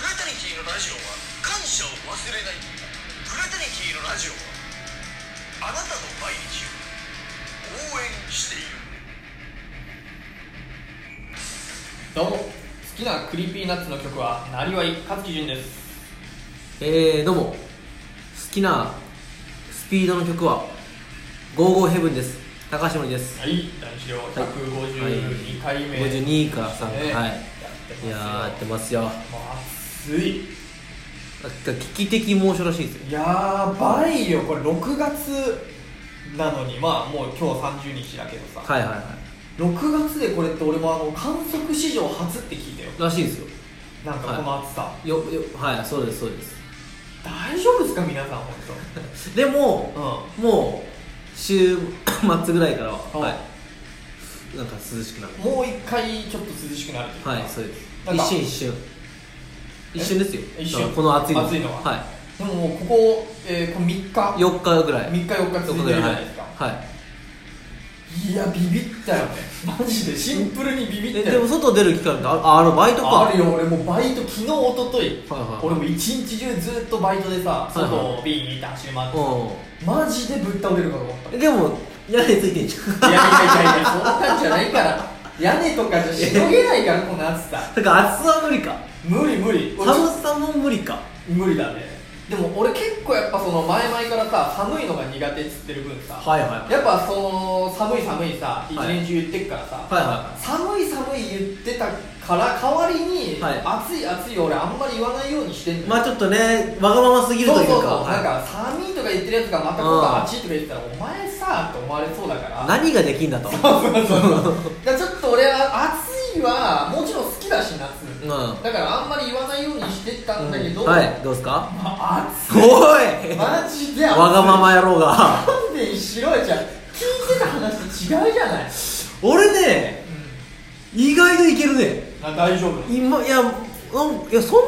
ジオは感謝を忘れないフラテニティのラジオはあなたの毎日を応援しているどうも好きなクリーピーナッツの曲はなりわい勝木潤ですえー、どうも好きなスピードの曲は「ゴーゴーヘブン」です高橋森ですはい男子寮152回目、 52か3か、ねはいいやーややっっててまますよなんかすよもう暑い危機的猛暑らしいですよやばいよこれ6月なのにまあもう今日30日だけどさ、はいはいは6月でこれって俺もあの観測史上初って聞いたよいらしいですよなんかこの暑さ、よよはいそうですそうです大丈夫ですか皆さん本でも当。うんもう週末ぐらいからは、はい、なんか涼しくなるもう一回ちょっと涼しくなるというかはいそうですなん一か瞬一瞬一瞬ですよ一瞬この暑いの暑いのははでももうここ、えー、この3日い、4日ぐらい3日4日と続いいうこてとでるじはゃいないですか、はいい、やビビったよねマジでシンプルにビビえったでよも外出る期間ってあああのバイトかあるよ俺もうバイト昨日一昨日はいはい俺も一日中ずっとバイトでさいはい外をビーンって走り回ってうマジでぶっ倒れるかと思っんでも屋根ついてんじゃん たいやいやいやいやそんなんじゃないから屋根とかじゃしのげないからこの暑さだから暑さは無理か無理無理寒さも無理か無理だねでも俺結構やっぱその前々からさ寒いのが苦手っつってる分さ、はいはいやっぱその寒い寒いさ一年中言ってっからさ、はいは寒い寒い言ってたから代わりに、はい暑い暑い俺あんまり言わないようにしてんのよ、まあちょっとねわがまますぎるそうとそいううかそう、なんはか寒いとか言ってるやつがまた今度暑いとか言ってたら、お前さって思われそうだからい何ができんだとだからちょっと俺は暑いはもちろん好きだし夏、うんだからあんまり言わないようにしてたんだけど、はいどうすかまあ暑いおいマジで暑いわがまま野郎が勘弁しろよじゃん聞いてた話と違うじゃない、俺ね意外といけるねあ大丈夫今いやうんいやそ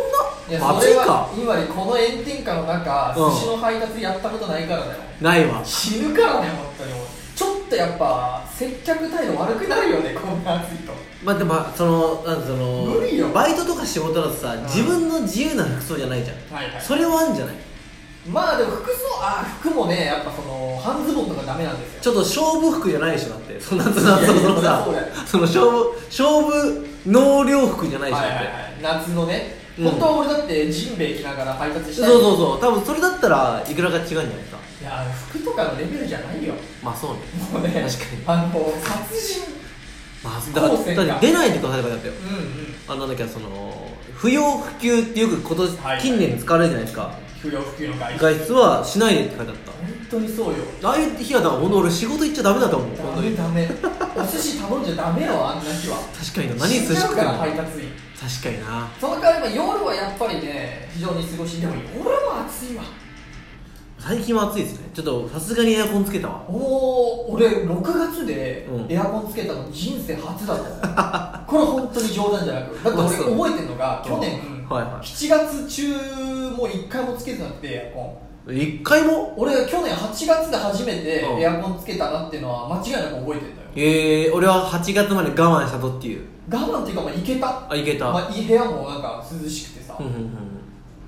んいやなそ暑いれはか今ねこの炎天下の中うん寿司の配達やったことないからだよないわ死ぬからね本当にもうちょっとやっぱ接客態度悪くなるよねこんな暑いとまあでもそのなんかその無理よバイトとか仕事だとさん自分の自由な服装じゃないじゃんはいそれはあんじゃないまあでも服装あ服もねやっぱその半ズボンとかダメなんですよちょっと勝負服じゃないでしょだってそんなそんないやいやそのさそうだよその勝負勝負納涼服じゃないでしょだってい夏のね、うん本当は俺だってジンベエ着ながら配達しそうたいそうそう多分それだったらいくらか違うんじゃないかいや服とかのレベルじゃないよまあそうねもうね確かにあの殺人まあだからそうせんかだって出ないでくださいとかだったようんうんあなんだっけその不要不急ってよく今年、はい近年使われるじゃないですか不要不急の外出外出はしないでって書いてあっ本当にそうよたああいう日はだから本当俺仕事行っちゃダメだと思うダ本当メに ダメお寿司頼んじゃダメよあんな日は確かにな何寿司死ん食じってゃうもから配確達員かになその代わりまあ夜はやっぱりね非常に過ごしでも夜も暑いわ最近は暑いですねちょっとさすがにエアコンつけたわおお俺6月でうんエアコンつけたの人生初だった、 これ本当に冗談じゃなくだってあ俺そう覚えてるのが去年、はいは7月中もう1回もつけてなくてエアコンい一回も俺去年8月で初めてうんエアコンつけたなっていうのは間違いなく覚えてるんだよえー、俺は8月まで我慢したぞっていう我慢っていうかまあいけたあいけた、まあ、いい部屋もなんか涼しくてさ、うんうんうん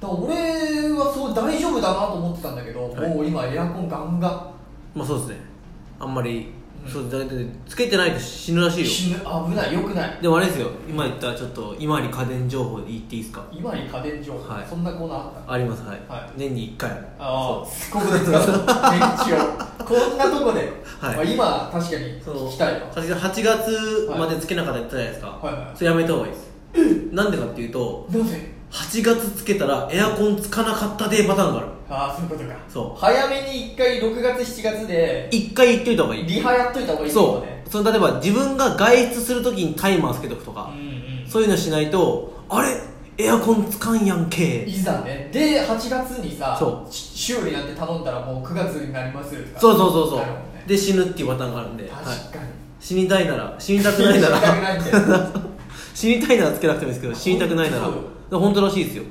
だから俺はそう大丈夫だなと思ってたんだけど、はいもう今エアコンガンガまあそうですねあんまり、うんそうだってつけてないと死ぬらしンいよ死ぬ危ないよくないでもあれですよ今言ったちょっと今に家電情報言っていいですか今に家電情報、はいそんなコーナーあったありますはい、はい年に1回ああそここで使う電池をこんなとこで、はいまあ、今確かにうそう聞きたいわ8月までつけなかったって言ったじゃないですか、はいはいはいそれやめた方がいいですなんでかっていうとなぜ8月つけたらエアコンつかなかったデーパターンがあるああそういうことかそう早めに一回6月7月で1回言っといた方がいいリハやっといた方がいいってことそねうその例えば自分が外出するときにタイマーつけとくとかう、んうんそういうのしないとあれエアコンつかんやんけいざねで8月にさそし修理なんて頼んだらもう9月になりますとかそうそうそうそう、なるもんねで死ぬっていうパターンがあるんで、はい、確かに、死にたいなら死にたくないな 知らりたくないんだよ死にたいならつけなくてもいいですけど死にたくないならそうよ本当らしいですよ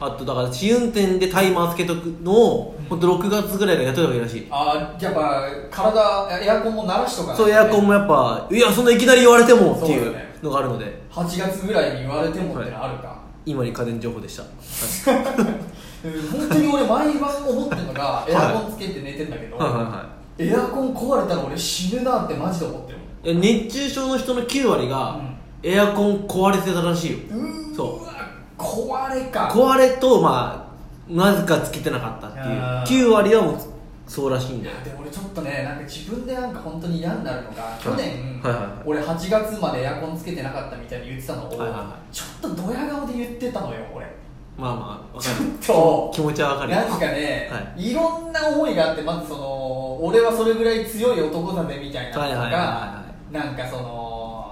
あとだから試運転でタイマーつけとくのをうん本当6月ぐらいからやっといた方がいいらしいああやっぱ体エアコンも鳴らしとかないとそうねエアコンもやっぱいやそんないきなり言われてもっていそううだねのがあるので8月ぐらいに言われてもってのあるか、い今に家電情報でした本当に俺毎晩思ってるのがエアコンつけて寝てんだけど、はいはいはエアコン壊れたら俺死ぬなってマジで思ってるいえ熱中症の人の9割が、うんエアコン壊れてたらしいようーそうわ壊れか壊れとまあなぜかつけてなかったあーっていう9割はもうそうらしいんだよで俺ちょっとねなんか自分でなんか本当に嫌になるのが去年、はいはいはい俺8月までエアコンつけてなかったみたいに言ってたのを、はいはいはちょっとドヤ顔で言ってたのよ俺まあまあわかる ちょっと気持ちはわかるよなんかね、、はいろんな思いがあってまずその俺はそれぐらい強い男だぜみたいなのが、はいはいはいはなんかその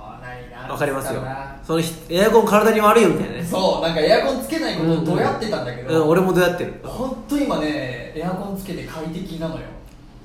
何なわかりますよなんだろうなそのひエアコン体に悪いよみたいなねそうなんかエアコンつけないことをどうやってたんだけど、うん、俺もどうやってる本当今ねエアコンつけて快適なのよ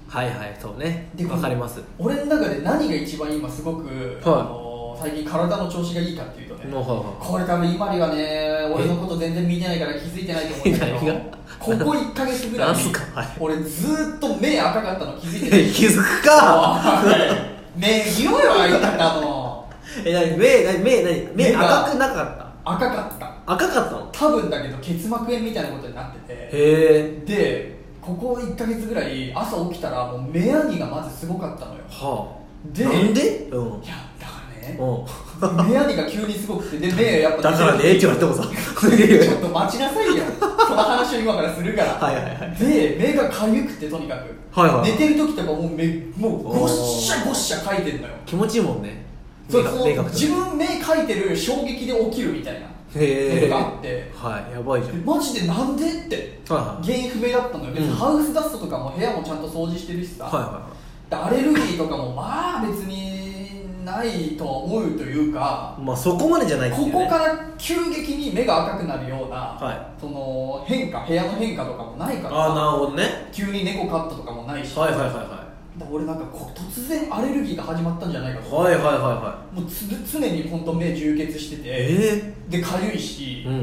はいはいそうねでわかります俺の中で何が一番今すごく、あの最近体の調子がいいかっていうとね、もうはこれ多分今里がね俺のこと全然見てないから気づいてないと思うんだけど何がここ1か月ぐらいなんすかはい俺ずーっと目赤かったの気づいいてはない い気づく かはい目見ろよあいたのえなに目なに目なに目目が赤くなかっ赤かったた赤かったの多分だけど結膜炎みたいなことになっててへえでここ1か月ぐらい朝起きたらもう目やにがまずすごかったのよはあでなんでうんいやだからねうん目やにが急にすごくてで目やっぱ だからねって言われても さちょっと待ちなさいよその話を今からするからはいはいはいで目がかゆくてとにかく、はいはい寝てる時とかもう目もうごっしゃごっしゃかいてんのよ気持ちいいもんねそう目がそ目がの自分目かいてる衝撃で起きるみたいなことへえがあってはいやばいじゃんでマジでなんでってはいはい原因不明だったのよ、別にうんハウスダストとかも部屋もちゃんと掃除してるしさ、はいはでアレルギーとかもまあ別にないとは思うというかいはいまあそこまでじゃないっていこうねこから急激に目が赤くなるような、はその変化部屋の変化とかもないからああなるほどね急に猫飼ったとかもないし、はいはいはいはだから俺なんかこう突然アレルギーが始まったんじゃないかと、いはいはいはいはいもうつ常に本当目充血してて、えでかゆいえしう、ん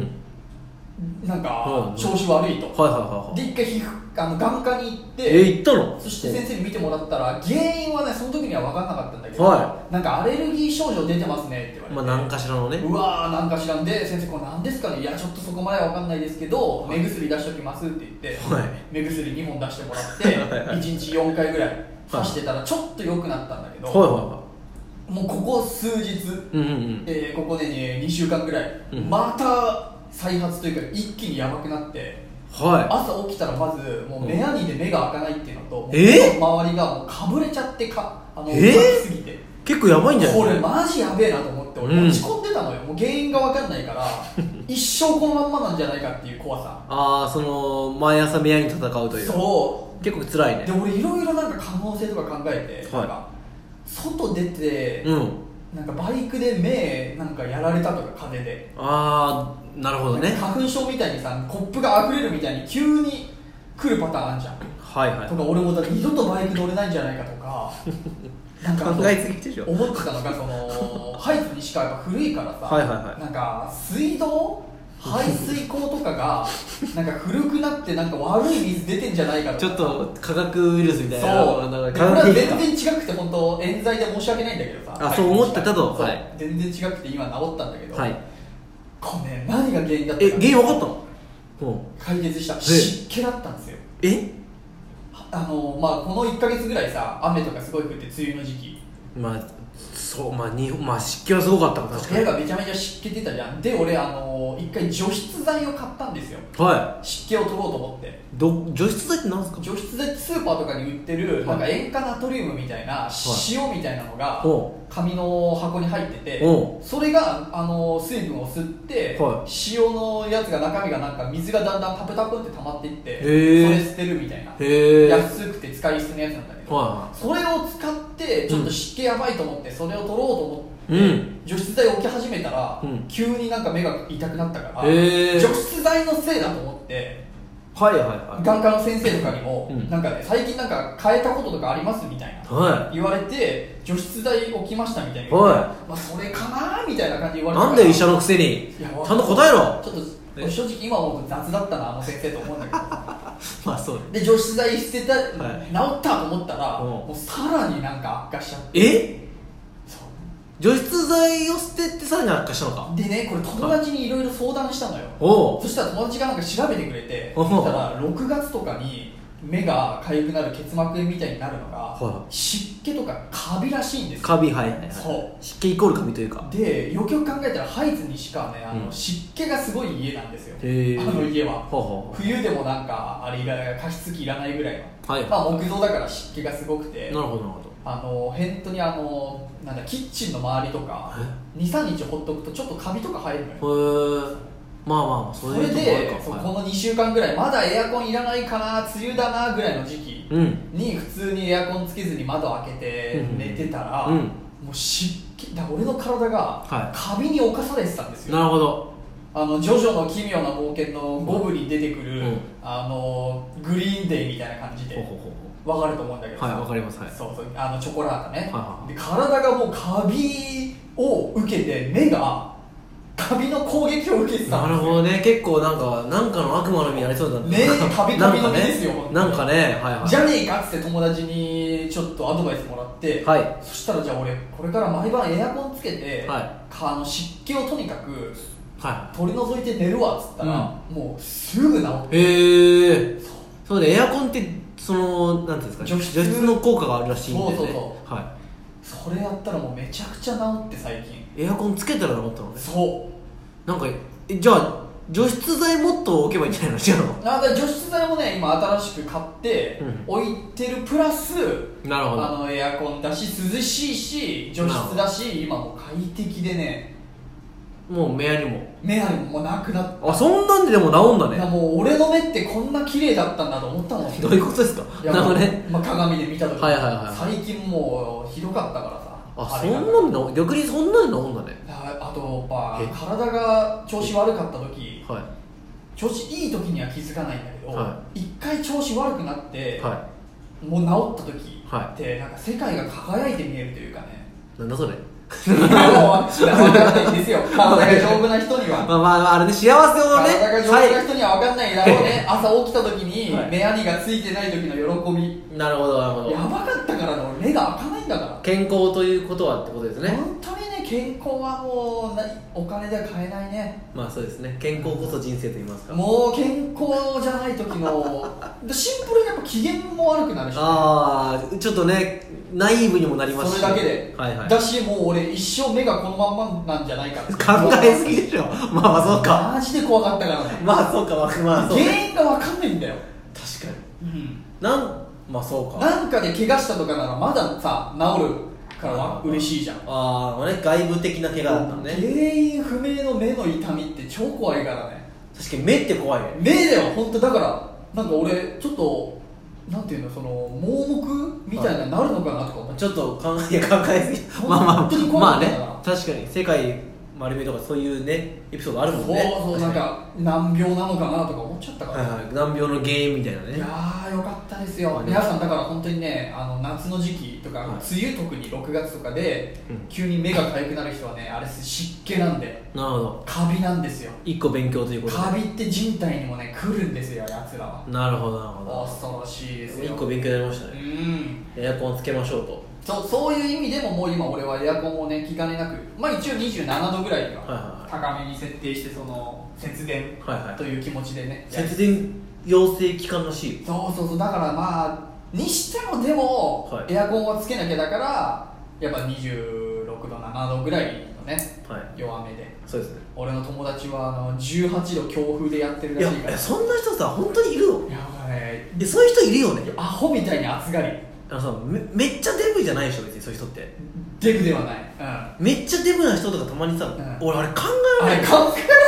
なんうんか調子悪いと、はいはいはいはいで一回皮膚あの眼科に行って、え行ったのそして先生に見てもらったら原因はねその時には分かんなかったんだけど、はなんかアレルギー症状出てますねって言われて、まあ何かしらのねうわーなんか知らんで先生これ何ですかねいやちょっとそこまでは分かんないですけど目薬出しときますって言って、はい目薬2本出してもらって はいはい1日4回ぐらい刺してたらちょっと良くなったんだけど、はいはもうここい数日、はいうんうんえーここでね2週間ぐらい、うんまた再発というか一気にやばくなってうんは朝起きたらまずもう目やにで目が開かないっていうのと、もうえ目の周りがもうかぶれちゃってかあのえ赤くすぎて。い結構やばいんじゃないこれマジやべえなと思ってうん俺落ち込んでたのよ、もう原因が分かんない から一生このまんまなんじゃないかっていう怖さああその毎朝目合いに戦うというそ結構辛いうでね俺いろいろなんか可能性とか考えて、はいなんか外出て、うんなんかバイクで目なんかやられたとか風で、ああなるほどね花粉症みたいにさコップが溢れるみたいに急に来るパターンあんじゃんはいはいとか俺もだって二度とバイク乗れないんじゃないかと かなんかあと考えすぎでしょ思ってたのがそのハイツ西川が古いからさ、はいはいはいなんか水道排水口とかがなんか古くなってなんか悪い水出てんじゃないかとかちょっと化学ウイルスみそたういなでなん俺か化学は全然違くて本当冤罪で申し訳ないんだけどさあハイツ西川そう思ってたとそうはい全然違くて今治ったんだけど、はいこれね何が原因だったえか原因分かったのうん解決した湿気だったんですよえあのまあこの1か月ぐらいさ雨とかすごい降って梅雨の時期まあそうまあ日本まあ湿気はすごかったわ確部か屋にがめちゃめちゃ湿気出たじゃんで俺あの一回除湿剤を買ったんですよは湿気を取ろうと思っていど除湿剤ってなんですか除湿剤ってスーパーとかに売ってる、いなんか塩化ナトリウムみたいな塩みたいなのがお紙の箱に入ってておそれがあの水分を吸っては塩のやつが中身がなんか水がだんだんタプタプって溜まっていってへーそれ捨てるみたいなへえ安くて使い捨てのやつなんだけどはそれを使ってちょっと湿気やばいと思ってそれを取ろうと思って、うん除湿剤を置き始めたら、うん急になんか目が痛くなったかへら、ー除湿剤のせいだと思ってはいはいはい眼科の先生とかにも、うんなんかね最近なんか変えたこととかありますみたいなは言われて除湿剤置きましたみたいな、はまあ、それかなーみたいな感じで言いわれてなんで医者のくせにいやちゃんと答えろちょっと正直今思うと雑だったなあの先生と思うんだけど まあそうで除湿剤捨てた、はい治ったと思ったら、うんもうさらになんか悪化しちゃってえそう除湿剤を捨ててさらに悪化したのかでねこれ友達にいろいろ相談したのよおうそしたら友達がなんか調べてくれておそおしたら6月とかに目が痒くなる結膜炎みたいになるのがは湿気とかカビらしいんですよカビはいはいはいそう湿気イコールカビというかでよくよく考えたらハイズにしかねあうのん湿気がすごい家なんですよ、へーあの家はほうほ冬でもなんかあれいらない加湿器いらないぐらいの、はいまあ、木造だから湿気がすごくうてなるほどなるほどあの本当にあのなんだキッチンの周りとか23日ほっとくとちょっとカビとか生えるのよへーまあまあそそういうれとこあるでかそうはいこの2週間ぐらいまだエアコンいらないかな梅雨だなぐらいの時期うんに普通にエアコンつけずに窓開けてうん寝てたら、うんもう湿気だから俺の体がはカビに侵されてたんですよ、なるほどあのジョジョの奇妙な冒険のゴブに出てくる、うんあのグリーンデーみたいな感じでほうほうほうわかると思うんだけどさはいわかりますはいそうそうあのチョコラータね、はいはいで体がもうカビを受けて目がカビの攻撃を受けてたなんるですほよどね結構なんかなんかの悪魔の実になりそうだねえカビカビの実ですよなんかねなんかねはいはいじゃねえかっつって友達にちょっとアドバイスもらって、はいそしたらじゃあ俺これから毎晩エアコンつけて、はかあの湿気をとにかくは取り除いて寝るわっつったら、もうすぐ治っていへえそうねエアコンってそのなんていうんですか除湿除湿の効果があるらしいんでねそうそうそはそれやったらもうめちゃくちゃ治って最近いエアコンつけたらと思ったのねそうなんかえじゃあ除湿剤もっと置けばいいんじゃないの違うのあだから除湿剤もね今新しく買ってう置いてるプラス、なるほどあのエアコンだし涼しいし除湿だし今もう快適でねもう目やにも目合いもなくなっあそんなんででも治んだた、いやねもう俺の目ってこんな綺麗だったんだと思ったもんどういうことですかいやなるほどねまあ、鏡で見た時、はいはいはい最近もうひどかったからさあそれんがなんで治逆にそんなんで治んだねああと、まえあ、体が調子悪かった時はい調子いい時には気づかないんだけど、は一回調子悪くなって、はもう治った時はって、なんか世界が輝いて見えるというかねいなんだそれ もう分かんないんですよ体が丈夫な人にまあはまああれね幸せをね体が丈夫な人には分かんないだろうね朝起きた時はにい目やにがついてない時の喜びいなるほどなるほどやばかったからね俺目が開かないんだから健康ということはってことですね本当にね健康はもうなお金では買えないねまあそうですね健康こそ人生と言いますかもう健康じゃない 時のでシンプルにやっぱ機嫌も悪くなるし、ああちょっとねナイーブにもなりますそしれだけで、はいはいだしもう俺一生目がこのまんまなんじゃないかって考えすぎでしょ まあまあそうかマジで怖かったからね まあそうかまあまあそうか原因が分かんないんだよ、確かになんまあそうかなんかで怪我したとかならまださ治るからは嬉しいじゃんああね外部的な怪我だったの原ね因不明の目の痛みって超怖いからね確かに目って怖いね目だよ本当だからなんか俺ちょっとなんていうのその盲目みたいななるのかなとか思っちちょっと考えいや考えすぎ 本まあま当にあ怖まいあんだねから確かに世界丸めとかそういうねエピソードあゃるうもんねそうそうなんか難病なのかなとか思っちゃったか確ら、、かにはいはい難病の原因みたいないやねーよかったですよ、まあね皆さんだから本当にねあの夏の時期とか、はい梅雨特に6月とかで、うん急に目が痒くなる人はねあれ湿気なんでなるほどカビなんですよ一個勉強ということカでビって人体にもね来るんですよやつらはなるほどなるほど恐ろしいです一よ個勉強になりましたうねんエアコンつけましょうとそうそういう意味でももう今俺はエアコンをね気兼ねなくまあ一応27度ぐらいにはいははい高めに設定してその節電はいはいという気持ちでねやる節電要請期間らしいそうそうそうだからまあにしてもでも、はいエアコンはつけなきゃだからやっぱ26度7度ぐらいのねはい弱めでそうですね俺の友達はあの18度強風でやってるいらやしいからえそんな人さ本当にいるのいやばねえそういう人いるよねアホみたいに暑がりあのさめめっちゃデブじゃないでしょ別にそういう人ってデブではないうんめっちゃデブな人とかたまにさ、うん俺あれ考えあられれない考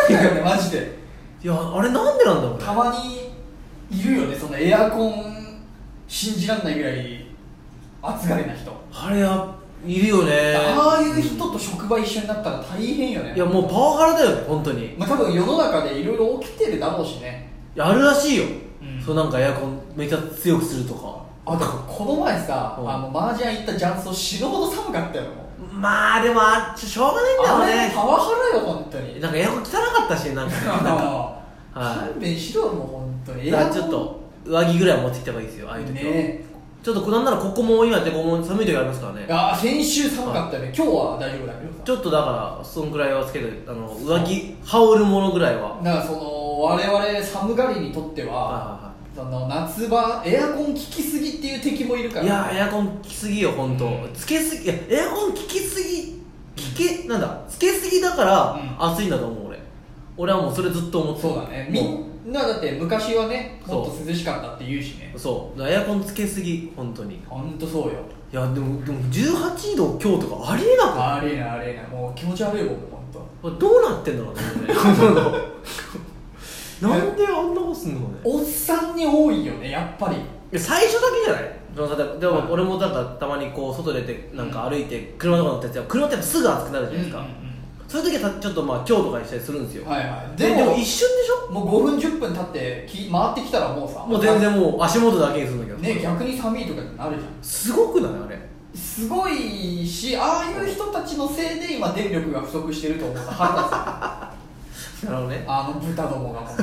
えられないよねマジでいやあれなんでなんだろうねたまにいるよねそのエアコン信じらんないぐらい暑がりな人、あれやいるよねああいう人と職場一緒になったら大変よねいやもうパワハラだよね本当にまあ、多分世の中でいろいろ起きてるだろうしねやるらしいよ、うんそうなんかエアコンめっちゃ強くするとかあだからこの前さ、うんあの麻雀行った雀荘死ぬほど寒かったよまあでもあちょしょうがあないんだれパよワハラよ本当 にねなんかエアコン汚かったしなんかなんか ああはい勘弁しろよもう本当にだからちょっと上着ぐらいは持ってきた方がいいですよああいう時は、ねちょっとなんならここも今やってここも寒い時ありますからねあー先週寒かったね、今日は大丈夫だけどちょっとだからそんくらいはつけてあの上着羽織るものぐらいはさだからその我々寒がりにとっては、はその夏場エアコン効きすぎっていう敵もいるかいらはいはいいやエアコン効きすぎよ本当、つけすぎいやエアコン効きすぎ効けなんだつけすぎだからうん暑いんだと思う俺俺はもうそれずっと思ってたそうだねみもうんなだって昔はねそうもっと涼しかったって言うしねそうだからエアコンつけすぎ本当にいほんとそうよやでもでも18度今日とかありえなくないあれなあれなもう気持ち悪いよもうほんとこれどうなってんだろうね 俺なんであんなことすんのかねおっさんに多いよねやっぱりいや最初だけじゃないその例えばではいも俺もなんかたまにこう外出てなんか歩いて車とか乗ってて車ってやっぱすぐ暑くなるじゃないですか、うんうんそういう時はたちょっとまあ今日とかにしたりするんですよ、はいはいででももでも一瞬でしょもう5分10分経ってき回ってきたらもうさもう全然もう足元だけにするんだけど、ね逆に寒いとかになるじゃんすごくないあれ すごいしああいう人たちのせいで今電力が不足してると思った 腹なるほどね立つあの豚どもが本当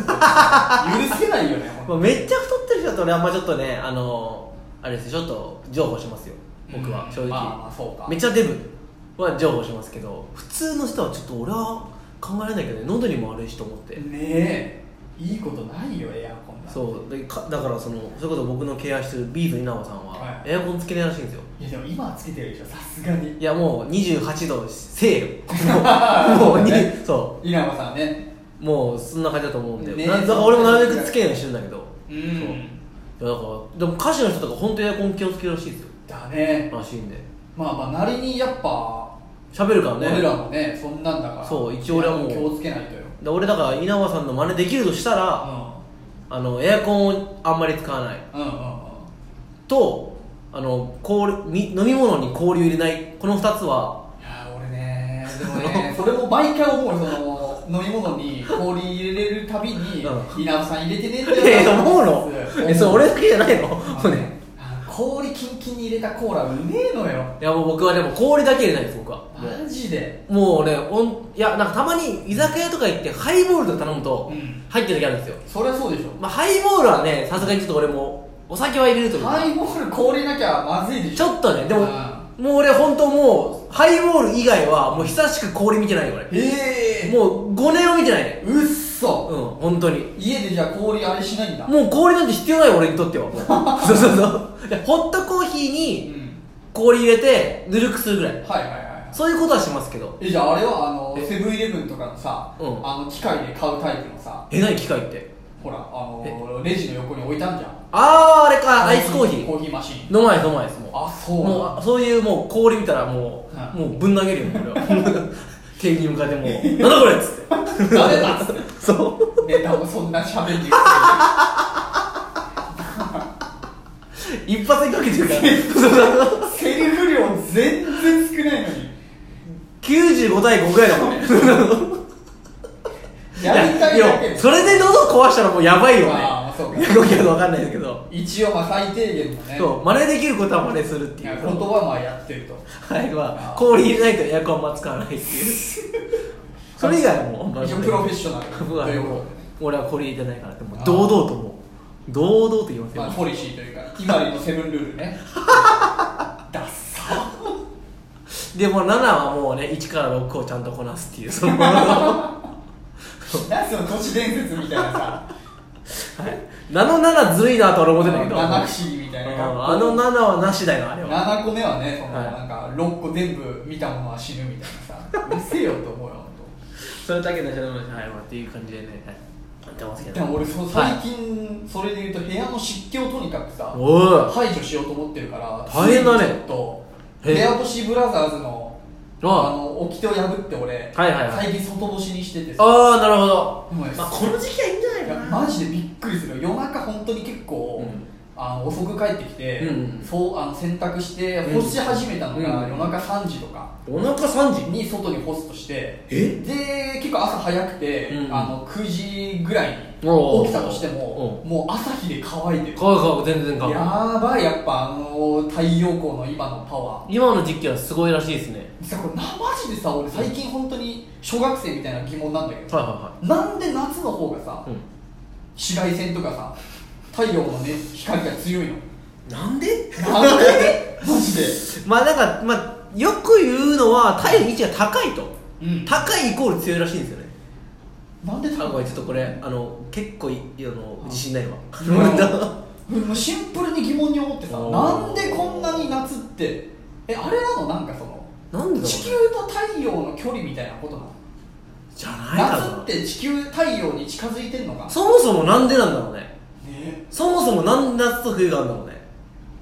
に許せないよね まあ、めっちゃ太ってる人だと俺あんまちょっとねあのー、あれですちょっと譲歩しますよ僕はうん正直、まあまあそうかめっちゃデブは譲歩しますけど普通の人はちょっと俺は考えられないけどね喉にも悪いしと思って、ねえいいことないよエアコンだそうでかだからそのそれこそ僕のケアしてるビーズ稲葉さんは、はいエアコンつけないらしいんですよいやでも今はつけてるでしょさすがにいやもう28度せ えよもうもうにねそ稲葉さんねうもうそんな感じだと思うんで、ねなだから俺もなるべくつけないようにしてるんだけどうそういやだからでも歌手の人とか本当エアコン気をつけるらしいですよだねらしいんでまあまあなりにやっぱ喋るからね俺らもねそんなんだからそう一応俺はもう気をつけないとよで俺だから稲葉さんの真似できるとしたうら、んあのエアコンをあんまり使わないうんうんうんとあの氷み飲み物に氷を入れないこの2つはいやー俺ねでもね それも毎回思うその飲み物に氷入れるたびにう稲葉さん入れてねえんだえよな思うのえそれ俺だけじゃないのあもうのねねあの氷キンキンに入れたコーラうめえのよいやもう僕はでも氷だけ入れないです僕はもマジでうもうねおんいやなんかたまに居酒屋とか行ってハイボールとか頼むとうん入ってる時あるんですよ、そりゃそうでしょまあ、ハイボールはねさすがにちょっと俺もお酒は入れると思う、ハイボール氷なきゃまずいでしちょょっとねでもあもう俺本当もうハイボール以外はもう久しく氷見てないよ俺ええもう5年を見てないねうっうんそ本当に家でじゃあ氷あれしないんだもう氷なんて必要ない俺にとってはもうそうそうそういやホットコーヒーうにん氷入れてぬるくするぐらいはいはいはいそういうことはしますけどえじゃああれはあのえセブンイレブンとかのさ、うんあの機械で買うタイプのさえない機械ってほらあのレジの横に置いたんじゃんあああれかアイスコーヒーコーヒーマシン飲まない飲まないですもうあそうもうあそういうもう氷見たらもう、はいもうぶん投げ るよ俺は店員に向かってもう「なんだこれ!」っつって誰だっつってそうネタをそんな喋 ってる一発にかけてるからそうセリフ量全然少ないのに95対5ぐらいだもんね やりたいだやけやそれで喉壊したらもうやばいよねあーそうか動きは分かんないですけど、一応まあ最低限のねそう真似できることは真似するっていいやう言葉もやってるとはいまああー氷入れないとエアコンは使わないって いうそれ以外はもうあんまり一応プロフェッショナル僕はということ俺は氷入れてないからってもうあー堂々ともう堂々と言いますで、よ、まあ、ポリシーというか今のセブンルー ルねダッサでも7はもうね1から6をちゃんとこなすっていうそのはい何その都市伝説みたいなさ7の7ずるいなとは俺思ってたけど七不思議みたいなうんあの7はなしだよあれは7個目はねその、はいなんか6個全部見たものは死ぬみたいなさ うるせえよと思うよ本それだけでしょはいまあっていう感じでねはいやってますけ当。どでも俺そはい最近それで言うと部屋の湿気をとにかくさおい排除しようと思ってるから大変だねついにちょっとへえ部屋干しブラザーズのああの掟を破って俺、はいはいはい最近外干しにしててさああなるほど、うまいですまあ、この時期はいいんじゃないいかやなマジでびっくりする夜中本当に結構、うんあの遅く帰ってきて、うんうんそうあの洗濯して干し始めたのが、うん夜中3時とかお腹3時に外に干すとしてえで結構朝早くて、うんあの9時ぐらいにおう起きたとしても、もう朝日で乾いてるかわいかわい全然かわいやばいやっぱあの太陽光の今のパワー今の時期はすごいらしいですねさこれなマジでさ俺最近本当に小学生みたいな疑問なんだけどさ、はいはなんで夏の方がさ、いはい、うん 紫外線とかさ太陽の、ね、光が強いのなんでなんでマジでまあなんか、まあ、よく言うのは体の位置が高いと、うん高いイコール強いらしいんですよねなんであ高ごめんいちょっとこれあの結構いあの自 信ないわ もうシンプルに疑問に思ってさうんなんでこんなに夏ってえあれなのなんかそのなんでだろうね地球と太陽の距離みたいなことなのじゃないだろ夏って地球太陽に近づいてんのかなそもそもなんでなんだろうねねそもそもなんで夏と冬があるんだろうね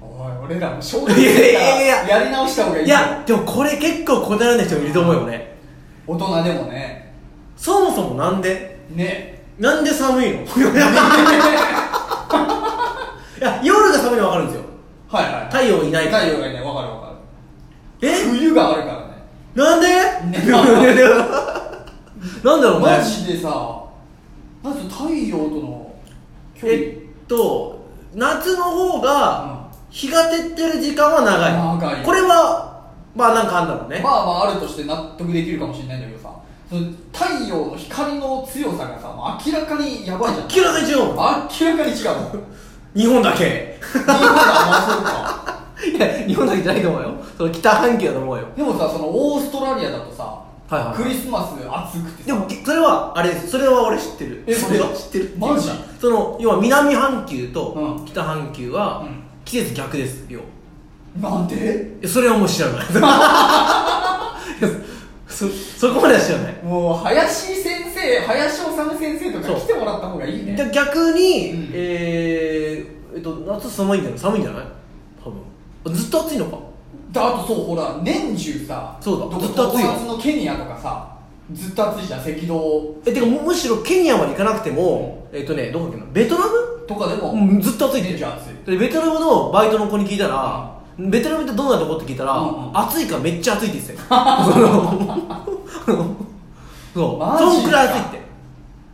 おい俺らも小学生かいやいやいらやり直した方がいいいやでもこれ結構こだわらない人もいると思うよね大人でもねそもそもなんで ねなんで寒いのいや夜が寒いの分かるんですよはいはい、太陽いない太陽がいないわかるわかるえ冬があるからね なんでなんだろうねマジでさまず太陽との距離えっと夏の方がうん日が照ってる時間は長い長いこれはまあなんかあんだろうね、まあまああるとして納得できるかもしれないんだけどさその太陽の光の強さがさもう明らかにやばいじゃん明らかに違うもん明らかに違うもん日本だけ日本はまあそう いかや日本だけじゃないと思うよその北半球だと思うよでもさそのオーストラリアだとさ、いはいはいクリスマス暑くてでさもそれはあれですそれは俺知ってるえそれはマジ知ってるマジその要は南半球うとん北半球はうん季節逆ですよなんでいやそれはもう 知らないいやそそこまでは知らないもう林先生林修先生とか来てもらった方がいいねで逆に、うんえーえっと夏寒いんじゃない寒いんじゃない多分ずっと暑いのかだあとそうほら年中さそうだどこずっと暑いよ東のケニアとかさずっと暑いじゃん赤道えてかむむしろケニアまで行かなくても、えっとねどこだっけなベトナムとかでも、うんずっと暑いって年中暑いでベトナムのバイトの子に聞いたら、ベトナムってどんなとこって聞いたら、うんうん暑いからめっちゃ暑いって言ってたよそ のそうマジかそんくらい暑いって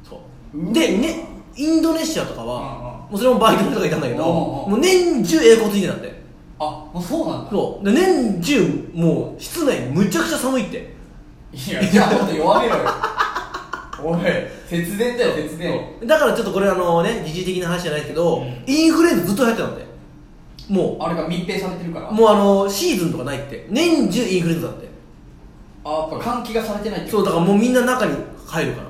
そうで、ね、インドネシアとかうんは、うんもうそれもバイトの人がいたんだけど、うんもううん年中英語ついてたんだよあもうそうなんだそうで年中もう室内むちゃくちゃ寒いっていやじゃあもっと弱 めろよおい節電だよ節電だからちょっとこれあのね時事的な話じゃないですけど、うんインフルエンザずっと流行ってたんでもあれが密閉されてるからうもうあのシーズンとかないって年中インフルエンザだってあやっぱ換気がされてないってそうだかららもうみんな中に入るから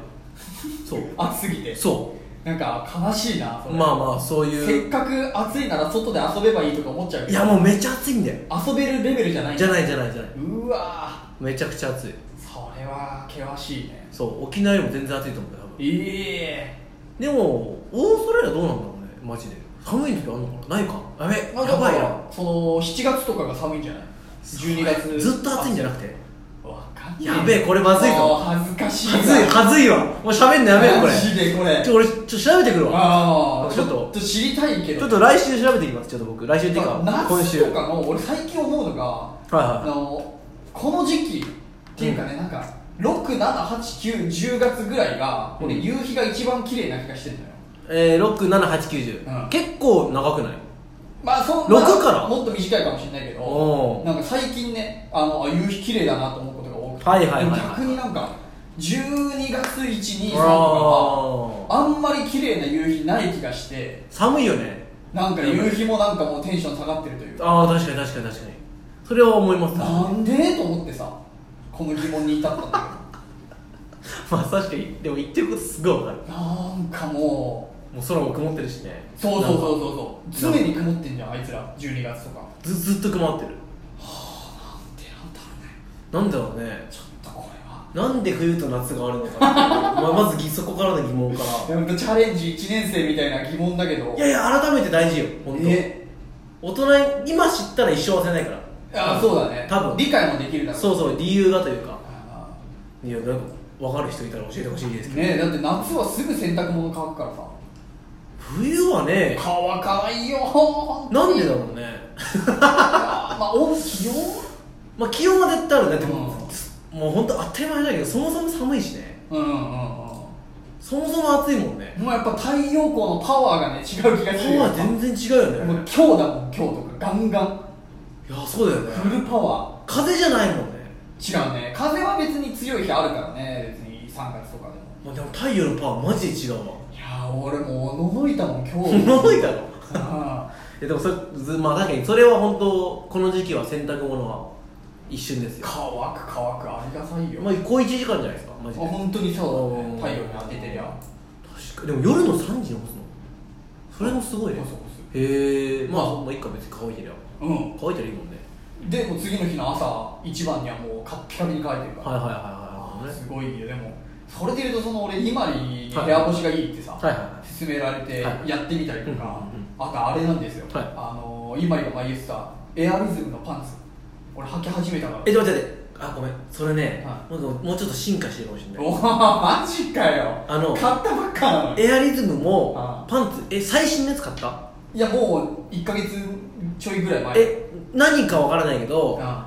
そう暑すぎてそなんか悲しいなそうれまあまあそうせいっうかく暑いなら外で遊べばいいとか思っちゃうけいどやもうめっちゃ暑いんだよ遊べるレベルじゃないじゃないじゃないじゃないうわめちゃくちゃ暑いーそれは険しいねそう沖縄よりも全然暑いと思うよ多分えでもオーストラリアどうなんだろうねマジで寒い時あんのかなないかやべえやまあだかばいやらその7月とかが寒いんじゃない12月ずっと暑いんじゃなくてあわかんないやべえこれまずいぞあー恥ずかしいなはずいはずいわもう喋んのやめよこれマジでこれちょ俺ちょっと調べてくるわああちちょょっっとと知りたいけどちょっと来週調べてきますちょっと僕来週っていうまかあ今夏週とかの俺最近思うのがあはのこの時期っていうかね、なんか678910月ぐらいが俺うん夕日が一番綺麗な気がしてるのいよはいえー、67890、うん結構長くないまあそん六なからもっと短いかもしれないけおどーなんか最近ねあのあ夕日綺麗だなと思うことが多くて、はいはいはいはいでも逆になんか12月123とかはあああんまり綺麗な夕日ない気がして寒いよねなんか夕日もなんかもうテンション下がってるというかああ確かに確かに確かにそれは思いますなんでと思ってさこの疑問に至ったんだまあ確かにでも言ってることすごいわかる けどなんかももう空も曇ってるしねうそうそうそううそうそう常に曇ってんじゃんあいつら12月とかずずっと曇ってるってなんだろなんうねだろうねちょっとこれはなんで冬と夏があるのかな っていうまあまずぎそこからの疑問からなんかチャレンジ1年生みたいな疑問だけどいやいや改めて大事よ本当、え大人に今知ったら一生忘れないからあそうだね多分理解もできるだろそうそう理由がというかあいやなんか分かる人いたら教えてほしいですーけど、ねえだって夏はすぐ洗濯物乾くからさ冬はね乾かないよーなんでだろうねあー まあ温気温まあ気温は絶対あるねでも、うもう本当当たり前だけどそもそも寒いしねうんうんうんうんそもそも暑いもんねもうやっぱ太陽光のパワーがね違う気がパするよワー全然違うよもうね今日だもん今日とかガンガンいやそうだよねフルパワ風じゃないもんね、ー違うね風は別に強い日あるからね別に3月とかでもまあ、でも太陽のパワーマジで違うわいやー俺もう驚いたもん今日驚いたろあやでもそれずまあ確かにそれは本当この時期は洗濯物は一瞬ですよ 乾く乾くありがたいよ、まあ小1時間じゃないですかマあジで本当にそうだねうん太陽に当ててりゃ確かでも夜の3時に干すのそれもすごいね干す干すへえまあ、まあまあ、いいか別に乾いてりゃうん乾いてりゃいいもんねでもう次の日の朝一番にはもうカッピカピに乾いてるかはいら、はいはいはいはいすごいよでもそれでいうとその俺伊万里に部屋干しがいいってさ、はいはいはい勧められてはいやってみたりとか、うんうんあとあれなんですよ、はいあの伊万里が前言ってたエアリズムのパンツ俺履き始めたからえちょっと待ってあごめんそれね、はもうもうちょっと進化してるかもしれないおーマジかよあの買ったばっかなのにエアリズムもあパンツえ最新のやつ買ったいやもう1か月ちょいぐらい前え何かわからないけどあ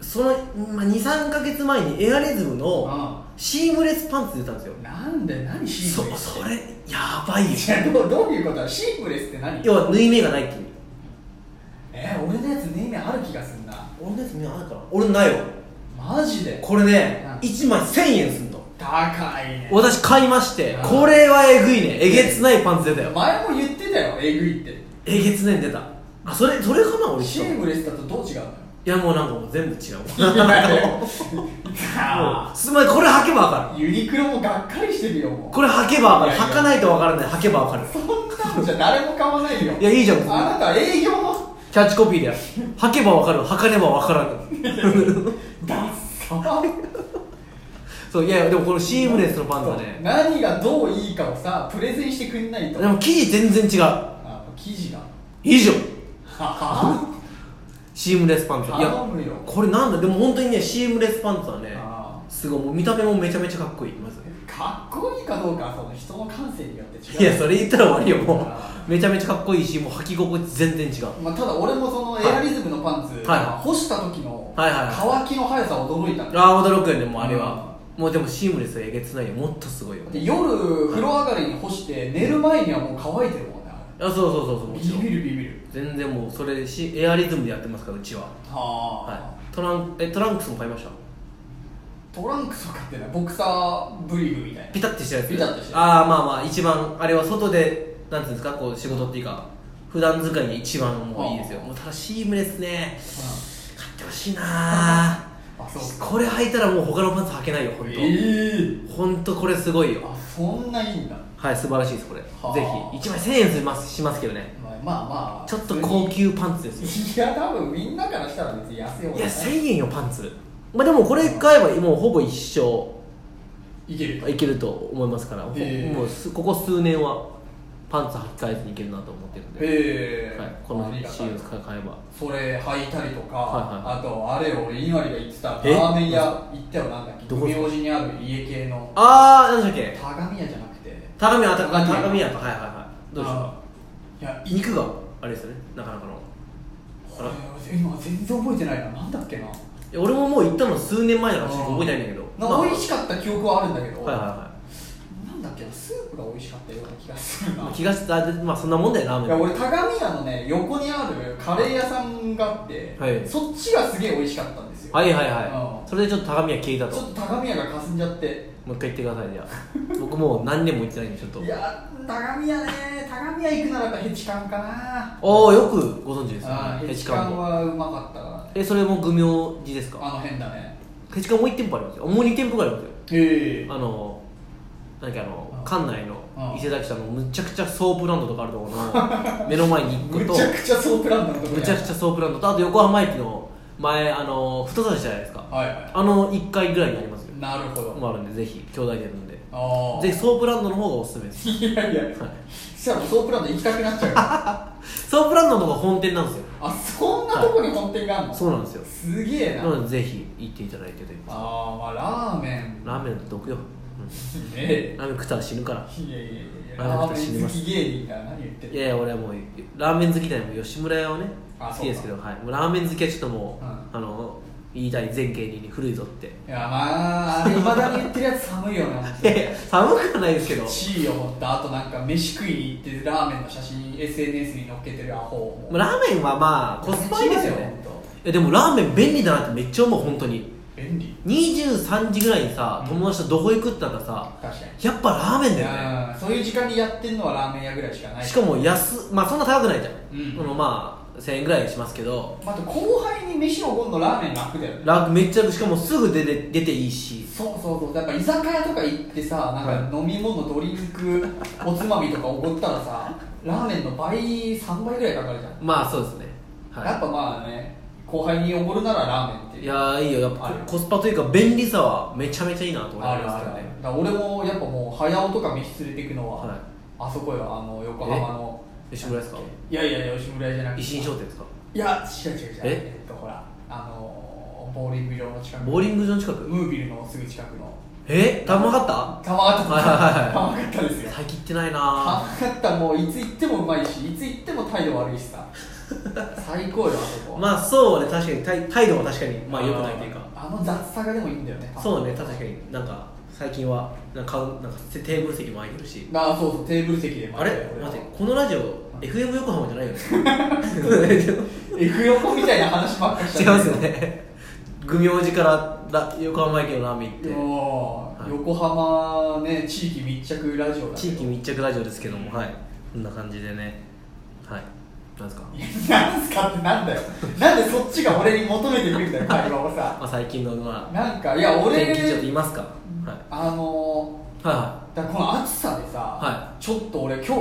その、まあ、23か月前にエアリズムのあシームレスパンツ出たんですよなんで何シそームレスそれやばいよいやどうどういうことだシームレスって何要は縫い目がないっていうえー俺のやつ縫い目ある気がすんな俺のやつみんなあるから俺ないわマジでこれねうん1枚1000円すんの高いね私買いましてうんこれはえぐいねえげつないパンツ出たよ前も言ってたよえぐいってえげつないの出たあそれそれかな俺シ一番ームレスだとどう違うのいやもうなんかもう全部違ういやいやもうすまりこれ履けば分か ユニクロもがっかりしてるよもるうこれ履けば分かるいやいや履かないと分からない履けば分かるそんなのじゃ誰も買わないよいやいいじゃんあなた営業のキャッチコピーだよ履けば分かる履かねば分から んダッサそういやいやでもこのシームレスのパンツはね何がどういいかをさプレゼンしてくんないとでも生地全然違うあ生地 が以上はシームレスパンツい頼やむよこれなんだでも本当にねシームレスパンツはねあすごいもう見た目もめちゃめちゃかっこいいまずかっこいいかどうかはその人の感性によって違ういやそれ言ったら終わりよもあうめちゃめちゃかっこいいしもう履き心地全然違うまあ、ただ俺もそのエアリズムのパンツ、はいまあ干した時のはいはいはい乾きの速さ驚いたんだよああ驚くよねもうあれは、もうでもシームレスはえげつないよもっとすごいよで夜風呂上がりに干して寝る前にはもう乾いてるもんねああそうそうそうそうれもビちろビんるビビる全然もうそれしエアリズムでやってますからうちは、はあ、はい、トランえトランクスも買いましたトランクスを買ってないボクサーブリーフみたいなピタッてしたやつピタッてしたやつああまあまあ一番あれは外でなんていうんですかこう仕事っていうか普段使いに一番もういいですよあもうただシームレスね買ってほしいなあそうこれ履いたらもう他のパンツ履けないよ本当、え本当これすごいえよあそんないいんだはい素晴らしいですこれぜあひ1枚1000円しますしますけどねまあまあまあちょっと高級パンツですよいや多分みんなからしたら別に安い方いやがい1000円よパンツまあでもこれ買えばもうほぼ一生いけるいけると思いますから、ほへえもうすここ数年はパンツ履き替えずにいけるなと思ってるんで、ええはい、このありがたい CM 使い買えばそれ履いたりとか、はあとあれよ俺今里が言ってたラえーメン屋行ったよなんだっけどこですか明治にある家系のああ何でしたっけタガミ屋じゃなくて高宮あた高宮高宮とはいはいはいどうでしあたいやい肉があれですよねなかなかのこれ俺今全然覚えてないななんだっけないや俺ももう行ったの数年前だからちょっと覚えてないんだけどなんまあか美味しかった記憶はあるんだけど、はいはいはなんだっけなスープが美味しかったような気がするい、なまあ、気がしてあでまあそんなもんだよラーメいンや俺鏡屋のね横にあるカレー屋さんがあって、はいそっちがすげえ美味しかったんですよはいはいうんはいそれでちょっと高宮消えたとちょっと鏡屋がかすんじゃってもう一回言ってくださいじゃ あ僕もう何年も行ってないんでちょっといや鏡屋ね鏡屋行くならやっぱヘチカンかなああよくご存知ですあねーヘヘチチカカンンもはうまかったからねえそれも愚名寺ですかあの辺だねヘチカンもう1店舗ありますよもう2店舗ぐらいありますよへえあのなんかあのうん館内のうん伊勢崎さんのむちゃくちゃソープランドとかあるところの 目の前に1個むとちゃくちゃソープランドのとこむちゃくちゃソープランドとあと横浜駅の前あの太さじゃないですかはいはあの1階ぐらいにありますよいなるほどもあるんでぜひ兄弟でやるんでああぜひソープランドの方がおすすめです いやいやはいそしたらもうソープランド行きたくなっちゃう よソープランドのとこ本店なんですよあそんなとこに本店があるの、そうなんですよすげえな、なのでぜひ行っていただいてということああまあラーメンでラーメン毒よ、うん、ラーメンね食ったら死ぬからいやいやいやあラなたー死にメン好ますき芸人が何言っているやいや俺はもうラーメン好きだよもう吉村屋はねあ好きですけど、はい、もうラーメン好きはちょっともう、うんあの言いたい前景に古いぞって いやまああれ未だに言ってるやつ寒いよないやいや寒くはないですけ ど、地位を持ったあとなんか飯食いに行ってラーメンの写真 SNS に載っけてるアホまあラーメンはまあコスパいいですよね本いやでもラーメン便利だなってめっちゃ思う本当に便利23時ぐらいにさうん友達とどこ行くってなったらさ確かにやっぱラーメンだようんそういう時間にやってんのはラーメン屋ぐらいしかないねしかも安まあそんな高くないじゃん、うんそのまあ1000円ぐらいしますけどあと後輩に飯をおごんのラーメン楽だよねラめっちゃしかもすぐ出て出ていいしそうそうそうやっぱ居酒屋とか行ってさなんか飲み物ドリンクおつまみとかおごったらさラーメンの倍3倍ぐらいかかるじゃん、まあそうですねやっはぱまあね後輩におごるならラーメンっいていういやーいいよやっぱあるココスパというか便利さはめちゃめちゃいいなと思いあるまあするよあるねだから俺もやっぱもう早尾とか飯連れてくのは、はいあそこよあの横浜の吉村ですかいやいやいや吉村屋じゃなくて維新商店ですかいや違う違う違うええっとほらあのボーリング場の近くボーリング場の近くムービルのすぐ近くのえたまかった玉形はいはいはい玉形ですよ最近行ってないな玉形もういつ行ってもうまいしいつ行っても態度悪いしさ最高よあそこまあそうね確かに態態度は確かにまあ良くないというかあの雑さがでもいいんだよねそうね確かになんか最近はなんか買うなんかテーブル席も空いてるしああそうそうテーブル席であれ待ってこのラジオ FM 横浜じゃ ないよね F 横みたいな話ばっか し違いちゃまうすよね愚明寺からラ横浜駅のラーメン行ってもうはい横浜ね地域密着ラジオだけど地域密着ラジオですけどもはいこんな感じでねはいなんですか、いや なんすかってなんだよなんでそっちが俺に求めてくるんだよ会話をさまあ、最近のまあなんかいや俺天気ちょっと言いますか、はい、あのはーだからこの暑さでさ、はちょっと俺今日、はい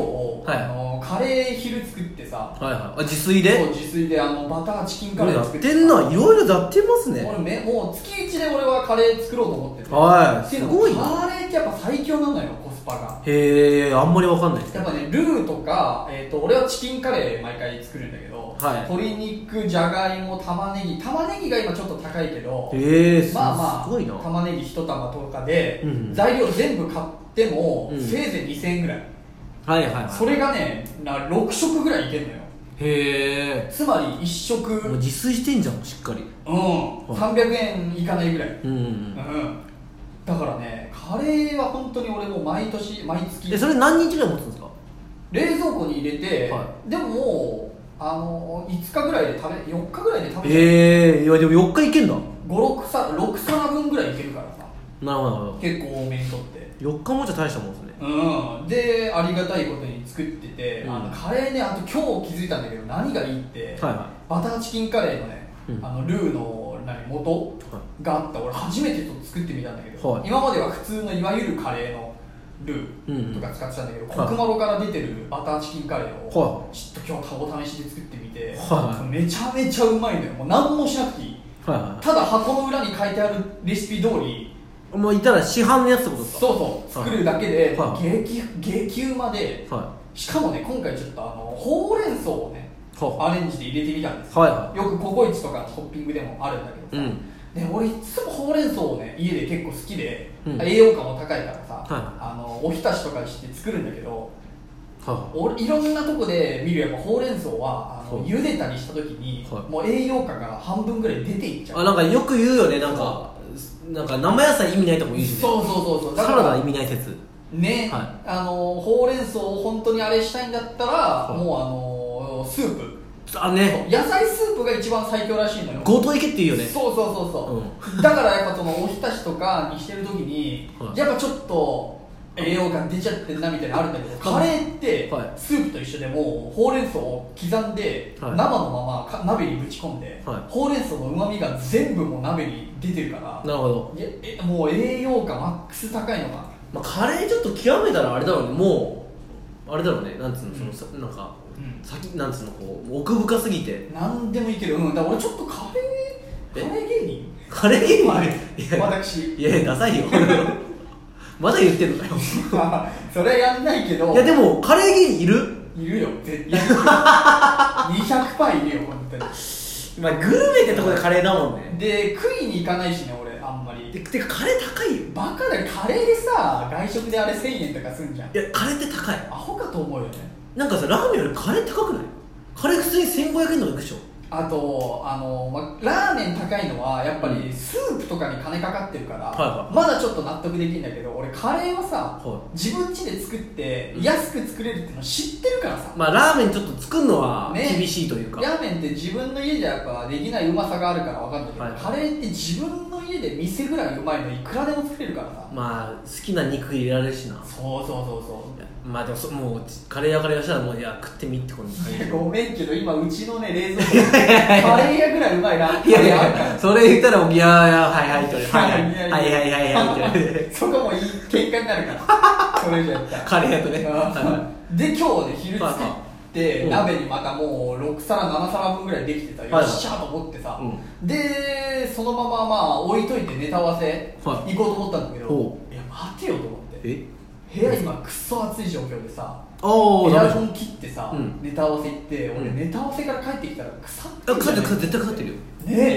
あのーカレー昼作ってさいはいはいあ自炊そうで自炊であのバターチキンカレーや作っっててんさないろいろやってますね俺めもう月1で俺はカレー作ろうと思っててはいってうのすごいなカレーってやっぱ最強なんだよコスパがへえあんまりわかんないですやねっぱねルーとか、えー、と俺はチキンカレー毎回作るんだけど、はい鶏肉じゃがいも玉ねぎ玉ねぎが今ちょっと高いけどへえす,、まあまあすごいな玉ねぎ一玉とかで、うん材料全部買っても、うんせいぜい2000円ぐらい、はいはいはいそれがねな6食ぐらいいけんのよへえつまり1食、うもうん自炊してんじゃんしっかり300円いかないぐらい、うん、うんううんん、だからねカレーは本当に俺もう毎年毎月えそれ何日ぐらい持つんですか冷蔵庫に入れて、はでももうあの5日ぐらいで食べ4日ぐらいで食べちゃう、へえいやでも4日いけんだ56皿6皿分ぐらいいけるからさなるほどなるほ結構多めにとってど4日もじゃ大したもんですねうんでありがたいことに作ってて、うんあのカレーねあと今日気づいたんだけど何がいいって、はいはバターチキンカレーのね、うんあのルーの何元はがあった俺初めてちょっと作ってみたんだけど、はい今までは普通のいわゆるカレーのルーとか使ってたんだけど、うんうんコクマロから出てるバターチキンカレーを、はちょっと今日顔試しで作ってみて、はめちゃめちゃうまいのよもう何もしなくていいはいはただ箱の裏に書いてあるレシピ通りいもういたら市販のやつってことですかそうそう作るだけで、はい激激うまではしかもね今回ちょっとあのほうれん草をねはアレンジで入れてみたんですよはいはよくココイチとかのトッピングでもあるんだけどいさ、うんで俺いつもほうれん草をね家で結構好きで、うん栄養価も高いからさ、いあのおひたしとかにして作るんだけどは俺いろんなとこで見るやっぱほうれん草はあのはい茹でたりした時に、はいもう栄養価が半分ぐらい出ていっちいゃうあなんかよく言うよねなんかなんか生野菜意味ないとも言うしねそうそうそうそうだサかラダ意ら味ない説ね、はあのほうれん草を本当にあれしたいんだったら、いもうあのスープあね野菜スープが一番最強らしいのよ強盗いけって言うよねそうそうそうそう、だからやっぱそのおひたしとかにしてる時に、はいやっぱちょっと栄養感出ちゃってるなみたいなのあるんだけどカレーってはいスープと一緒でもうほうれん草を刻んで、はい生のままか鍋にぶち込んで、はいほうれん草のうまみが全部もう鍋に出てるからなるほど、いやえもう栄養価マックス高いのがまあ、カレーちょっと極めたらあれだろうねもうあれだろうねなんつうのその、さなうんんかうん先なんつうのこう奥深すぎて何でもいけるうんだから俺ちょっとカレえーカレー芸人カレー芸人はいいや私 いやいやダサいよ まだ言ってんのかよまあそれはやんないけどいやでもカレー芸人いるいるよ絶対200パーいるよ本当にまあグルメってとこでカレーだもんねで食いに行かないしね俺あんまでりてかカレー高いよバカだよカレーでさ外食であれ1000円とかすんじゃんいやカレーって高いアホかと思うよねなんかさラーメンよりカレー高くないカレー普通に1500円とかいくでしょあとあの、ま、ラーメン高いのはやっぱりスープとかに金かかってるから、はいはまだちょっと納得できるんだけど俺カレーはさ、は自分家で作ってうん安く作れるっての知ってるからさまあラーメンちょっと作るのはね厳しいというか、ラーメンって自分の家じゃやっぱできないうまさがあるからわかるんだけど、はいカレーって自分の家家で店ぐらいうまいのいくらでも作れるからさ、まあ好きな肉入れられるしなそうそうそうそうまあでもそもうカレー屋からしたらもういや食ってみってことにいなやるごめんけど今うち のね冷蔵庫にカレー屋ぐらいうまいなカいやいレーあるからやそれ言ったらもういやいやはいはいとはいはいはいや はいやはいやはいはいって そこもいい喧嘩になるからそれ以上やったらカレー屋とねはうん で今日ね昼作っうてん鍋にまたもう6皿7皿分ぐらいできてたよはいっしゃーと思ってさうでそのまままあ置いといてネタ合わせは行こうと思ったんだけどほいや待てよと思ってえ部屋今クソ暑い状況でさおおエダメアでしコょン切ってさうんネタ合わせ行って俺うんネタ合わせから帰ってきたら腐ってあるじ腐ゃっなている腐ってる絶対腐ってるよね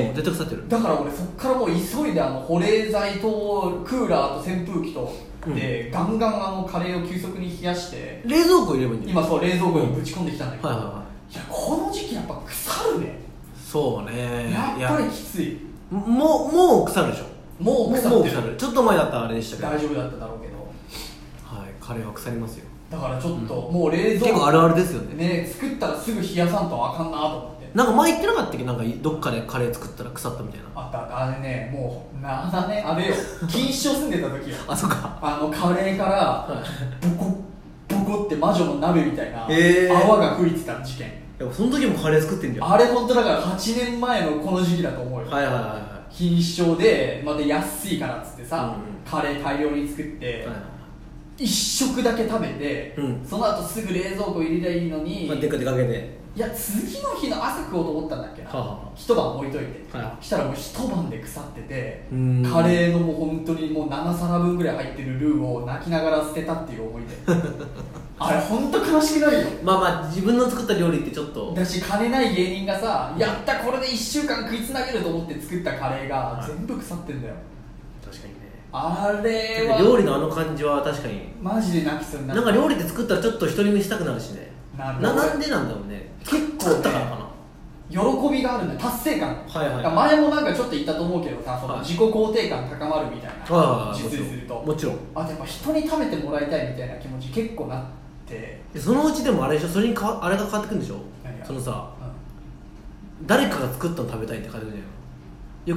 えうん絶対腐ってるだから俺そっからもう急いであの保冷剤とクーラーと扇風機とで、ガンガンあのカレーを急速に冷やして冷蔵庫入れればいいんじゃない今そう冷蔵庫にぶち込んできたんだけど、はいはいはいやこの時期やっぱ腐るね、そうねやっぱりきついいやもうもう腐るでしょもう腐もっうてる腐るちょっと前だったらあれでしたけどは大丈夫だっただろうけどいカレーは腐りますよだからちょっともう冷蔵結構あるあるですよねね作ったらすぐ冷やさんとあかんなと思ってなんか前言ってなかったっけなんかどっかでカレー作ったら腐ったみたいなあったあったあれねもう7年あれよ錦糸町住んでた時よ あそっかあのカレーからボコボコって魔女の鍋みたいなへー泡が吹いてた事件、でもその時もカレー作ってんじゃんあれ本当だから8年前のこの時期だと思うよ、はいはいはいは品種症でまた安いからっつってさ、うんカレー大量に作って、いはい一食だけ食べて、うんその後すぐ冷蔵庫入れりゃいいのに、まあでっかでかけていや次の日の朝食おうと思ったんだっけな、はあはあ一晩置いといて、はしたらもう一晩で腐っててうーんカレーのもう本当にもう7皿分ぐらい入ってるルーを泣きながら捨てたってい う思い出あれ本当悲しくなるよまあまあ自分の作った料理ってちょっとだし金ない芸人がさやったこれで1週間食いつなげると思って作ったカレーがはい全部腐ってんだよ確かにねあれなんか料は理のあの感じは確かにマジで泣きそうにななんるか料理って作ったらちょっと独り見したくなるしねなるなんでなんだろうね結構ね作ったからか喜びがあるんだよ達成感、はいはい前もなんかちょっと言ったと思うけどさそのはい自己肯定感高まるみたいなはな、いはいはい実践するともちろんもちろんあとやっぱ人に食べてもらいたいみたいな気持ち結構なって、でそのうちでもあれでしょそれにかあれが変わってくるんでしょ何がそのさう誰かが作ったの食べたいって感じじゃん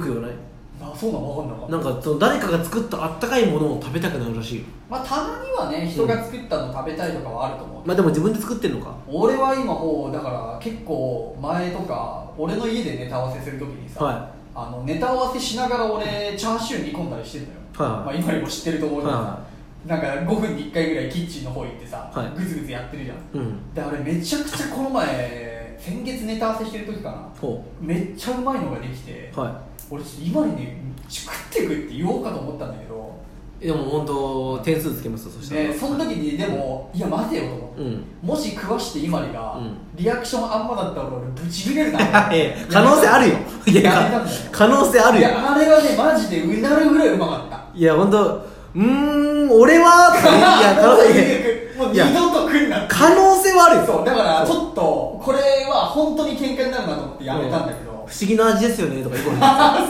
よく言わないん、あそうなの分かんなかったなんかその誰かが作ったあったかいものを食べたくなるらしいよまあたまにはね人が作ったの食べたいとかはあると思う、まあでも自分で作ってんのか俺は今もうだから結構前とか俺の家でネタ合わせするときにさ、はあのネタ合わせしながら俺チャーシュー煮込んだりしてんのよ、はいはいまあ、今にも知ってると思うけどさ、はなんか5分に1回ぐらいキッチンの方行ってさ、はいグツグツやってるじゃんうんであれめちゃくちゃこの前先月ネタ合わせしてる時かなほめっちゃうまいのができて、うは俺ちょっと今にね食ってくって言おうかと思ったんだけどいでも本当点数つけますよそしたら、でその時にでも、いや待てよと思って、うんもし食わして今里が、うんリアクションあんまだったら俺ブチ切れるな ええ可能性あ るよいややめたんだよ可能性あるいよやあれはねマジでうなるぐらいうまかったいや本当うーん俺 はとかいや可能性もうい二や度と来んなって可能性はあるよそうだからちそうょっとこれは本当に喧嘩になるなと思ってやめたんだけど不、思議な味ですよねとか言う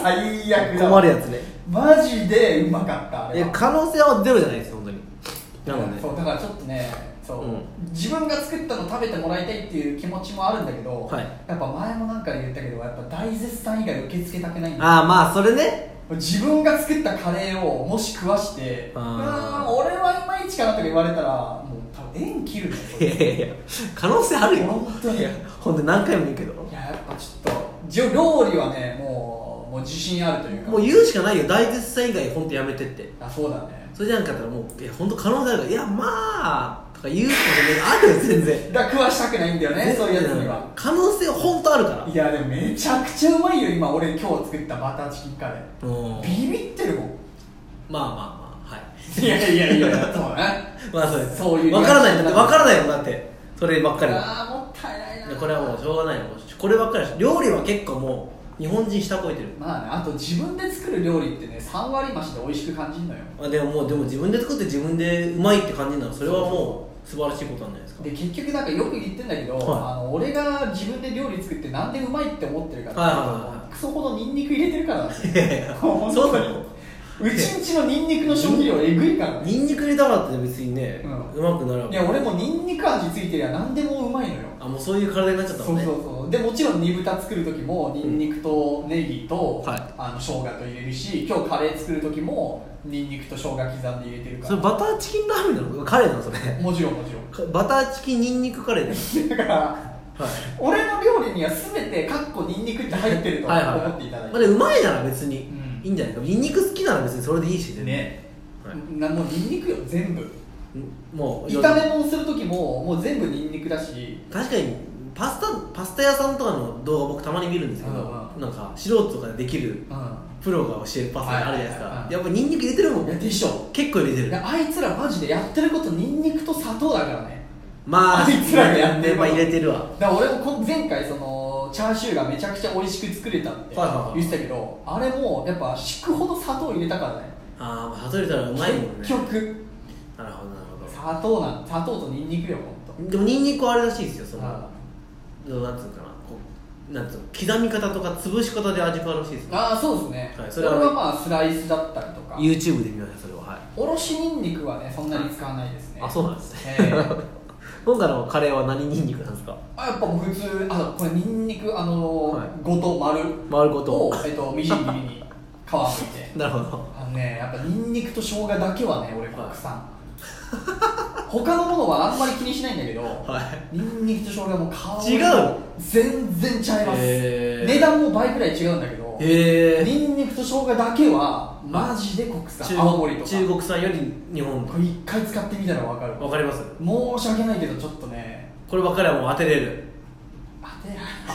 最 悪だ困るやつねマジでうまかったあいれはや可能性はゼロじゃないです本当になのでそうだからちょっとねそう、うん自分が作ったの食べてもらいたいっていう気持ちもあるんだけど、はいやっぱ前もなんかで言ったけどやっぱ大絶賛以外受け付けたくないんだああまあそれね自分が作ったカレーをもし食わしてうーあんー俺はいまいちかなとか言われたらもう多分 縁切るねいやいやいや可能性あるよ本当にいや本当に何回も言うけどいややっぱちょっとじょ料理はねもうもう自信あるというかもう言うしかないよ大絶賛以外本当やめてってあそうだねそれじゃなかったらもういや本当可能性あるからいやまあとか言うことねあるよ全然だから食わしたくないんだよ ねそういうやつには可能性は本当あるからいやでもめちゃくちゃうまいよ今俺今日作ったバターチキンカレーうんビビってるもんまあまあま あはいいやいやいやそうねまあそうですそういう分からないんだってわ分からないよだってそればっかりはああもったいないなこれはもうしょうがないよこればっかりだし料理は結構もう日本人下超えてるまあねあと自分で作る料理ってね3割増しで美味しく感じるのよあでももうでも自分で作って自分でうまいって感じならそれはもう素晴らしいことなんじゃないですかで結局なんかよく言ってんだけど、はいあの俺が自分で料理作ってなんでうまいって思ってるかっていうと、はいはいはいはい クソほどニンニク入れてるからなんですよいやいやそうだようちんちのニンニクの消費量えぐいからねニンニク入れたからって別にね、うんうまくなるわいけや俺もニンニク味ついてりゃ何でもうまいのよあもうそういう体になっちゃったそもんうねそうそうでもちろん煮豚作る時もニンニクとネギと、はいあの生姜と入れるし今日カレー作る時もニンニクと生姜刻んで入れてるかそれバターチキンラーメンなのカレーなのそれらもちろんもちろんかバターチキンニンニクカレーなのだからはい俺の料理には全てかっこニンニクって入ってると思はいはいはいっていただいまて、あねうまいなら別にうんいいんじゃないかニンニク好きなら別にそれでいいしね、はいなもうニンニクよ全部んもう炒め物する時ももう全部ニンニクだし確かにパスタパスタ屋さんとかの動画僕たまに見るんですけどうんうんなんか素人とかでできるうプロが教えるパスタあるじゃないですはいはいかはいやっぱニンニク入れてるもんんいやでしょ結構入れているやあいつらマジでやってることニンニクと砂糖だからねまああいつらがやってるまあ入れてるわだから俺もこん前回そのチャーシューがめちゃくちゃ美味しく作れたってはいはいはい言ってたけどあれもやっぱ敷くほど砂糖入れたからねああまあ例えたらうまいもんね結局なるほどなるほ砂糖なん砂糖とニンニクよほんどとでもニンニクはあれらしいですよそのあなんつうのかなこうなんつうの刻み方とか潰し方で味変わるらしいですよあーそうですね、はいそそれれははまあスライスだったりとか YouTube で見ましたそれははいおろしニンニクはねそんなに使わないですねあそうなんですねえー 今回のカレーは何ニンニクなんですかあやっぱもう普通あこれニンニクあのーはいごと丸丸ごとを、えっと、みじん切りに皮むいてなるほどあのねやっぱニンニクと生姜だけはね俺はい国産他のものはあんまり気にしないんだけど、はいニンニクと生姜はもう香り違う全然ちゃいます、へー値段も倍くらい違うんだけど、へえニンニクと生姜だけはマジで国産、青森とか中国産より日本これ一回使ってみたらわかるわかります申し訳ないけどちょっとねこればっかりはもう当てれ る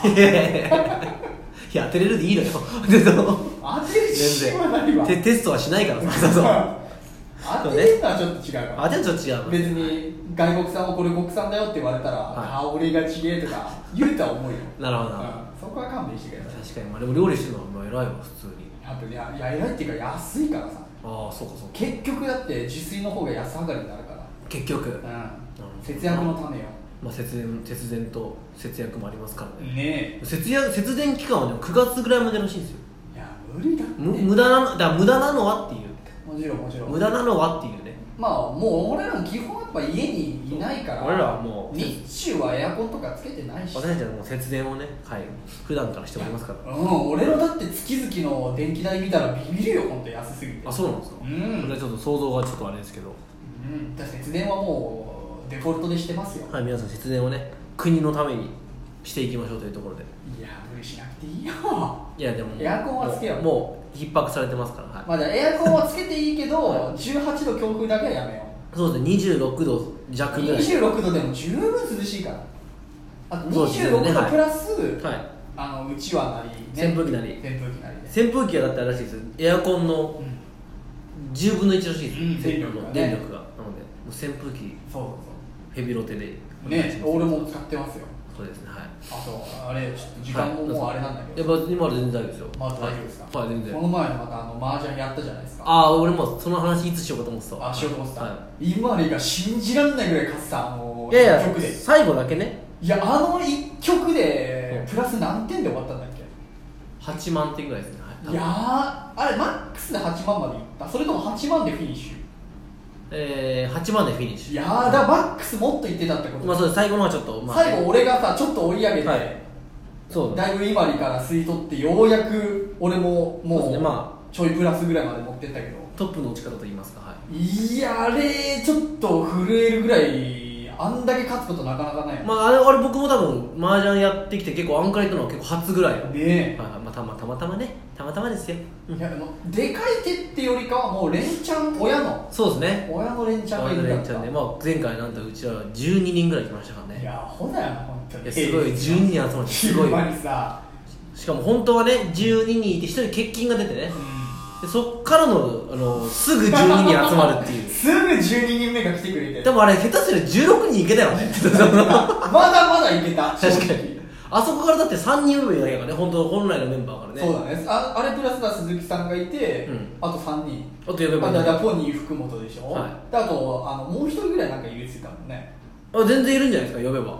当てらいや当てれるでいいのよ でその当てる自 信はないわテテストはしないからさ そうそう当てるのはちょっと違うわあでもちょっと違う別に外国産はこれ国産だよって言われたら、は香りがちげえ とか言うとは思うよ、なるほどなるほうん、そこは勘弁してくださどい確かにまあでも料理してるのはまあ偉いわ普通にあといやいや偉いっていうか安いからさああそうかそうか結局だって自炊の方が安上がりになるから、結局うん、節約のためよまあ節電節電と節約もありますからねね節約節電期間はね9月ぐらいまでらしいんですよえいや無理だってむ無駄なだから無駄なのはっていうもちろんもちろん無駄なのはっていうねまあもう俺らも基本やっぱ家にいないから俺らはもう日中はエアコンとかつけてないし私たちはもう節電をねはい普段からしておりますからうん、俺のだって月々の電気代見たらビビるよ本当安すぎてあそうなんですか、うんこれはちょっと想像がちょっとあれですけどうん確かに節電はもうデフォルトでしてますよ、はい皆さん節電をね国のためにしていきましょうというところでい、や無理しなくていいよいやでももうエアコンはつけようもうもう逼迫されてますから、はいまあじゃあエアコンはつけていいけど、はい18度強風だけはやめよそうですね26度う弱ぐらい26度でも十分涼しいからあとそうですね26は度いプラス、はいあのうちわなり、ね、扇風機なり扇風機なりで、扇風機はだってあれらしいですエアコンのうん10分の1らしいです、うん扇風機の電力がね電力がなのでもう扇風機そうそうヘビロテでそうね俺も使ってますよそうですねはいあとあれちょっと時間ももうあれなんだけど、はいやっぱ今は全然大丈夫ですよまあ大丈夫ですか、はい、はい全こ然の前のまたあの麻雀やったじゃないですかああ俺もその話いつしようかと思ってたあ、しようと思ってた、は今あれが信じらんないぐらい勝ってたあのい、いやい曲やで最後だけねいやあの一曲うでんプラス何点で終わったんだっけ8万点ぐらいですねはい多い分やーあれマックスで8万までいったそれとも8万でフィニッシえー、8万でフィニッシュュいやーだマックスもっといってたってこと、まあそうです最後のはちょっと、まあ、最後俺がさちょっと追い上げて、はいそうだだいぶイマリから吸い取ってようやく俺もそうでもすうねまちょいプラスぐらいまで持ってったけどトップの落ち方と言いますかはいいやあれちょっと震えるぐらいあんだけ勝つことなかなかないよねまああれあれ僕も多分麻雀やってきて結構アンカレ行ったのは結構初ぐらいはいえはいまあたまたまたまねたまたまですよ、うんいやでもでかい手ってよりかはもう連チャン親のそうですね親の連チャンがい我々るんだ連っチたャンで、まあ、前回なんとうちは12人ぐらい来ましたからねいやほだよな本当いにやすごい12人集まってすごいほんまにさ、しかも本当はね12人いて1人欠勤が出てねでそっからのあのすぐ12人集まるってい うすぐ12人目が来てくれてでもあれ下手すりゃ16人いけたよね まだまだいけた確かにあそこからだって3人上がいないからね本当本来のメンバーからねそうだねああれプラスだ鈴木さんがいて、うんあと3人あと呼べばあいいだからポニー福本でしょ、はであとあのもう一人ぐらいなんか入れてたもんねあ全然いるんじゃないですか呼べば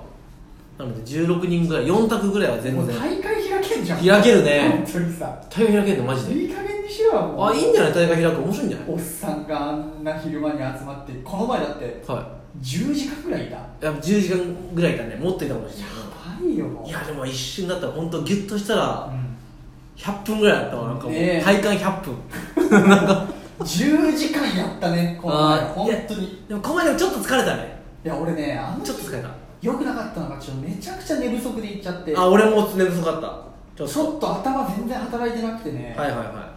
なので16人ぐらい4択ぐらいは全もう然大会開けんじゃん開けるね本当にさ大変開けるのマジでいい加減にししろはもうあいいんじゃない大会開く面白いんじゃないおっさんがあんな昼間に集まってこの前だっては10時間ぐらいいたやいいや10時間ぐらいだねもっといたかもしれなばいよもういいやでも一瞬だったら本当ギュッとしたうらん100分ぐらいだったわなんかもうねえ体感100分10時間やったねこの前あー本当にいでもこの前でもちょっと疲れたねや俺ねあのちょっと疲れたよくなかったのがちょっとめちゃくちゃ寝不足で行っちゃってあ俺も寝不足だったちょっちょっと頭全然働いてなくてねとはいはいは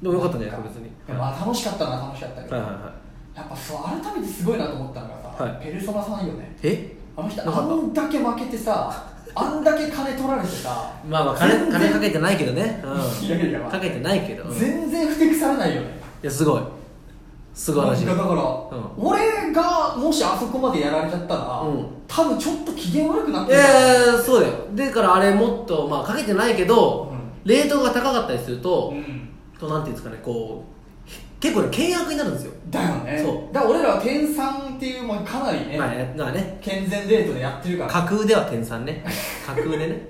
いでもよかったんじゃないですか別にやまあ楽しかったのは楽しかったけど、はいはいはやっぱそう改めてすごいなと思ったのがさ、はいペルソナさんよねいえあの人よかったあんだけ負けてさあんだけ金取られてさまあまあ金全然金かけてないけどね、いやいやうまん、あかけてないけど、うんい全然ふてくされないよねやすごいすごい話だから、ん俺がもしあそこまでやられちゃったら、うん多分ちょっと機嫌悪くなってえるえそうだよでからあれもっとまあかけてないけど、うんレートが高かったりするとう、んとなんていうんですかねこうへ結構ね契約になるんですよだよねそうだから俺らは点3っていうもうかなりね、まあねまあね健全デートでやってるから架空では天算 ね架空でね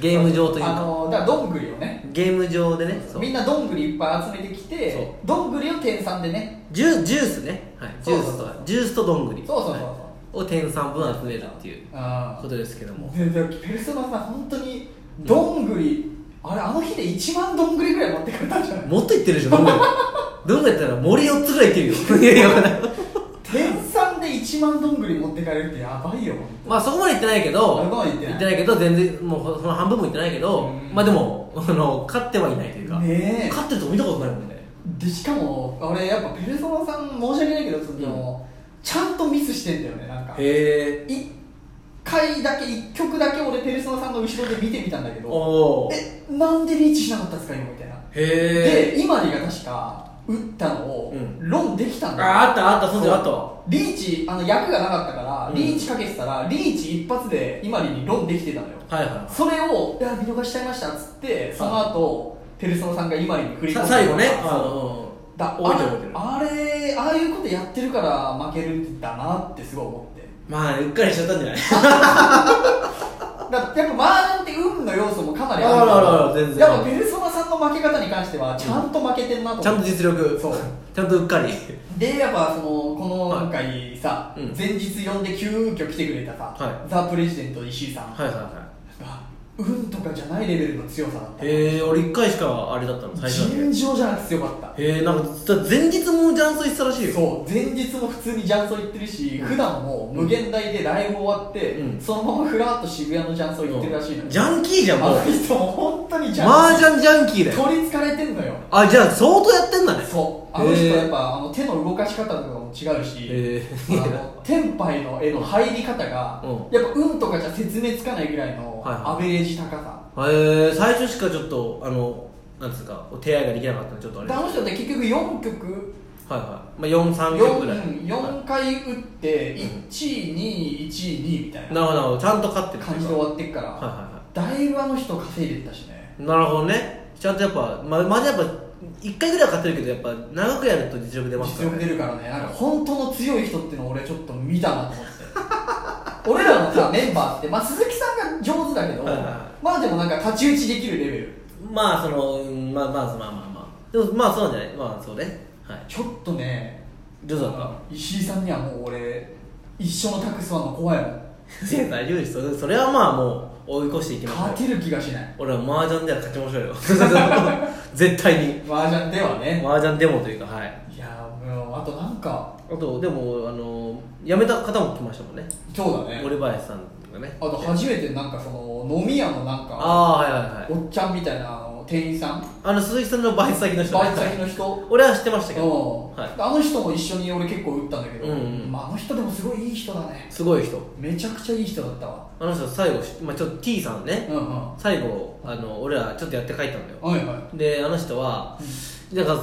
ゲーム上というあかのだからどんぐりをねゲーム上でねそうみんなどんぐりいっぱい集めてきそうてどんぐりを点3でねジュジュースね、はい、ジそうューそうスそとうジュースとどんぐりそうそうそうそうを点三分集めるっていうあことですけどもででペルソナさん本当にどんぐり、あれあの日で1万どんぐりぐらい持ってくれたんじゃないもっといってるでしょどんぐりどんぐりやったら森4つぐらいい ってるよいやいやわかんない点3で1万どんぐり持ってかれるってやばいよまあそこまでいってないけどそこまでいってないいけど全然もうその半分もいってないけどうんまあでも あの勝ってはいないというか、ねえ勝ってるとこ見たことないもんねでしかも俺やっぱペルソナさん申し訳ないけどその、ちゃんとミスしてんだよねなんかへえ1回だけ1曲だけ俺ペルソナさんの後ろで見てみたんだけおどおへえなんでリーチしなかったんですか今みたいなえで、今里が確か打ったのを、うんロンできたんだよああったあったそうだよあったわリーチあの役がなかったから、うんリーチかけてたらリーチ一発で今里にロンできてたのよはいはいはいそれをいや見逃しちゃいましたっつってその後、ペルソナさんが今里に振り込んさで最後ねそうだうん覚えてる覚えてるああれああいうことやってるから負けるんだなってすごい思ってまあうっかりしちゃったんじゃない だってやっぱマージャンって運の要素もかなりあるあるあるから全然やっぱペルソナさんの負け方に関してはちゃんと負けてんなと思って、ちゃんと実力そうちゃんとうっ かりでやっぱそのこの今回さ、うん前日呼んで急遽来てくれたさ、はザ・プレジデント石井さんが、はいはいは運とかじゃないレベルの強さだったいへえ俺1回しかあれだったの最初だ尋常じゃなくて強かったけへえなんか実は前日も雀荘行ってたらしいよそう前日も普通にジャンソ行ってるし普段も無限大でライブ終わって、うんそのままふらっと渋谷のジャンソ行ってるらしいのよジャンキーじゃんあもうの人も本当にジャンマージャンジャンキーだよ取りつかれてんのよあじゃあ相当やってんだねそうあの人へーやっぱあの手の動かし方とかも違うし、へーあの天杯の絵の入り方が、うやっぱ運とかじゃ説明つかないぐらいのはいはアいベレージ高さ、えー、最初しかちょっとあのなんですかお手合いができなかったのでちょっとあれではあの人って結局4曲いはい、まあ、43曲ぐらい4は回打ってうん1、2、1、2みたいいななるほどなるほどちゃんと勝ってるとい感うじかで終わってっから、はいはいはだいぶあの人稼いでったしねいなるほどねちゃんとやっぱまあまあやっぱ1回ぐらいは勝てるけどやっぱ長くやると実力出ますか実ら、力出ね、るからねなんか本当の強い人っていうのを俺ちょっと見たなと思って 俺らのさメンバーって、まあ、鈴木さんが上手だけど、はいはいはまあでもなんか太刀打ちできるレベルまあそのうんまあまあまあまあまあでもまあそうなんじゃないまあそうねはいちょっとね上手だった石井さんにはもう俺一生の託すわの怖いもんいや大丈夫ですそれそれはまあもう追い越していきましょう勝てる気がしない俺は麻雀では勝ちましょうよ 絶対に麻雀ではね麻雀デモというかはいいやもうあとなんかあとでもあの辞めた方も来ましたもんねそうだね森林さんとかねあと初めてなんかその飲み屋のなんかああーはいはいはいおっちゃんみたいなあの店員さんあの鈴木さんのバイト先の人ねバイト先の人俺は知ってましたけど、うはんあの人も一緒に俺結構打ったんだけど、うんうんまあ、あの人でもすごいいい人だねい、すごい人めちゃくちゃいい人だったわあの人最後し、まあ、ちょっと T さんね、うんうんは最後あの俺らちょっとやって帰ったんだよいはいであの人は、なんか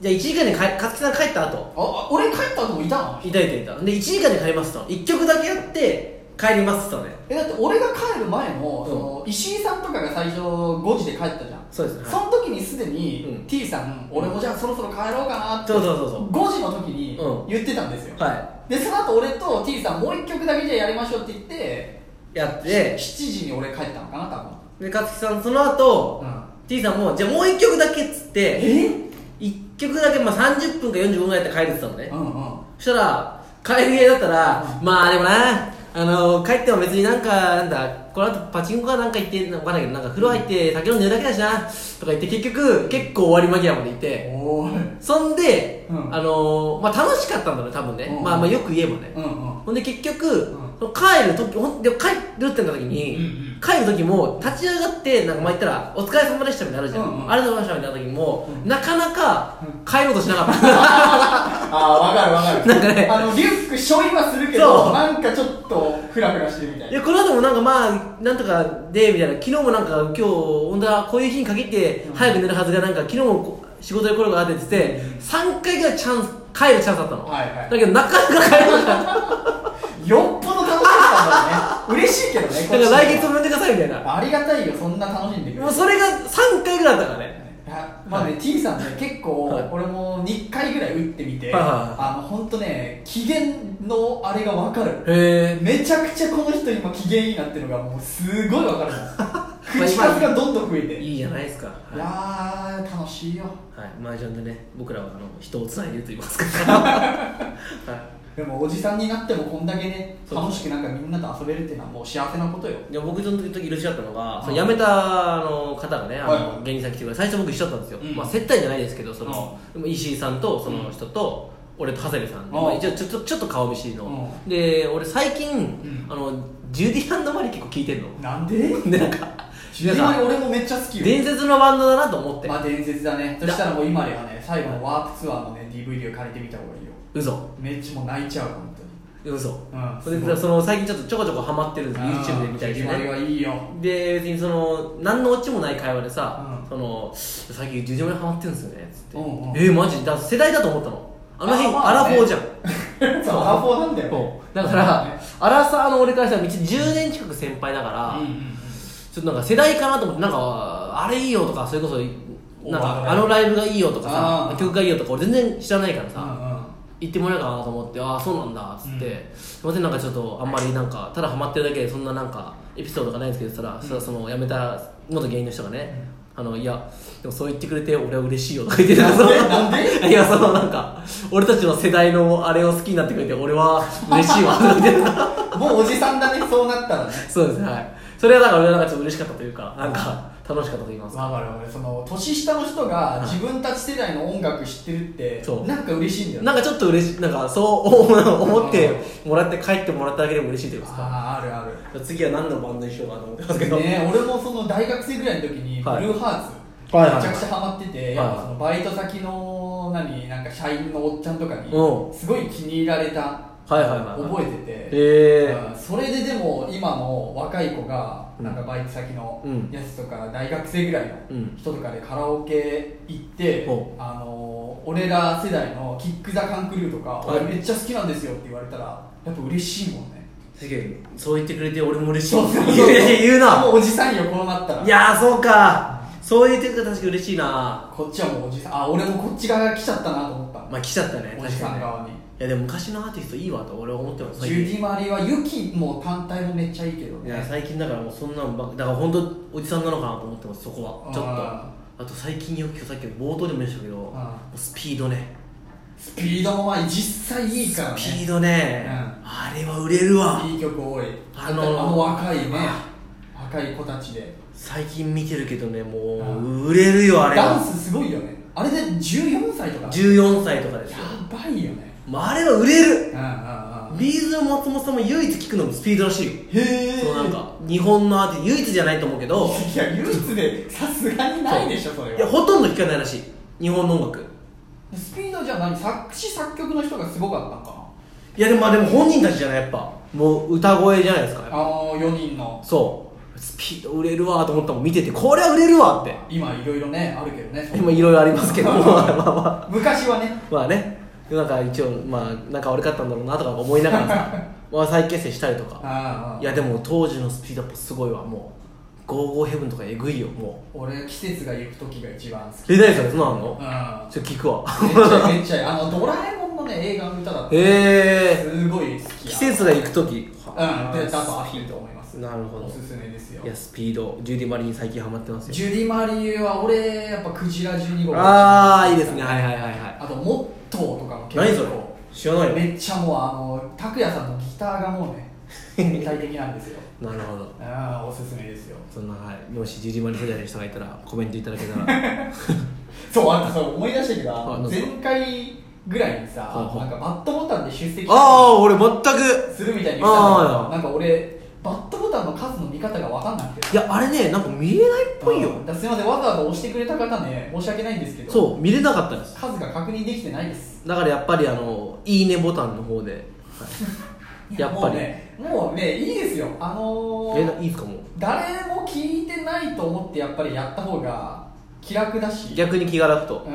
じゃあ1時間で帰勝木さん帰った後あ俺帰った後もいたのいたいたいたで1時間で帰りますと1曲だけやって帰りますとねえだって俺が帰る前も、うんその石井さんとかが最初5時で帰ったじゃんそうですねはいその時にすでに、うん T さん俺もじゃあそろそろ帰ろうかなってそうそうそうそう5時の時にうん言ってたんですよ、はでその後俺と T さんもう1曲だけじゃあやりましょうって言っていやって7時に俺帰ったのかな多分で勝木さんその後、うん T さんもじゃあもう一曲だけっつってえ曲だけまあ30分か45分ぐらいやって帰れてたのねうんうんそしたら帰り際だったら、まあでもなあの帰っても別になんかなんだこの後パチンコかなんか行ってわかんないけどなんか風呂入って酒飲んでるだけだしなとか言って結局結構終わり間際まで行っておーいそんで、うんあのまあ楽しかったんだろうね多分ね、うんまあまあよく言えばね、うんうんほんで結局、んその帰る時ほんで帰るってなった時に、うんうん帰る時も立ち上がってなんかまあ言ったら「お疲れ様でした」みたいなのあるじゃん、うんうんありがとうございましたみたいな時も、うんなかなか帰ろうとしなかった、 あーわかるわかるなんかねあのリュック背負いはするけそどうなんかちょっとフラフラしてるみたいいなやこの後もなんかまあなんとかでみたいな昨日もなんか今日本当はこういう日に限ってうん早く寝るはずがなんか昨日もこ仕事でこれがあってって言って3回ぐらいチャンス帰るチャンスだったの、はいはいだけどなかなか帰れなかっよっぽど楽しかったんだろうね嬉しいけどねただから来月こっちも呼んでくださいみたいなはありがたいよそんな楽しんでくれもうるそれが3回ぐらいだったからねあまあね、T さんね結構、はい俺も2回ぐらい打ってみて、はいはいあの本当ね機嫌のあれが分かるへめちゃくちゃこの人今機嫌いいなっていうのがもうすごい分かる もん口数がどんどん増えて、いいいじゃないですかはい、はやー楽しいよい、マージャンでね僕らはあの人をつないでると言いますかはでもおじさんになってもこんだけねそう楽しくなんかみんなと遊べるっていうのはもう幸せなことよいで僕その時許しちゃったのが、そのう辞んめたあの方がねあの、はいはい芸人さん来てくれて最初僕一緒だったんですよ、うんまあ、接待じゃないですけどその、石井さんとその人と、俺と長谷部さんで、うんまあ、一応ちょちょちょっと顔見知りの、で俺最近、んあのジュディアンドマリ結構聞いてんの なんででなんか自分なんか俺もめっちゃ好きよ伝説のバンドだなと思って、まあ伝説だねそしたらもう今ではね最後のワープツアーのね DVD を借りてみた方がいいよ嘘めっちゃもう泣いちゃう本当に嘘うんそれすごでいその最近ちょっとちょこちょこハマってるんです YouTube で見たりしてあー決ねまりはいいよで別にその何のオチもない会話でさ、うんその最近ジュジュメハマってるんですよねつって、うんうんえー、マジだ世代だと思ったのあの辺あまアあラねフォーじゃん そうアラフォーなんだよねそうだからアラサーの俺からしたら道10年近く先輩だから、うんうんうんちょっとなんか世代かなと思ってなんかあれいいよとかそれこそなんおか前あのライブがいいよとかあさー曲がいいよとか俺全然知らないからさ、う行ってもらえるかなと思ってああそうなんだっつって、すいませんなんかちょっとあんまりなんかただハマってるだけでそんななんかエピソードがないんですけどそしたら、そしたらその辞めた元芸人の人がね、あのいやでもそう言ってくれて俺は嬉しいよとか言ってたなんで そのなんでいやそのなんか俺たちの世代のあれを好きになってくれて俺は嬉しいわとか言ってたんもうおじさんだねそうなったらねそうですねはいそれはだから俺はなんかちょっと嬉しかったというかなんか楽しかったと言いますかわかる俺その年下の人が自分たち世代の音楽知ってるってそうなんか嬉しいんだよねなんかちょっと嬉しいなんかそう思思ってもらって帰ってもらっただけでも嬉しいというかあああるある次は何のバンドにしようかと思ってますけど、ね、俺もその大学生ぐらいの時にブルはいーハーツ、はいはいめちゃくちゃハマってて、やっぱそのバイト先の何なんか社員のおっちゃんとかにうんすごい気に入られたはいはいはいはい覚えてて、へーうんそれででも今の若い子がなんかバイト先のうんやつとか大学生ぐらいのうん人とかでカラオケ行って、ほあの俺ら世代のキック・ザ・カンクルーとか、はい俺めっちゃ好きなんですよって言われたらやっぱ嬉しいもんね確かに そう言ってくれて俺も嬉しいそうそうそういやいや言うもなうおじさんよこうなったらいやーそうかそう言ってくれたら確かに嬉しいなこっちはもうおじさんあ俺もこっち側が来ちゃったなと思った、まあ来ちゃったねおじ確かさにんね側に、いやでも昔のアーティストいいわと俺は思ってますジュディ・マリーはユキも単体もめっちゃいいけどいやね最近だからもうそんなのばっかだから本当おじさんなのかなと思ってますそこはちょっとああと最近よく今日さっき冒頭でも言いましたけどんもうスピードねスピードもまあ実際いいからねスピードね、うんあれは売れるわいい曲多いああののーあの若いね若い子たちで最近見てるけどねもうう売れるよあれダンはスすごいよねあれで14歳とかや14歳とかですよばいよねまあ、あれは売れるうんうんうんビーズの松本さんも唯一聞くのもスピードらしいよへえそうなんか日本のアーティスト唯一じゃないと思うけどいや唯一でさすがにないでしょそれいやはほとんど聞かないらしい日本の音楽スピードじゃ何作詞作曲の人がすごかったのかいやでもまあでも本人たちじゃないやっぱもう歌声じゃないですかやっなぱあの4人のそうスピード売れるわと思ったもん見ててこれは売れるわって今いろいろねあるけどね今いろいろありますけ どまあまあま昔はねあまあねなんか一応まあなんか悪かったんだろうなとか思いながら さまあ再結成したりとかああいやでも当時のスピードアップすごいわもう55ヘブンとかえぐいよも俺季節が行く時が一番好きうえ大さんそんなのあんの うちょっと聞くわんめっちゃめっちゃいいあのドラえもんのね映画の歌だったへえすごい好き季節が行く時うんでだとアフィーと思いますなるほどおすすめですよいやスピードジュディ・マリーに最近ハマってますよジュディ・マリーは俺やっぱクジラ12号ああいいですねはいはいはいはいあとモットーとかも結構何それ知らないよめっちゃもうあの拓哉さんのギターがもう ね全体的なんですよなるほどああおすすめですよそんなはいもしジュディ・マリー世代の人がいたらコメントいただけた らそうあんたそう思い出したけどあのはい前回ぐらいにさはいなんかバットボタンで出席ああ俺全くするみたいに言ってたんだけあどーなんか俺バットボタンの数の見方が分かんなくていやあれねなんか見れないっぽいよだすいませんわざわざ押してくれた方ね申し訳ないんですけどそう見れなかったです数が確認できてないですだからやっぱりあのいいねボタンの方で、はい、やっぱり、もうねもうねいいですよあのえーないいですかもう誰も聞いてないと思ってやっぱりやった方が気楽だし逆に気が楽とうん、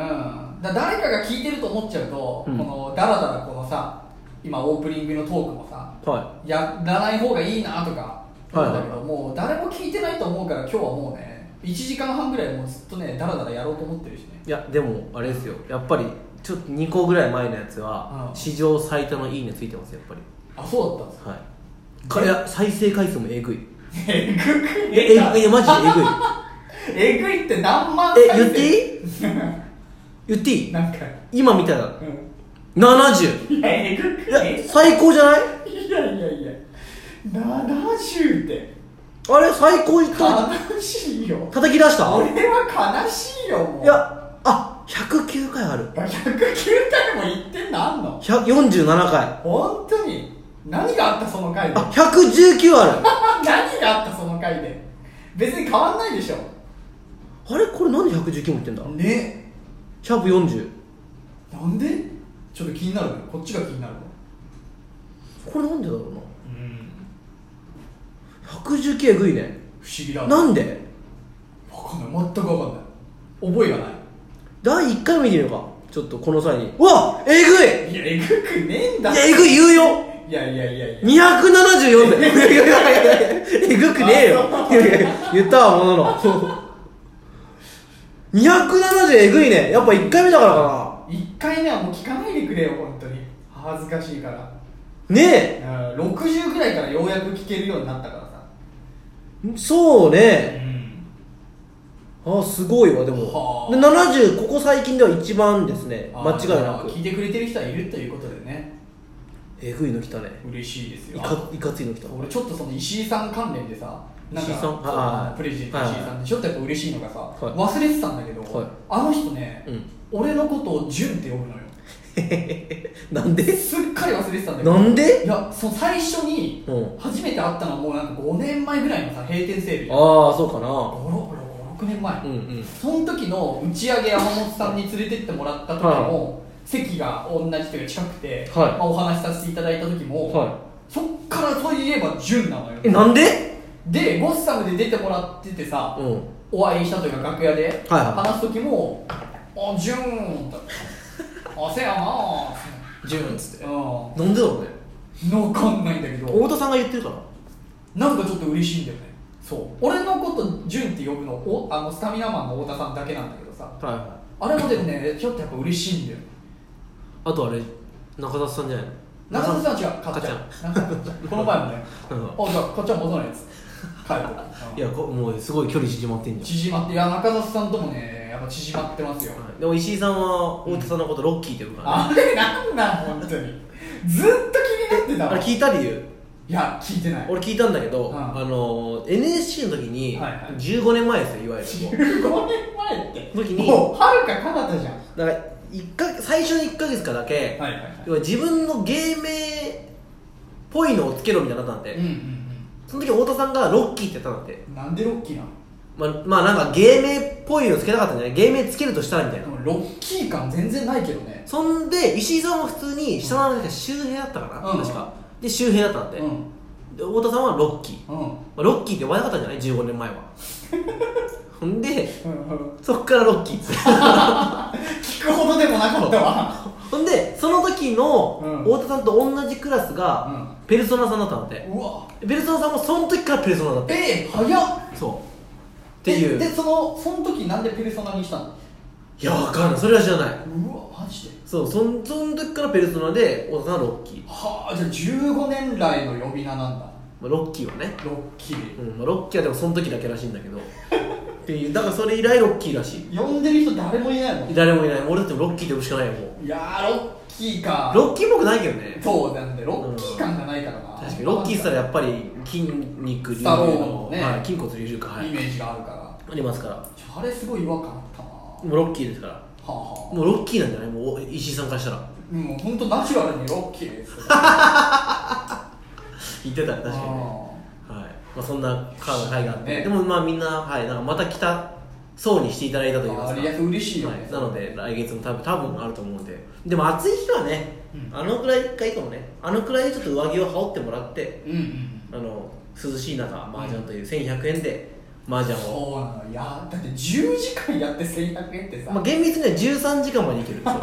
だ誰かが聞いてると思っちゃうと、うんこのダラダラこのさ今オープニングのトークもさはやらない方がいいなとか思うんだけど、もう誰も聞いてないと思うから今日はもうね1時間半ぐらいもうずっとねダラダラやろうと思ってるしねいいやでもあれですよやっぱりちょっと2個ぐらい前のやつは、うん史上最多のいいねついてますやっぱりあそうだったんですかはいかいや再生回数もえぐいえぐくいやえぐいいやマジでえぐいえぐいって何万え言っていい言っていい なんか、今みたいなう70ん、いやえぐいくやね最高じゃないいやいやいや70ってあれ最高いった悲しいよ叩き出した俺は悲しいよもういやあ109回ある109回も言ってんのあんの147回本当に何があったその回で あ119あ何があったその回で別に変わんないでしょるあれこれなんで119も言ってんだねシャープ40なんでちょっと気になるねこっちが気になるわこれなんでだろうなうん119えぐいね不思議だなんでわかんない全くわかんない覚えがない第1回見てみようかちょっとこの際にうわえぐいいやえぐくねえんだいやえぐい言うよいやいやいやいや274だよいやいやいやいや えぐくねえよあいやいやいや言ったわものの270えぐいねやっぱ1回目だからか1回目はもう聞かないでくれよ本当に恥ずかしいからなねうん60ぐらいからようやく聞けるようになったからさえそうねんあーすごいわでもはで70ここ最近では一番ですねあ間違いなまあく聞いてくれてる人はいるということでねえぐいの来たね嬉しいですいよかいかついの来た俺ちょっとその石井さん関連でさなんか石井さんそうはいプレジデントはい石井さんってちょっとやっぱ嬉しいのがさ、い忘れてたんだけど、はいあの人ね、うん俺のことを潤って呼ぶのよなんですっかり忘れてたんだけどなんでいやその最初にうん初めて会ったのはもうなんか5年前ぐらいのさ閉店セールじゃんああそうかな56年前、うんうんその時の打ち上げ山本さんに連れてってもらった時も、席が同じというか近くて、はいまあ、お話しさせていただいた時も、はそっからといえば純なのよいえなんででゴッサムで出てもらっててさ、うんお会いしたというか楽屋ではいはい話す時も「あ純」だった「あせやな」ジュンっつうんわなんでだろうねかんないんだけど太田さんが言ってるからなんかちょっと嬉しいんだよねそう俺のこと純って呼ぶのおあのスタミナマンの太田さんだけなんだけどさはいはいあれもでもねちょっとやっぱ嬉しいんだよねあとあれ中田さんじゃないの中田さんは違う、かっちゃん。中田さんこの前もね、うあ、じゃあ、かっちゃん戻らないやつ。帰る んいやこもうすごい距離縮まってんじゃん縮まって、いや、中田さんともね、やっぱ縮まってますよ。はいでも石井さんは太田さんのことロッキーって呼ぶからねあれ、なんなん、本当に。ずっと気になあってれたわ。い聞いた理由や、聞いてない。 俺聞いたんだけど、うんあの NSC の時にはいはい15年前ですよいわゆるもう15年前って。時にもう、はるか彼方じゃん。だから一か最初の1か月かだけ、はいはいはい要は自分の芸名っぽいのをつけろみたいになったんで、うんうんその時太田さんがロッキーって言ったんだってうん。なんでロッキーなのまあまあなんか芸名っぽいのつけたかったんじゃない芸名つけるとしたらみたいでな、もロッキー感全然ないけどね。そんで石井さんは普通に下の名前が周平だったかな、うん確かで周平だったんで,、うん。で太田さんはロッキー、うん。うんまあ、ロッキーって呼ばれなかったんじゃない15年前 はほんでうんそっからロッキーっつって 聞くほどでもなかったわ。ほんでその時のうん太田さんと同じクラスうがんペルソナさんだったので、うわ。ペルソナさんもその時からペルソナだったえー、早っ。そうっていうででそのその時なんでペルソナにしたのいやわかんないそれは知らないうわマジでそうそんその時からペルソナで太田さんはロッキーはあじゃあ15年来の呼び名なんだまあ、ロッキーはね、ロッキーうんまあ、ロッキーはでもその時だけらしいんだけどっていうだからそれ以来ロッキーらしい呼んでる人誰もいないもん誰もいない俺だってロッキーで呼ぶしかないよもいやーロッキーかうロッキーっぽくないけどねそうなんでロッキー感がないからな確かにロッキーしたらやっぱり筋肉ス隆タローンの、のねはい、筋骨隆々かはいイメージがあるからありますからあれすごい違和感あったなはもうロッキーですからあはあもうロッキーなんじゃないもう石井さんからしたらもう本当ナチュラルにロッキーですよ言ってたね確かにねはいまあ、そんなカード会があって、ねでもまあみんな,、はい、なんかまた来たそうにしていただいたと言いまあすーかありがとう嬉しいよはねい、なので来月も多分多分あると思うんででも暑い日はね、うんあのくらいがいいかもねあのくらいでちょっと上着を羽織ってもらってうんうんあの涼しい中麻雀という1100円で麻雀を、そうなのいやだって10時間やって1100円ってさ、まあ、厳密には13時間までい けるそう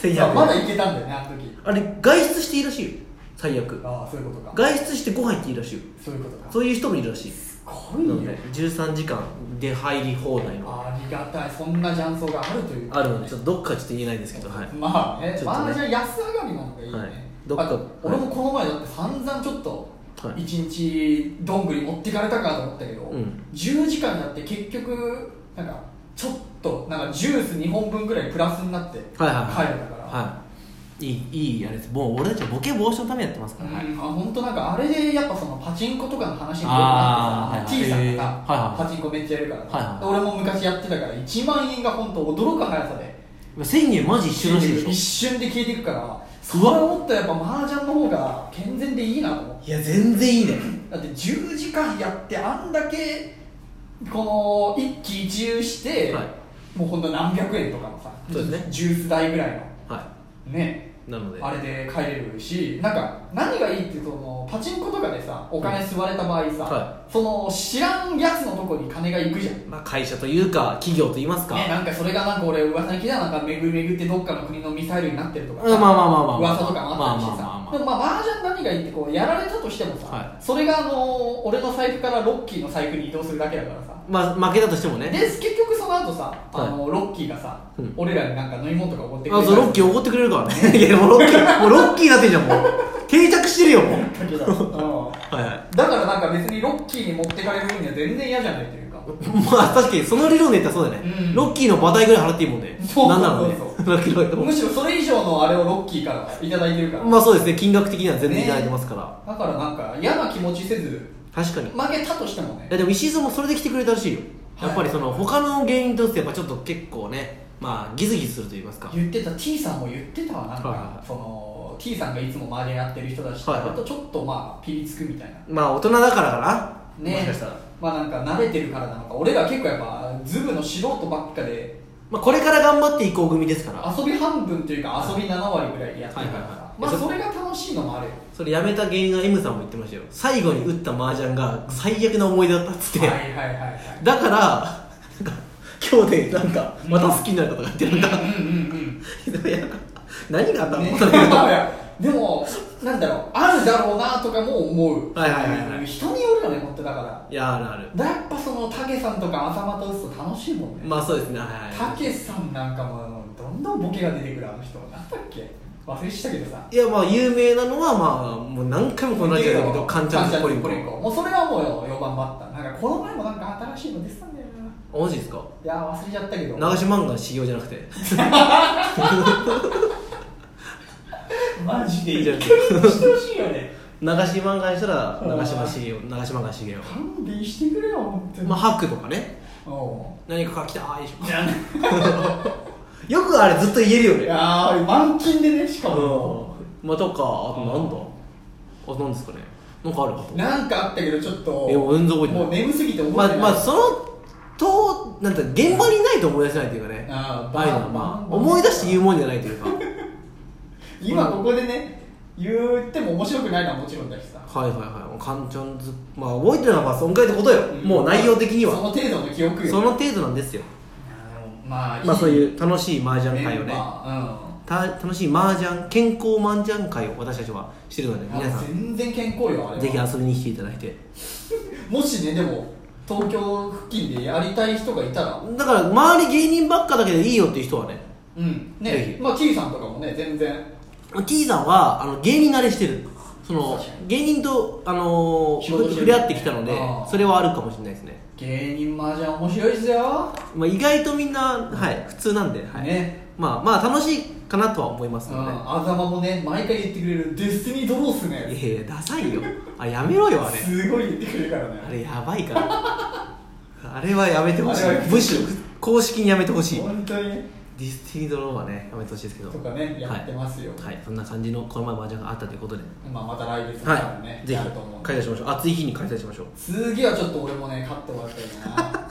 そう1100円まあまだいけたんだよねあの時あれ外出していいらしいよ最悪ああそういうことか外出してご飯行っていいらしいよそういうことかそういう人もいるらしいすごいなよので13時間で入り放題のありがたいそんな雀荘があるというあるのでちょっとどっかちょっと言えないんですけどはいまあねちょっとねまあじゃあ安上がりなのがいいね、はいどっかあと俺もこの前だって散々ちょっとはい一日どんぐり持ってかれたかと思ったけど、うん10時間やって結局なんかちょっとなんかジュース2本分ぐらいプラスになって帰れたはいかはいはいら、はいいいいいあれですもう俺たちはボケ防止のためにやってますから、はいうん、あ本当なんかあれでやっぱそのパチンコとかの話にあーなってさ T さはいはいんがさはいはいパチンコめっちゃやるから、はいはい俺も昔やってたから1万円が本当驚く速さで1000円マジ一緒らしいで一し瞬で消えていくからそうれわ思ったらやっぱ麻雀の方が健全でいいなと思っょていや全然いいねだって10時間やってあんだけこの一喜一憂して、はもうほんと何百円とかのさそうですねジュース代ぐらいはのねいなのであれで帰れるしなんか何がいいってそのパチンコとかでさお金吸われた場合さ、はその知らんやつのとこに金が行くじゃんまあ、会社というか企業といいますか、ね、なんかそれがなんか俺噂に聞いたらなんか巡り巡ってどっかの国のミサイルになってるとかさ、うんまあまあまあまあ噂とかもあったりしてさ、まあまあまあまあでもまあ麻雀何がいいってこうやられたとしてもさ、はそれがあのー俺の財布からロッキーの財布に移動するだけだからさまあ、負けたとしてもでね結局その後さあのーロッキーがさ、うん俺らになんか飲み物とかおごってくあれたそうロッキー怒ってくれるからねいやもうロッキーもうロッキーになってんじゃんもう定着してるよもうだけどうんはいはいだからなんか別にロッキーに持ってかれる分には全然嫌じゃないというか まあ確かにその理論で言ったらそうだよね、うんロッキーの馬体ぐらい払っていいもんねそうなんなのねそうそロッキーのむしろそれ以上のあれをロッキーからいただいてるから、まあそうですね金額的には全然いただいてますから、だからなんか嫌な気持ちせず確かに負けたとしてもねいやでも石井さんもそれで来てくれたらしいよ、はいやっぱりその他の芸人としてやっぱちょっと結構ねまあギズギズすると言いますか言ってた T さんも言ってたわなんか、はいはいはいその T さんがいつも周りやってる人たちとはいはい割とちょっとまあピリつくみたいなまあ大人だからかなねもしかしたらまあなんか慣れてるからなのか俺ら結構やっぱズブの素人ばっかでまあこれから頑張っていこう組ですから遊び半分というか遊び7割ぐらいでやってるはいはいからさ、はいまあそれが楽しいのもあるよそれやめた芸人の M さんも言ってましたよ最後に打った麻雀が最悪な思い出だったっつって、はいはいはいはいだからなんか今日でなんかまた好きになるとか言ってなんか うんうんでもいやなんか何があったうの、ん、ね、だけど いやでもなんだろうあるだろうなとかも思うはいはいはいはい人によるよねほんとだから いやあるあるだやっぱそのタケさんとか朝また打つと楽しいもんねまあそうですねはいはいたけしさんなんかもどんどんボケが出てくるあの人なんだっけ忘れしたけどさいやまあ有名なのはまあもう何回もこのラジオだけどカンチャンとポリンコもうそれはもう4番バッターなんかこの前もなんか新しいの出てたんだよなあマジですかいや忘れちゃったけど流し漫画修行じ ゃなくてマジでいい一じゃ回んしてほしいよね流し漫画にしたら流し漫画修行流し漫画修行勘弁してくれよ本当にまあハックとかねお何か書きたいでしういやょよくあれずっと言えるよいねやー満勤でねしかもうんまあとかあとなんだあなんですかねなんかあるかとなんかあったけどちょっといやもう全然覚えてないもう眠すぎて覚えてまなあいまあそのとなんて現場にいないと思い出せないというかねあーああいうのはまあ思い出して言うもんじゃないというかは今ここでね言っても面白くないのはもちろんだしさいはいはいもうカンチャンズまあ覚えてるのはまあそんぐらいってことよもう内容的にはその程度の記憶よその程度なんですよまあまあそうういう楽しい麻雀会をねた楽しい麻雀健康麻雀会を私たちはしてるのでうん、皆さん全然健康よあれはぜひ遊びに来ていただいてもしねでも東京付近でやりたい人がいたらだから周り芸人ばっかだけでいいよっていう人はねうんぜねひまあ T さんとかもね全然まあ T さんはあの芸人慣れしてるその確かに芸人と、あのー仕事してる触れ合ってきたのであーそれはあるかもしれないですね、芸人麻雀面白いですよ、まあ、意外とみんな、はい、普通なんで、はいねまあ、まあ楽しいかなとは思いまうすん、ので、あざまもね毎回言ってくれる「デスティニードローっすね」いやいやダサいよあやめろよあれすごい言ってくれるからねあれやばいからあれはやめてほしいあれはやめてむほししいろ公式にやめてほしい本当にディスティニードローはねやめてほしいですけどとかねやってますよはい、はい、そんな感じのこの前麻雀があったということでまあまた来月も多分ね、はい、ぜやひると思うんで開催しましょう暑い日に開催しましょう次はちょっと俺もね勝ってもらいたいな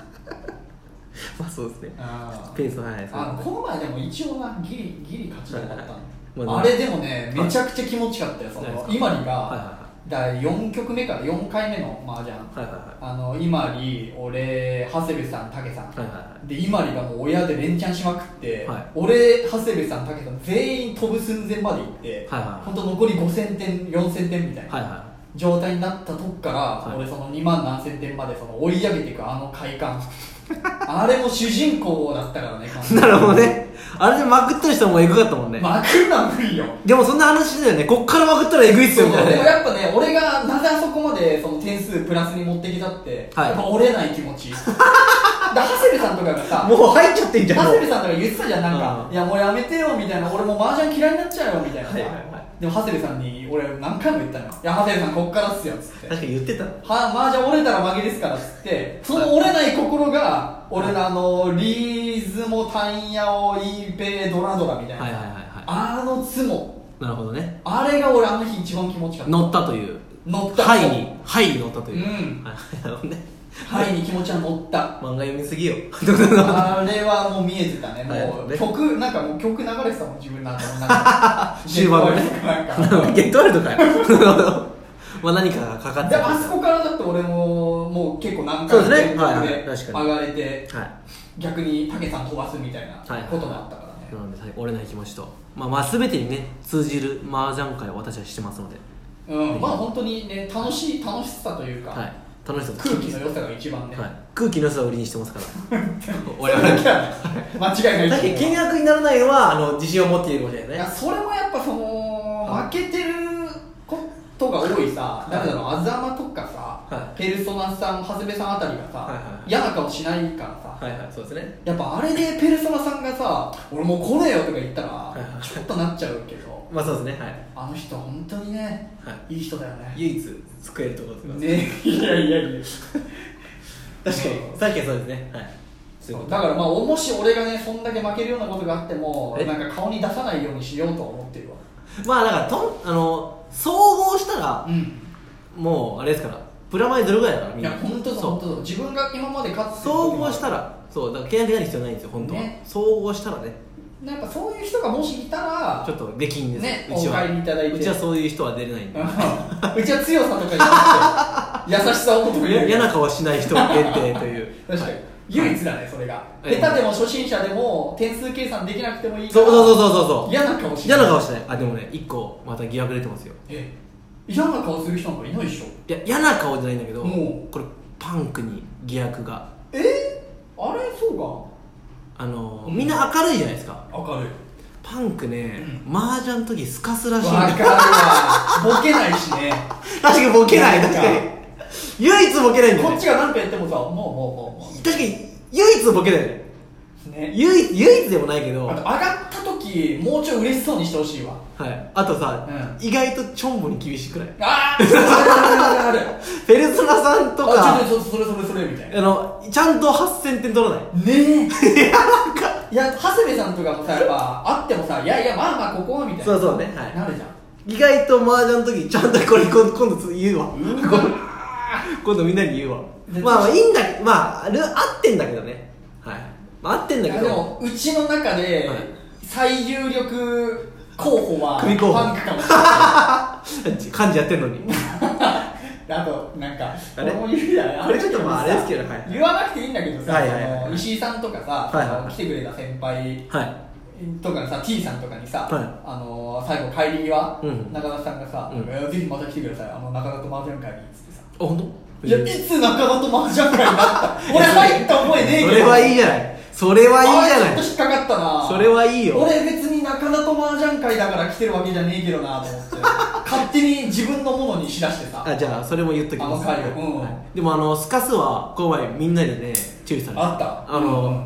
まあそうですねあーペース早いですけどあのこの前でも一応なギリギリ勝ちたかったの、まああ、れでもねはいめちゃくちゃ気持ちよかったよそそうですのか伊万は里いが第4局目から4回目の麻雀はいはいはあの伊万里俺長谷部さん武さん、いはいはいはで伊万里がもう親で連チャンしまくって、はい俺長谷部さん武さん全員飛ぶ寸前まで行って、はいはい本当残り5000点4000点みたいいな、はいは状態になったとこから、い俺その2万何千点までその追い上げていくあの快 感あれも主人公だったからね完い全になるほどねあれでまくっとる人もエグかったもんね、まくるのは無理よでもそんな話だよねこっからまくったらエグいっすそうよでみもたいなねやっぱね俺がなぜあそこまでその点数プラスに持ってきたって、はいやっぱ折れない気持 ちだから長谷部さんとかがさもう入っちゃってんじゃ長んもう谷部さんとか言ってたじゃんなんか、うんいやもうやめてよみたいな俺もう麻雀嫌いになっちゃうよみたいなさ、はいはいはいでも長谷部さんに俺何回も言ったのよいや長谷部さんこっからっすよっつって確かに言ってたのは麻雀折れたら負けですからっつってその折れない心が俺のあのリーズもタンヤオイーペイドラドラみたいな、はいはいはいはあのツモいなるほどねあれが俺あの日一番気持ちよかった乗ったという乗ったはいにはいに乗ったといううんはいなるほどねはいに気持ちは乗った漫画読みすぎよ あれはもう見えてたねもはう、いね曲なんかもう曲流れてたもん自分の頭の中 で終盤のねなんかゲットワールドかよ まあ何かがかかってでたもあそこからだって俺ももう結構何そう回でもすね連続はいはい確かにで上がれては逆に武さん飛ばすみたいなはいこともあったからねいなのではい折れない気持ちとまあまあ全てにね通じる麻雀会を私はしてますのでうん、まあ本当にね楽しい楽しさというか、はい楽しさと空気の良さが一番ね、はい空気の良さを売りにしてますから それ俺はだけねはね間違いなだいけどと思う金額にならないのはあの自信を持っているかもしれないいねやそれもやっぱその負けてることが多いさ誰だろうあざまとかさ、はペルソナさん長谷部さんあたりがさ、はいはいはい嫌な顔しないからさ、はいはいそうですねやっぱあれでペルソナさんがさ俺もう来ねえよとか言ったらいはいちょっとなっちゃうけどまあそうですねはいあの人本当にね、、はいい人だよね唯一救えるところですねねいやいやいや確かうにさっきはそうですねはいそういうことだからまあもし俺がねそんだけ負けるようなことがあってもえなんか顔に出さないようにしようとは思ってるわまあだからとんあの総合したらうんもうあれですからプラマイゼロぐらいだからみいんなや本当そうそ本当そう自分が今まで勝うつ総合したららそうだから契約になる必要ないんですよ本当は、ね総合したらねやっぱそういう人がもしいたらちょっとできんですねうちはお帰りいただいてうちはそういう人は出れないんで うんうちは強さとかじゃなくて優しさを求める嫌な顔しない人限定という確かにはい唯一だねそれがええ下手でも初心者でも点数計算できなくてもいいかそうらそうそうそうそうそう嫌な顔しな嫌いな顔しないあでもね一個また疑惑出てますよええ嫌な顔する人なんかいないでしょいや嫌な顔じゃないんだけどもこれパンクに疑惑がええあれそうあのみんな明るいじゃないですかか明るいパンクね、麻雀の時スカスらしいんわだかるわボケないしね確かにボケないなん確かかに唯一ボケないんだよ こねっちが何かやってもさもうもうも確かに唯一ボケないよねうね唯一唯一でもないけどあと上はがった時もうちょい嬉しそうにしてほしいわいあとさ、う意外とチョンボに厳しくないあーあるあるあるあるペルソナさんとかああちょっと それそれそれみたいなねのちゃんと8000点取らないえいや長谷部さんとかもさやっぱ会ってもさ「いやいやまあまあここは」みたいなそうそうねはいなるじゃん意外と麻雀の時ちゃんとこれ今今度言うわ今度今度みんなに言うわでまあまあいいんだけまああれ合ってんだけどねはい、まあ、合ってんだけでど もうちの中ではい最有力候補は組候補パンクかもしれな漢字やってんのにい あとなんかあれここにいるじゃんあれちょっとまああの時にされですけどはい言わなくていいんだけどさ、はいはいはいその石井さんとかさ、はいはいその来てくれた先輩はとかさ T さんとかにさ、はいあのー最後帰り際、うん中田さんがさ、うんいやぜひまた来てくださいあの中田と麻雀会に」っつってさあ本当いや、いつ仲間と麻雀会になった 俺入った覚えねえけど。それはいいじゃないそれはいいじゃあれちょっとない引っかかったな。それはいいよ俺別に仲魚と麻雀会だから来てるわけじゃねえけどなと思って 勝手に自分のものにしだしてさあじゃあそれも言っときますあわかるようんでもあのスカスはこの前みんなでね注意されあったあの、うんうん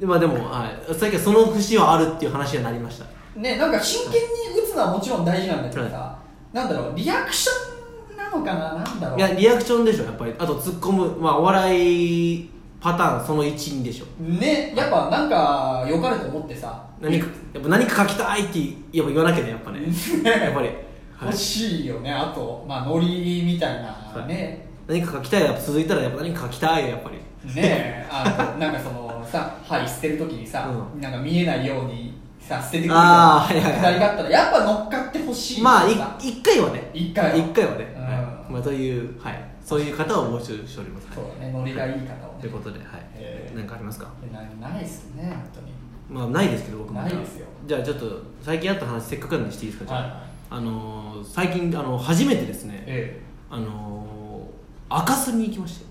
でまあでも、はい、さっきはその節はあるっていう話になりましたねなんか真剣に打つのはもちろん大事なんだけどさ、なんだろうリアクションなのかななんだろういやリアクションでしょやっぱりあと突っ込む、まあ、お笑いパターンその一員でしょねやっぱなんか良かれと思ってさ何かやっぱ何か書きたいってやっぱ言わなきゃねやっぱねやっぱり、はい 欲しいよね、あとまあノリみたいなね、何か書きたいやっぱ続いたらやっぱ何か書きたいやっぱりねあのなんかそのさ針捨てるときにさ、うなんか見えないようにさ捨ててくれるあーみたいはないくはいはだいりがあったらやっぱ乗っかってほしいまあといかさ一回はね一回は一回はね、うんはいまあ、という、はい、そういう方を募集しております、はいそうだねノリがいい方をといねうことで、はいえ、ー何かありますかなないっすね本当にまあないですけど僕もないですよじゃあちょっと最近あった話せっかくなんでしていいですかじゃあ、はいはいあのー最近あの初めてですねえあのー赤すりに行きましえ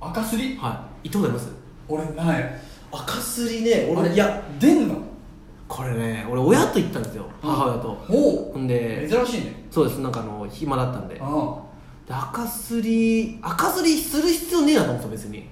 赤すりたはい行ったことあります俺ない赤すりねあれ出んのこれね俺親と行ったんですよ母親とほほんで珍しいねそうですなんかあの暇だったんでであ赤すり赤すりする必要ねえなと思ってた別に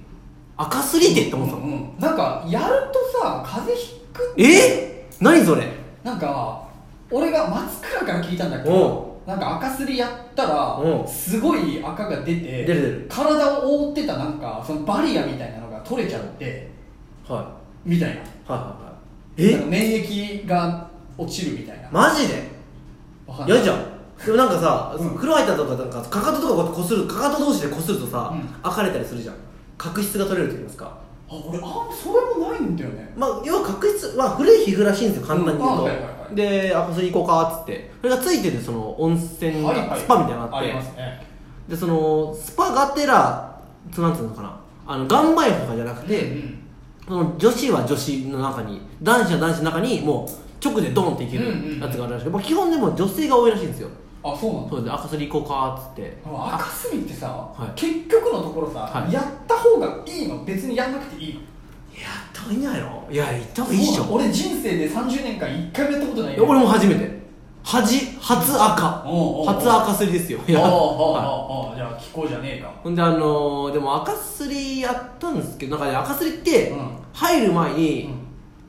赤すりってってあう思ってたの、んうんなんかやるとさ風邪ひくんだよえー、何それなんか俺が松倉から聞いたんだけおどなんか赤すりやったらおうすごい赤が出出てる出る体を覆ってたなんかそのバリアみたいなのが取れちゃってはみたいないはいはいはいなんか免疫が落ちるみたいな、マジでわかんない嫌じゃんでもなんかさ、うん風呂入ったとかなんかかかととかこうやって擦るかかと同士で擦るとさ、うん開かれたりするじゃん角質が取れると言いますかあ俺あそれもないんだよねまあ要は角質は古い皮膚らしいんですよ簡単に言ううんあと、はいはいはいであこそれ行こうかっつってそれがついてるその温泉、はいはいスパみたいなのがあっあてりますねでそのスパがてらつなんていうのかなあの岩盤浴とかじゃなくて、うんその女子は女子の中に男子は男子の中にもう直でドンっていけるやつがあるらしくて、まあ基本でも女性が多いらしいんですよあそうなんだそうで赤すり行こうかっつってあの赤すりってさ、い結局のところさ、はいやった方がいいの別にやんなくていいのいや行った方がいいんじゃないのいや行った方がいいっしそうなのょ俺人生で30年間1回もやったことないいよや俺も初めて恥初赤おうおうおう初赤すりですよいあやああはあああじゃあ聞こうじゃねえかいほんであのーでも赤すりやったんですけどなんかね赤すりってうん入る前うにん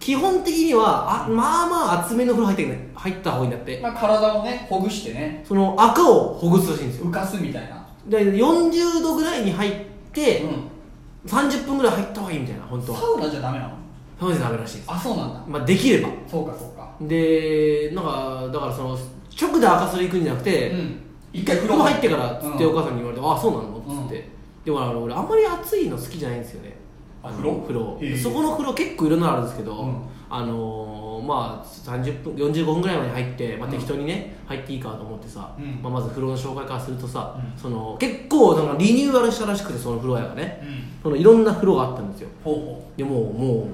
基本的にはあまあまあ厚めの風呂入ってね入った方がいいんだってまあ、体をねほぐしてねその赤をほぐすらしいんですよ浮かすみたいなで40度ぐらいに入ってうん30分ぐらい入った方がいいみたいな本当サはウナじゃダメなのそうですダメらしいですあそうなんだまあできればそうかそうかでなんかだからその直で赤それ行くんじゃなくて、うん一回風呂入ってからっつってうおん母さんに言われて、あそうなのっつって、でもあの俺あんまり暑いの好きじゃないんですよねああの風呂風呂、へえそこの風呂結構いろんなのあるんですけど、うんあのーまあ30分45分ぐらいまで入って、まあ、うん適当にね、入っていいかと思ってさ、うんまあ、まず風呂の紹介からするとさ、うんその結構なんかリニューアルしたらしくてその風呂屋がね、うんそのいろんな風呂があったんですよほうほでもうもう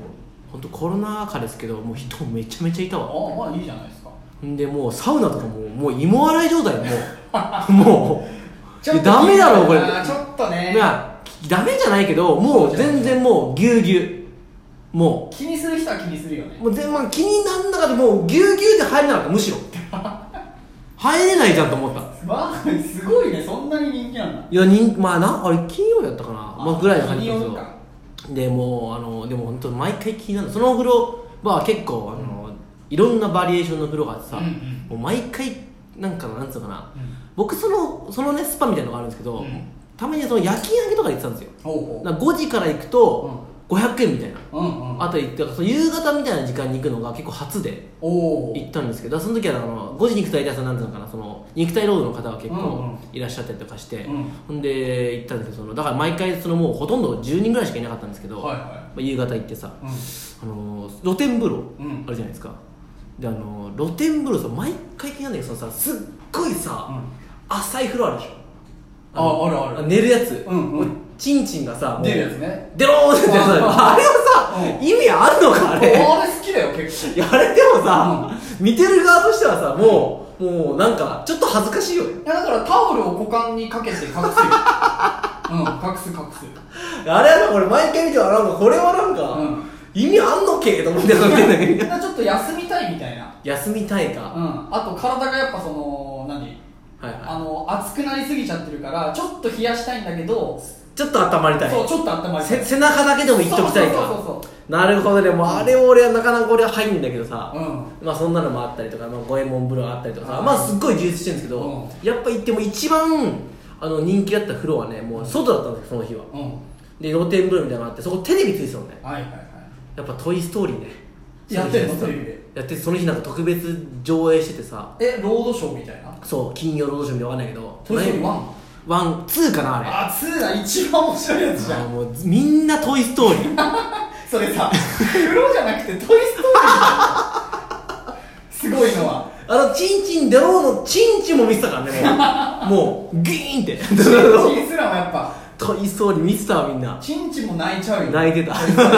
本当コロナ禍ですけどもう人めちゃめちゃいたわうああまあいいじゃないですかでもうサウナとかもうもう芋洗い状態も うもういやダメだろこれあーちょっとねまあダメじゃないけどもう全然もうぎゅうぎゅうも気にする人は気にするようねもう全まあ気になんなかったもうぎゅうぎゅうで入れなかったむ しろ入れないじゃんと思ったまあすごいねそんなに人気なんだいやにまあなあれ金曜やったかなまあぐらいの感じです日によるよかでもうあのでも本当毎回気になるそのお風呂は結構あの、いろんなバリエーションの風呂があってさ、うんうんもう毎回なんかなんつうのかな、うん僕そのそのねスパみたいなのがあるんですけど、うんたまにその夜勤明けとか行ってたんですよほうほなんか5時から行くと500円みたいな、ううんうんあと行ってその夕方みたいな時間に行くのが結構初でおお行ったんですけどその時はあの5時肉体大さんなんていうのかなその肉体労働の方が結うん構うんいらっしゃったりとかして、うんほんで行ったんですけどそのだから毎回そのもうほとんど10人ぐらいしかいなかったんですけど、はいはいまあ、夕方行ってさ、うんあの露天風呂うんあるじゃないですか、であの露天風呂さ毎回気になるんだけどそのさすっごいさ、うん浅い風呂あるでしょあのあるある寝るやつ、うんうんもチンチンがさもう出るやつねデローンって出るやつあるああれはさ、う意味あんのかああれれ好きだよ結構いやあれでもさ、見てる側としてはさもう、もうなんかちょっと恥ずかしいよねいやだからタオルを股間にかけて隠すよ うん隠す隠すあれはなんか俺毎回見てはなんかこれはなんか、うん意味あんのけと思ってたんだけどだからちょっと休みたいみたいな、休みたいうか、ん、あと体がやっぱその何はいはいあの熱くなりすぎちゃってるからちょっと冷やしたいんだけどちょっと温まりたいそうちょっと温まりたいせ背中だけでもいっときたいかそうそうそうそなるほどねもうあれを俺はなかなか俺は入んだけどさ、うんまあそんなのもあったりとか、まあ、五右衛門風呂あったりとかさ、うんまあすっごい充実してるんですけど、うんやっぱ行っても一番あの人気だった風呂はねもう外だったんですよその日はうんで露天風呂みたいなのがあってそこテレビついてたのねはいはいはいやっぱ「トイ・ストーリーね」やってんのその日テレビでやってその日なんか特別上映しててさえロードショーみたいなそう金曜ロードショーみたいなわかんないけどトイ・ストーリー1ワンツーかなあれあ2だ一番面白いやつじゃあーんもうみんな「トイ・ストーリー」それさ風呂じゃなくてトイ・ストーリーだよすごいのはあの、チンチン、デローのチンチンも見てたからね、もう、もう、ギーンって。チンすらもやっぱトイストーリー見てたわ、みんな。チンチンも泣いちゃうよ泣いてたトイストーリー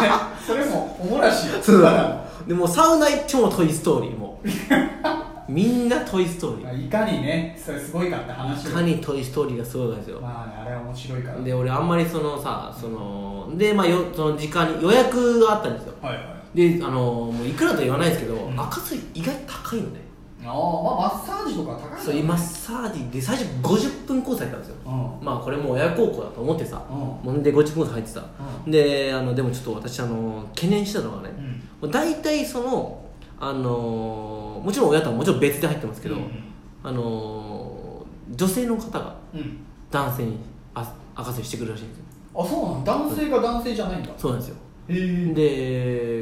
だよね それもおもらしよそうただでも、サウナ行ってもトイストーリー、もう。みんなトイストーリまーあ。いかにねそれすごいかって話をいかにトイストーリーがすごいかですよ。まあねあれは面白いからで、俺、あんまりそのさ、その、で、まあ、よその時間に予約があったんですよ。はいはいで、あの、もういくらとは言わないですけど、ん赤水意外と高いのね。ああまあマッサージとか高いそう、マッサージで最初50分コースだったんですよ。うんまあこれもう親孝行だと思ってさ、うんもんで50分入ってた、であのでもちょっと私あの懸念してたのがね、うんもう大体その、あのーもちろん親とはもちろん別で入ってますけど、うんあのー女性の方がうん男性にあ赤瀬してくるらしいんですよあそうなの男性が男性じゃないんだへそうなんですよえ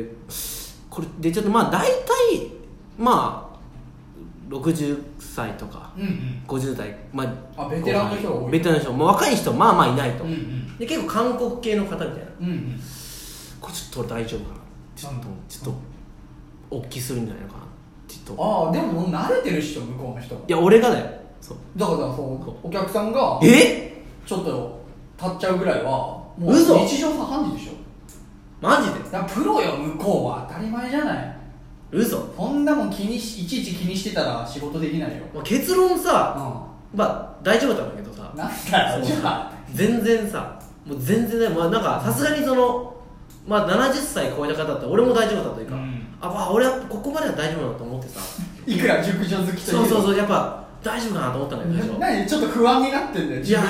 でこれでちょっとまあ大体まあ60歳とかうんうん50代、まあ、あベテランの人が多いベテランの人、まあ、若い人まあまあいないと、うんうんで結構韓国系の方みたいなうんうんこれちょっと大丈夫かなちょっとうんちょっと大きするんじゃないのかなちょっとああでももう慣れてる人向こうの人もいや俺がだよそうだからそうお客さんがえちょっと立っちゃうぐらいはもう嘘日常茶飯事でしょマジでだからプロよ向こうは当たり前じゃない嘘、こんなもん気にしいちいち気にしてたら仕事できないよまあ、結論うさ、んまあ大丈夫だったんだけどさなんだよじそうゃあ全然さもう全然ないまあなんかさすがにそのまあ70歳超えた方だったら俺も大丈夫だというか、うんあまあ俺はここまでは大丈夫だなと思ってさいくら熟女好きといそうそううそうやっぱ大丈夫かなと思ったんだけど何ちょっと不安になってんだよいや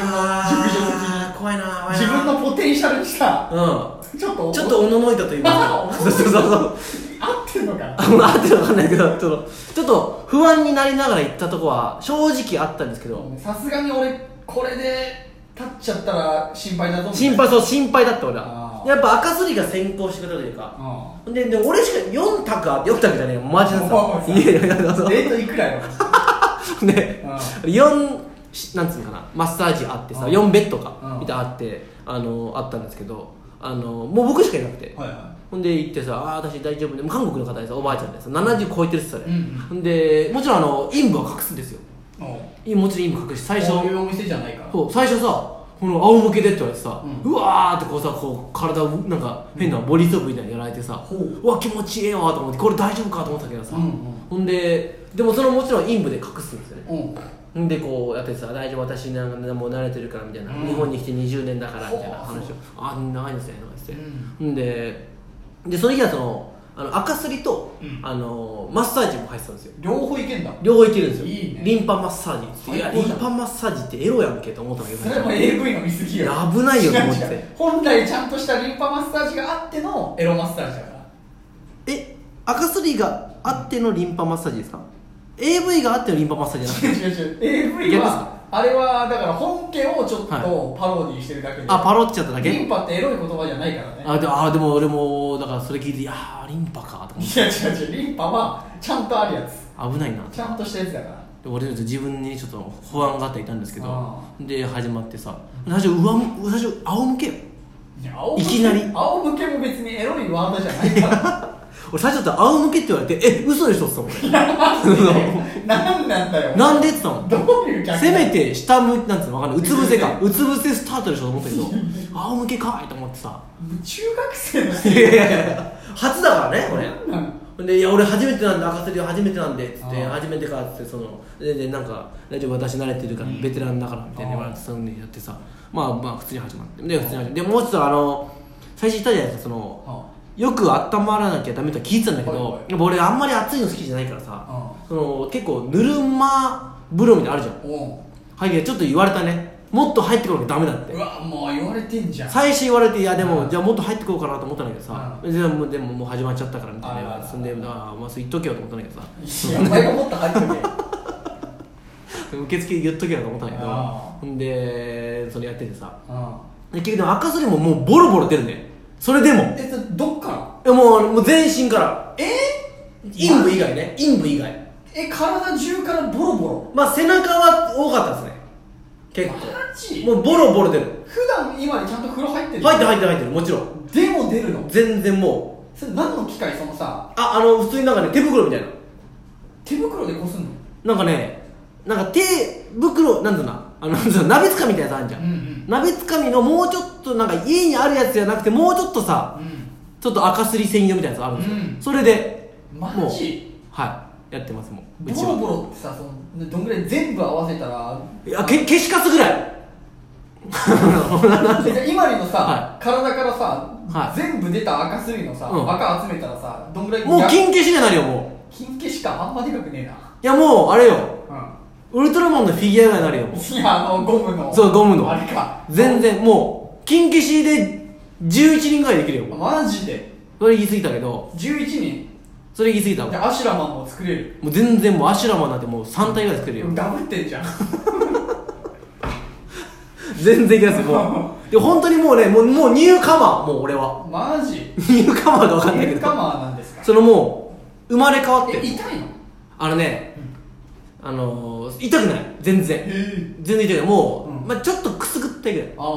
自分の熟女好きー怖いな怖いな自分のポテンシャルにさうんちょっとちょっとおののいたと言いますかそうそうそうそう合ってんのかなあんま合ってるのかんないけどそのちょっと不安になりながら行ったとこは正直あったんですけどさすがに俺これで立っちゃったら心配だぞ心配そう心配だった俺あはーやっぱ赤すりが先行してくれたといううかんでで俺しか4択あって4択じゃねえよマジでおさいおいいやいやいやそうデートいくらよでう4しなんつうのかなマッサージあってさうん4ベッドうかんみたいなのあってあのあったんですけどあのもう僕しかいなくてはいはほんで行ってさ「ああー私大丈夫で」もう韓国の方でさおばあちゃんでさ70超えてるっつってたね、うんうんほんでもちろんあの陰部は隠すんですよいおういもちろん陰部隠して最初こういうお店じゃないからそう最初さこの仰向けでって言われてさ、ううわーってこうさこう体をなんか変なボディーソープみたいにやられてさ、ほううわ気持ちええわと思ってこれ大丈夫かと思ったけどさ、うんうんほんででもそれもちろん陰部で隠すんですよねうんほんでこうやってさ「大丈夫私なんかもう慣れてるから」みたいな、うん日本に来て20年だから」みたいな話ほを「あ長いんですね」長いですねうんででその日はそのあの赤すりと、うんあのマッサージも入ってたんですよ両方いけんだ両方いけるんですよいいねリンパマッサージっつっていや最高リじゃんンパマッサージってエロやんけと思ったんだけどそれも AV の見過ぎよいや危ないよと思って違う違う本来ちゃんとしたリンパマッサージがあってのエロマッサージだからえ赤すりがあってのリンパマッサージですか AV があってのリンパマッサージじゃなくて 違う違う違う AV 逆ですはかあれはだから本家をちょっとパはいロディしてるだけで、あパロっちゃっただけリンパってエロい言葉じゃないからねあであでも俺もだからそれ聞いていやーリンパかと思っいや違う違うリンパはちゃんとあるやてつ危ないなとちゃんとしたやつだからで俺ちょっと自分にちょっと不安があっていたんですけどあで始まってさ最初上向最初仰向けよいや仰向いけきなり仰向けも別にエロいワードじゃないから俺最初だったら仰向けって言われてえ嘘でしょって 言ったもん俺なんなんだよなんでって言ったのどういう客せめて下向いなんつうのわかんないうつ伏せかうつ伏せスタートでしょと思 ったけど仰向けかいと思ってさ中学生のい人やいやいや 初だからね俺なんで「いや俺初めてなんで赤瀬り初めてなんで」っつって「あー初めてか」っつってその全然なんか「大丈夫私慣れてるからうんベテランだから」みたいな言われてそんでやってさまあまあ普通に始まってで普通に始まってでもうちょっとあの最初言ったじゃないですかそのあよく温まらなきゃダメとは聞いてたんだけど、はいはいやっぱ俺あんまり熱いの好きじゃないからさ、うその結構ぬるま風呂みたいなのあるじゃんおはいやちょっと言われたねもっと入ってこなきゃダメだっうてうわもう言われてんじゃん最初言われていやでも、うんじゃあもっと入ってこようかなと思ったんだけどさ、じゃあもうでももう始まっちゃったからみたいあならそんでああまあそう言っとけよと思ったんだけどさ いやお前がもっと入ってけ受付言っとけよと思ったんだけどあほんでそれやっててさうでん結局でも赤すりももうボロボロ出るねそれでも えそれどっかえらもうもう全身からえ陰部以外ね陰部以外え体中からボロボロまあ背中は多かったですねマジ結構もうボロボロ出る普段今ちゃんと風呂入ってる入って入って入ってるもちろんてでも出るの全然もうそれ何の機械そのさああの普通になんかね手袋みたいな手袋でこすんのなんかねなんか手袋なんだなあのなんだな鍋つかみみたいなやつあんじゃん、ん鍋つかみのもうちょっとなんか家にあるやつじゃなくてもうちょっとさうちょっと赤すり専用みたいなやつあるんですよ、うんそれでんマもうジはいやってますもううボロボロってさそのどんぐらい全部合わせたらいやけ消しカスぐらい じゃあ今里のさ、は体からさ、はい全部出た赤すりのさ、うん赤集めたらさどんぐらいもうや金消しにはなるよもう金消しかあんまでかくねえないやもうあれようウルトラマンのフィギュアがなるよもうんいやあのゴムのそうゴムのあれか全然もう金消しで11人ぐらいできるよもうマジでそれ言い過ぎたけど11人それ言い過ぎたでわアシュラマンも作れるもう全然もうアシュラマンなんてもう3体ぐらい作 れるよダブってん じゃん全然いきますよもう で本当にもうねもうもうニューカマーもう俺はマジニューカマーか分かんないけニューカどマーなんですかそのもう生まれ変わっえて痛いのあのねあのー、痛くない全然え全然痛くないもう、うんまあ、ちょっとくすぐったいぐらいあああ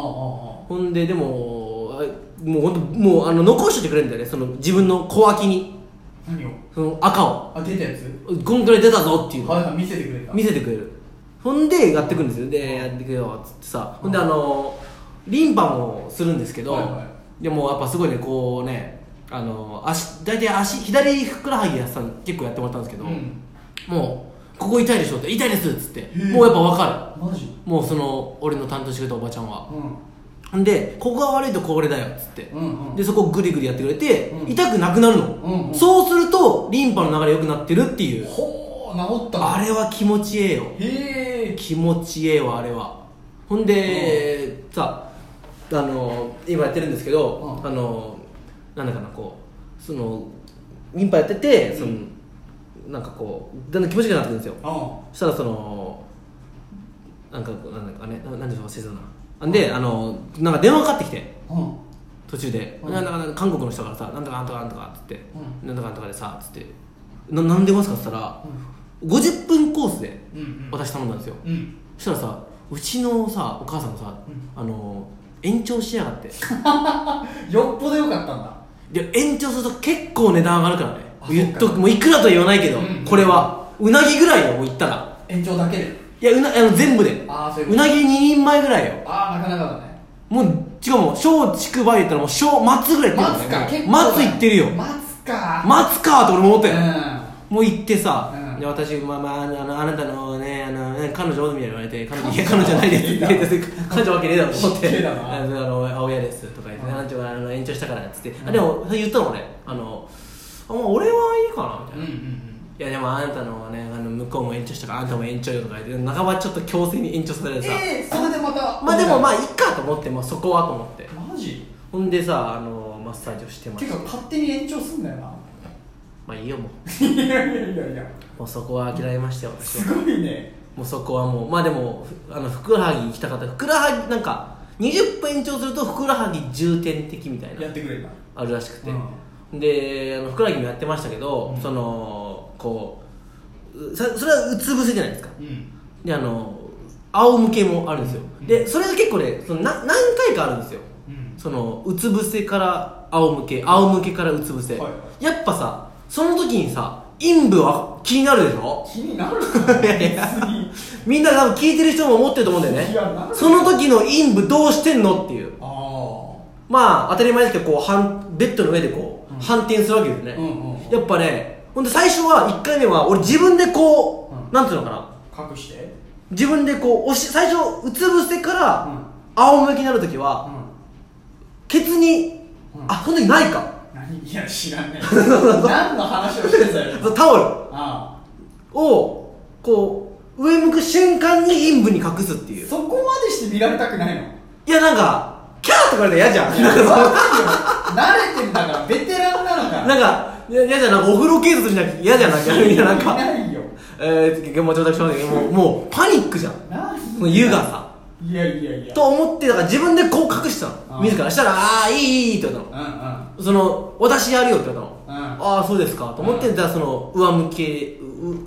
ほんででもあもうほんともうあの残しててくれるんだよねその自分の小脇にあ何をその赤をあ出たやつこんくらい出たぞっていうのはいはい見せてくれた見せてくれるほんでやってくるんですよでやってくよっつってさほんであのリンパもするんですけど、はいはでもやっぱすごいねこうねあの足大体足左ふくらはぎやさん結構やってもらったんですけど、うんもうここ痛いでしょって痛いですっつってーもうやっぱ分かマジるもうその俺の担当してくれたおばちゃんはうんほんでここが悪いとこれだよっつって、うんうんでそこをグリグリやってくれて、うん痛くなくなるの、うんうんそうするとリンパの流れ良くなってるっていうほー治ったあれは気持ちええよれへえ気持ちええわあれはほんで、さあの今やってるんですけど、うんあのなんだかなこうそのリンパやっててその、なんかこうだんだん気持ちよくなってくるんですよあそしたらそのなんかなんだかねななんでしょう忘れてたなあんであのなんか電話かかってきてあうん途中で、うんなんだかなんだ韓国の人からさ「なんとかなんとかなんとか」っつって、うなんとかなんとかでさ」っつって「ななんでますか?」っつったら、50分コースでうんうん私頼んだんですよ、うんそしたらさうちのさお母さんがさ、あの延長しやがって よっぽどよかったんだで延長すると結構値段上がるからねあ言っとそくもういくらとは言わないけど、うんこれはうなぎぐらいよもう言ったら延長だけでいやうなあの全部であーそういううことなぎ2人前ぐらいよああなかなかだねもう違うもう小竹梅言ったらもう小松ぐらい行っ待てつるからかね結構だ松行ってるよ待つか松かーと俺も思ったよ、うもう行ってさ、うんで私、まあまあ、あのあなたのね、あのね彼女みたいに言われて、彼女いや、彼女じゃないですって言って、彼女わけねえだろと思っ失て、礼あだなの、あの青親ですとか言って、うん彼女があの延長したからっつって、んあでも、それ言ったの俺、あの、あまあ、俺はいいかなみたいんな。うんいうんやでもあなたのねあの向こうも延長したからあなたも延長よとか言って半ばちょっと強制に延長されてさ、ええそれでまたまあでもまあいいかと思ってもうそこはと思ってマジほんでさあのマッサージをしてまてしいたうか勝手に延長すんだよなまあいいよもういやいやいやいやもうそこは嫌いましたよ私はすごいねもうそこはもうまあでもふあのふくらはぎ行きたかったふくらはぎなんか20分延長するとふくらはぎ重点的みたいなやってくれたあるらしくて、うであのふくらはぎもやってましたけど、うんそのこううさそれはうつ伏せじゃないですかうんであの仰向けもあるんですよ、うんでそれが結構ねそのな何回かあるんですようんそのうつ伏せから仰向け仰向けからうつ伏せ、はいはやっぱさその時にさ陰部は気になるでしょ気になるかいやいや別にみんな多分聞いてる人も思ってると思うんだよいねやなるその時の陰部どうしてんのっていうああまあ当たり前ですけどこう反ベッドの上でこう、うん反転するわけですね、うんうんうんやっぱねほんで最初は1回目は俺自分でこう、うんなんていうのかな隠して自分でこう押し最初うつ伏せかうんら仰向けになる時は、んケツに、うんあその時ないか何いや知らんねえ何の話をしてたよそうタオあルをこう上向く瞬間に陰部に隠すっていあうそこまでして見られた くないのいやなんかキャーとか言われたら嫌じゃんいや 分かるよ慣れてんだからベテランなのからなんかいや嫌じゃんなんかお風呂警察じゃなくて嫌じゃんなんかいやなんかないよえー、現場調達しましたけどもうもうパニックじゃん何その優雅さいやいやいやと思ってだから自分でこう隠してたあのあ自らしたら「ああいいいい」って言われうたんうんのその「私やるよ」って言われたの、うんああそうですかと思ってうじゃあその上向き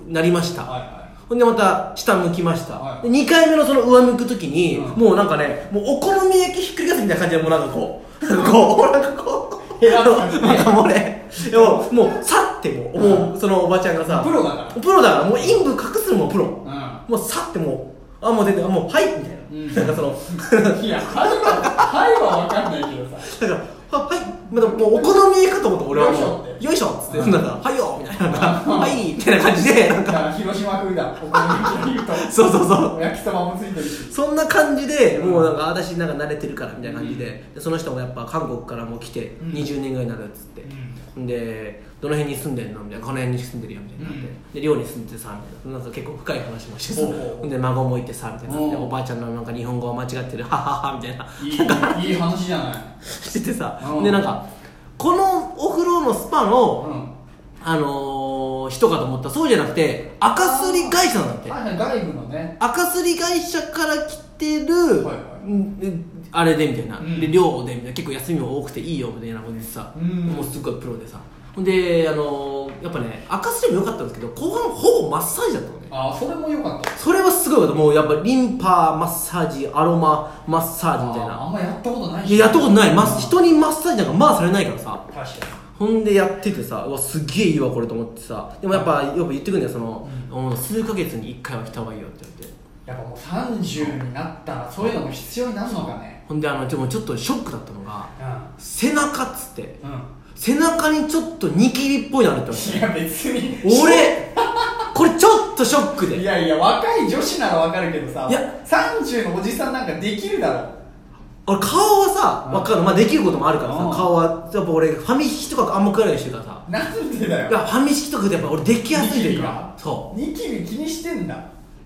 うなりました、はいはいほんでまた下向きました、はでい2回目のその上向く時に、うんもうなんかねもうお好み焼きひっくり返すみたいな感じでもうなんかこうなんかこうなんかこうへらったね なんかもうねでももうさってもう,、もうそのおばちゃんがさプロだからプロだからもう陰部隠すのもプロ、うもうさってもうあもう出てあもうはいみたいな、うんなんかその んいや、はいは、はいは分かんないけどださ。からあはいまだもうお好み焼きかと思って俺はもうよよいしょっつって、うんなんかはいよみたいななんかうんはいみたいな感じでなんだかから広島風だ、お好み焼きで言うと。そうそうそうお焼きそばもついてるし。そんな感じで、もうなんか私なんか慣れてるからみたいな感じで,、でその人もやっぱ韓国からもう来てうん20年ぐらいになるっつって、でどの辺に住んでんのみたいなこの辺に住んでるよみたいになって、うんで寮に住んでてさみたいななんか結構深い話もしてさおうおうで孫もいてさみたいなでおうおばあちゃんのなんか日本語を間違ってるはははみたいないい、いい話じゃない。しててさうんでなんかこのお風呂のスパの、うあのー人かと思ったらそうじゃなくて赤すり会社なんだってん。はいはい、外部のね。赤すり会社から来てる、はいはいうんあれでみたいな、うんで寮でみたいな結構休みも多くていいよみたいなことでさ、うんもうすっごいプロでさほんであのーやっぱね赤すりも良かったんですけど後半ほぼマッサージだったのねあ、それも良かった。それはすごいこともうやっぱリンパマッサージアロママッサージみたいああなんまやったことないいややったことない、マッ確人にマッサージなんかまあされないからさかほんでやっててさうわすっげえいいわこれと思ってさでもやっぱやっぱ言ってくんだよその、うん数ヶ月に1回は来た方がいいよって言われてに。やっぱもう30になったら、そういうのも必要になるのかね。ほんであのでもちょっとショックだったのがう背中っつってん。うん。背中にちょっとニキビっぽいのあるって言わいや、別に。れて俺これちょっとショックでいやいや、若い女子ならわかるけどさ、いや30のおじさんなんかできるだろ。俺顔はさうん分かる、まあ、できることもあるからさうん顔はやっぱ俺ファミチキとかあんま食わないようにしてるからさなんでだよい。やファミチキとかってやっぱ俺できやすいというニキかビがそニキビ気にしてんだう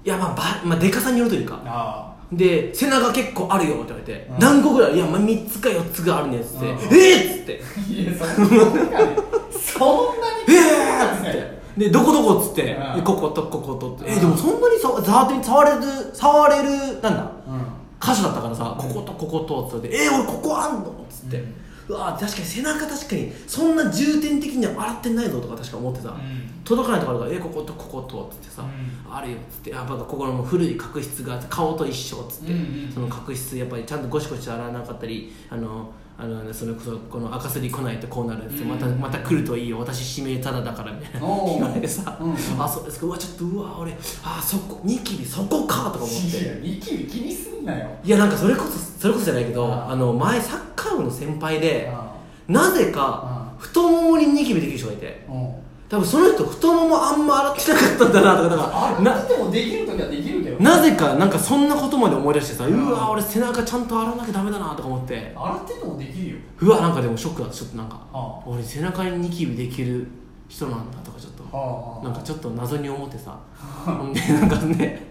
いやまあば、まあ、でかさによるというかあで背中結構あるよって言われて、うん何個ぐらいいや、まあ、3つか4つがあるねっつって、うんえっ、っつってあいやそんなにそんなにえーっつってでどこどこっつって、うんでこことこことって、えうんでもそんなにさざーっとに触れる触れるなんだうん箇所だったからさこことこことっつってえー、俺ここあんのっつって、ううんわー確かに背中確かにそんな重点的には洗ってないぞとか確か思ってた、ん届かないところが「えー、こことここと」っつってさ、うあるよっつってやっぱここの古い角質が顔と一緒っつって、うんうんうんその角質やっぱりちゃんとゴシゴシ洗わなかったりあのあのそれこそこの赤すり来ないとこうなるっつって、うんうまんたまた来るといいよ私指名ただだからみたいなおー言われてさ、うんうんあそうですかうわちょっとうわ俺あそこニキビそこかとか思っいやてニキビ気にすんなよいやなんかそれこそそれこそじゃないけどああーの前サッカー部の先輩であなぜかあ太ももにニキビできる人がいてうん多分その人太ももあんま洗ってなかったんだなとかだあかられななでもできる時はできるけどなぜかなんかそんなことまで思い出してさ、ううんわ俺背中ちゃんと洗わなきゃダメだなとか思って洗っててもできるようわなんかでもショックだったちょっとなんかあ俺背中にニキビできる人なんだとかちょっあとあなんかちょっと謎に思ってさほんでなんかね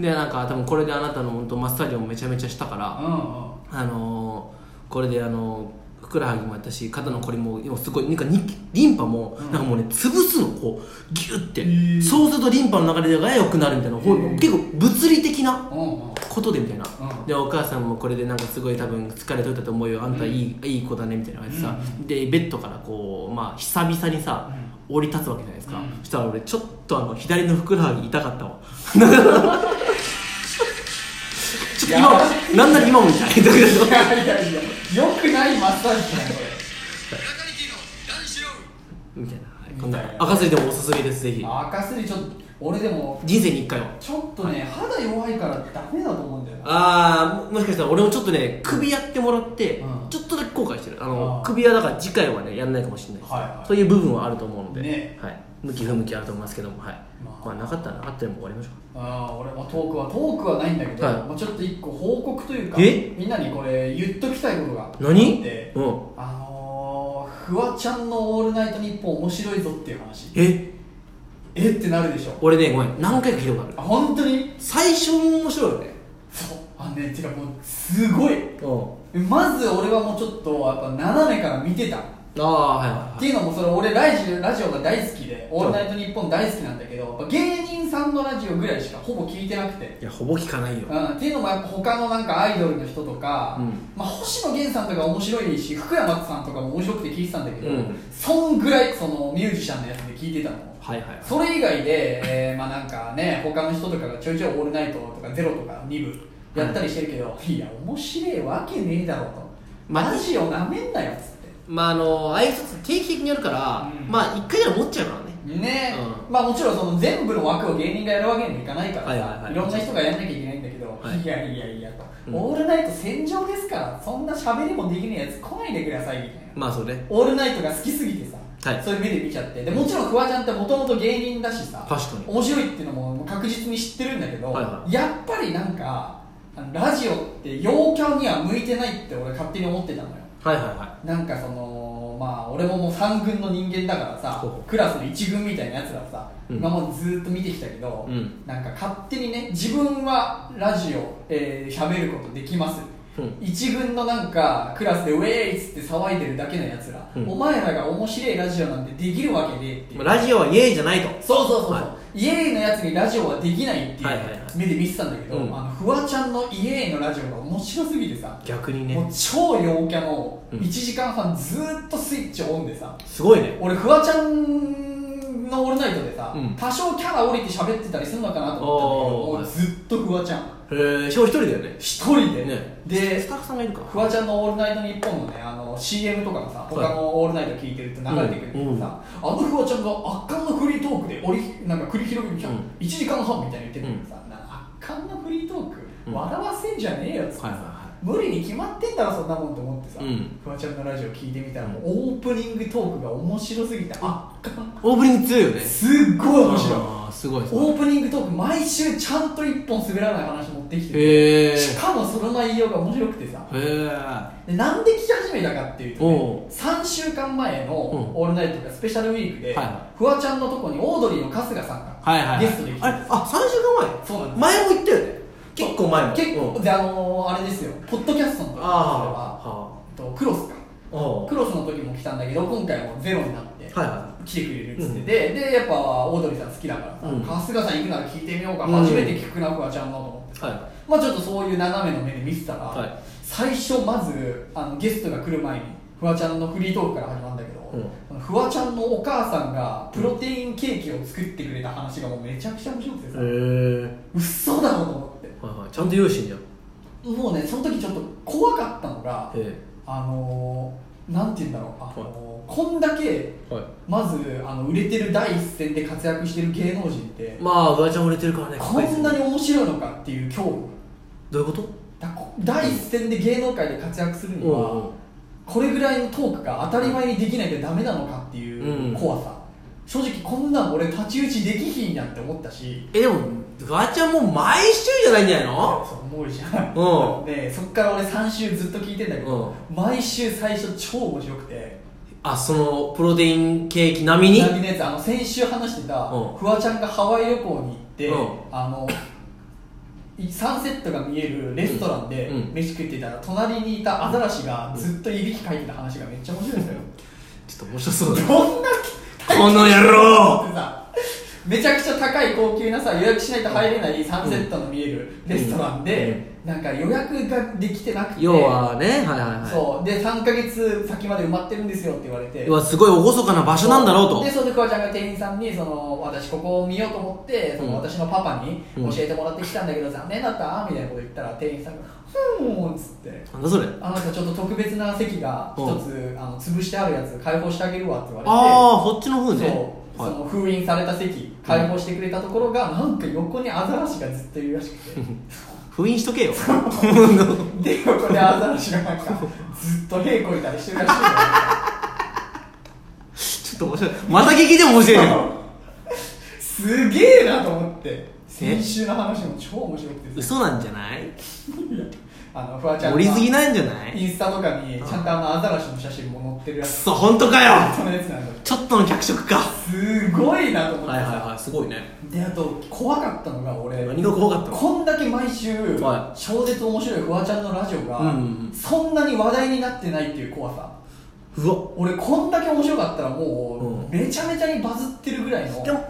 でなんか多分これであなたの本当マッサージもめちゃめちゃしたからああのー、これであのーふくらはぎもやったし肩のこりも今すごいなんかにリンパもうんなんかもうね潰すのこうギュッて、ーそうするとリンパの流れが良くなるみたいな、ほんへー結構物理的なうんうんうんことでみたいな、うんでお母さんもこれでなんかすごい多分疲れとったと思うよあんたいい,、いい子だねみたいな感じでさ、でベッドからこうまあ久々にさ、降り立つわけじゃないですか、うんそしたら俺ちょっとあの左のふくらはぎ痛かった わちょっと今もやばなんなら今も痛いんだけどいやいやいやよくないマッサージじゃないこブラタニティの男子ロウみたいな、はい、こんな赤すりでもおすすめですぜひれ赤すりちょっと俺でも人生に一回はちょっとね肌弱いからダメだと思うんだよなああもしかしたら俺もちょっとね首やってもらって、うんちょっとだけ後悔してるあのあー首はだから次回はねやんないかもしれないです、はいはいそういう部分はあると思うので、ねはい、向き不向きあると思いますけどもはい、ままああ、なかったらなかったでも終わりましょああ俺もトークはトークはないんだけど、はいもうちょっと一個報告というかえみんなにこれ言っときたいことがう何でうんあのー、フワちゃんの「オールナイトニッポン」面白いぞっていう話ええってなるでしょ俺ねごめん何回か聞いたことあある本当に最初も面白いよねそうあねてかもうすごいうんまず俺はもうちょっとやっぱ斜めから見てたああはいっはていいうのもそれ俺ラジオラジオが大好きで「オールナイトニッポン」大好きなんだけどやっぱ芸人さんのラジオぐらいしかほぼ聞いてなくて、いやほぼ聞かないようん、っていうのもやっぱ他のなんかアイドルの人とか、うんまあ、星野源さんとか面白いし福山さんとかも面白くて聞いてたんだけど、うんそんぐらいそのミュージシャンのやつで聞いてたのはいはいはいそれ以外で、えーまあなんかね他の人とかがちょいちょい「オールナイト」とか「ゼロとか「2部やったりしてるけど、い、や面白いわけねえだろうと、まあラジオなめんなよっつってまああのああいう人って定期的にやるから、うんまあ一回でも持っちゃうからねねうまあもちろんその全部の枠を芸人がやるわけにもいかないからさ、はいいはいはいろんな人がやらなきゃいけないんだけど、はいい、やいやいやと、うんオールナイト戦場ですからそんな喋りもできないやつ来ないでくださいみたいな、まあそうねオールナイトが好きすぎてさ、はいそういう目で見ちゃってでもちろんフワちゃんってもともと芸人だしさ確かに面白いっていうのも確実に知ってるんだけど、はいはやっぱりなんかあのラジオって陽キャには向いてないって俺勝手に思ってたのよはいはいはなんかそのまあ俺ももう3軍の人間だからさほうクラスの1軍みたいなやつらをさ、うん今までずっと見てきたけど、うんなんか勝手にね自分はラジオ喋、えー、喋ることできます、うん一1軍のなんかクラスでウェーイっつって騒いでるだけのやつら、うんお前らが面白いラジオなんてできるわけねえっていういラジオはイエーイじゃないとそうそうそうそう、はイエーイのやつにラジオはできないっていうはいはいはい目で見てたんだけど、うんあのフワちゃんのイエーイのラジオが面白すぎてさ逆にもうね超陽キャのうん1時間半ずーっとスイッチオンでさ、すごいね俺フワちゃんの「オールナイト」でさ、うん多少キャラ降りて喋ってたりするのかなと思ったんだけどもうずっとフワちゃんへえしかも一人だよね一人で、ねでスタッフさんがいるかフワちゃんの「オールナイトニッポン」のねあの CM とかがさ他の「オールナイト」聞いてると流れてくるけどさ、あのフワちゃんが圧巻のフリートークで折りなんか繰り広げるキャうん1時間半みたいに言ってるけどさ、な圧巻のフリートークうん笑わせんじゃねえよっつってさ、はいはいは無理に決まってんだろそんなもんと思ってさ、うんフワちゃんのラジオ聞いてみたら、うんもうオープニングトークが面白すぎて圧巻オープニング強いよねすっごい面白いあーすごいすごいオープニングトーク毎週ちゃんと1本滑らない話持ってきててへえしかもその内容が面白くてさへえでなんで聞き始めたかっていうと、おね、3週間前の「うんオールナイト」がスペシャルウィークで、はいはフワちゃんのとこにオードリーの春日さんが、はいはいはいゲストで来てあれあ三週そうな間んです前前も言ったよね結構前も結構、うんであのーあれですよポッドキャストの時それあはーはえっとクロスかあおクロスの時も来たんだけど今回もゼロになって、はいは来てくれるっつって、うんででやっぱオードリーさん好きだからさ、うん春日さん行くなら聞いてみようか、うん初めて聞くなフワちゃんのと思って、はまあちょっとそういう斜めの目で見てたら、はい最初まずあのゲストが来る前にフワちゃんのフリートークから始まるんだけど、フワちゃんのお母さんがプロテインケーキを作ってくれた話がもうめちゃくちゃ面白くてさ、へえ嘘だろうと思ってはいはいちゃんと用意してんじゃんへもうねその時ちょっと怖かったのがあのー、なんて言うんだろうあのーこんだけえはいまずあの売れてる第一線で活躍してる芸能人ってまあフワちゃん売れてるからねこんなにど面白いのかっていう恐怖ういうことだこ第一線で芸能界で活躍するには、うんうんこれぐらいのトークが当たり前にできなきゃダメなのかっていう怖さ、正直こんなん俺太刀打ちできひんやんって思ったしえでもフワちゃんもう毎週じゃないんじゃないのそう思うじゃん、うでそっから俺3週ずっと聞いてんだけど、毎週最初超面白くてあそのプロテインケーキ並みに並みのやつあの先週話してた、うんフワちゃんがハワイ旅行に行って、うんあのいサンセットが見えるレストランでうんうん飯食ってたら隣にいたアザラシがずっといびきかいてた話がめっちゃ面白いんだよ、ちょっと面白そうだねどんなこの野郎ってさめちゃくちゃ高い高級なさ予約しないと入れないサンセットの見えるレストランで、なんか予約ができてなくて 要はねはいはいはいそうで3か月先まで埋まってるんですよって言われて要はすごい厳かな場所なんだろうとでそれでフワちゃんが店員さんにその私ここを見ようと思ってそうんの私のパパにうん教えてもらってきたんだけど残念だったみたいなこと言ったら店員さんが「ふーん」っつってなんだそれあなたちょっと特別な席が一つ、あの潰してあるやつ開放してあげるわって言われてああこっちの風ねそう、はいその封印された席開放してくれたところが、なんか横にアザラシがずっといるらしくて封印しと けよで横でアザラシがなん かずっと屁こいたりしてるらしいのよちょっと面白いまた聞いても面白いじゃ んすげえなと思って先週の話も超面白くてさ嘘なんじゃないいやあのフワちゃん盛がりすぎないんじゃないインスタとかにちゃんとあのアザラシの写真も載ってるやくつそ本当かよそのやつなんだちょっとの脚色かすごいなと思ってはいはいさはいすごいねであと怖かったのが俺何が怖かったのこんだけ毎週は超絶面白いフワちゃんのラジオうんがうんうんそんなに話題になってないっていう怖さうわ俺こんだけ面白かったらもうんうめちゃめちゃにバズってるぐらいでものあんまりや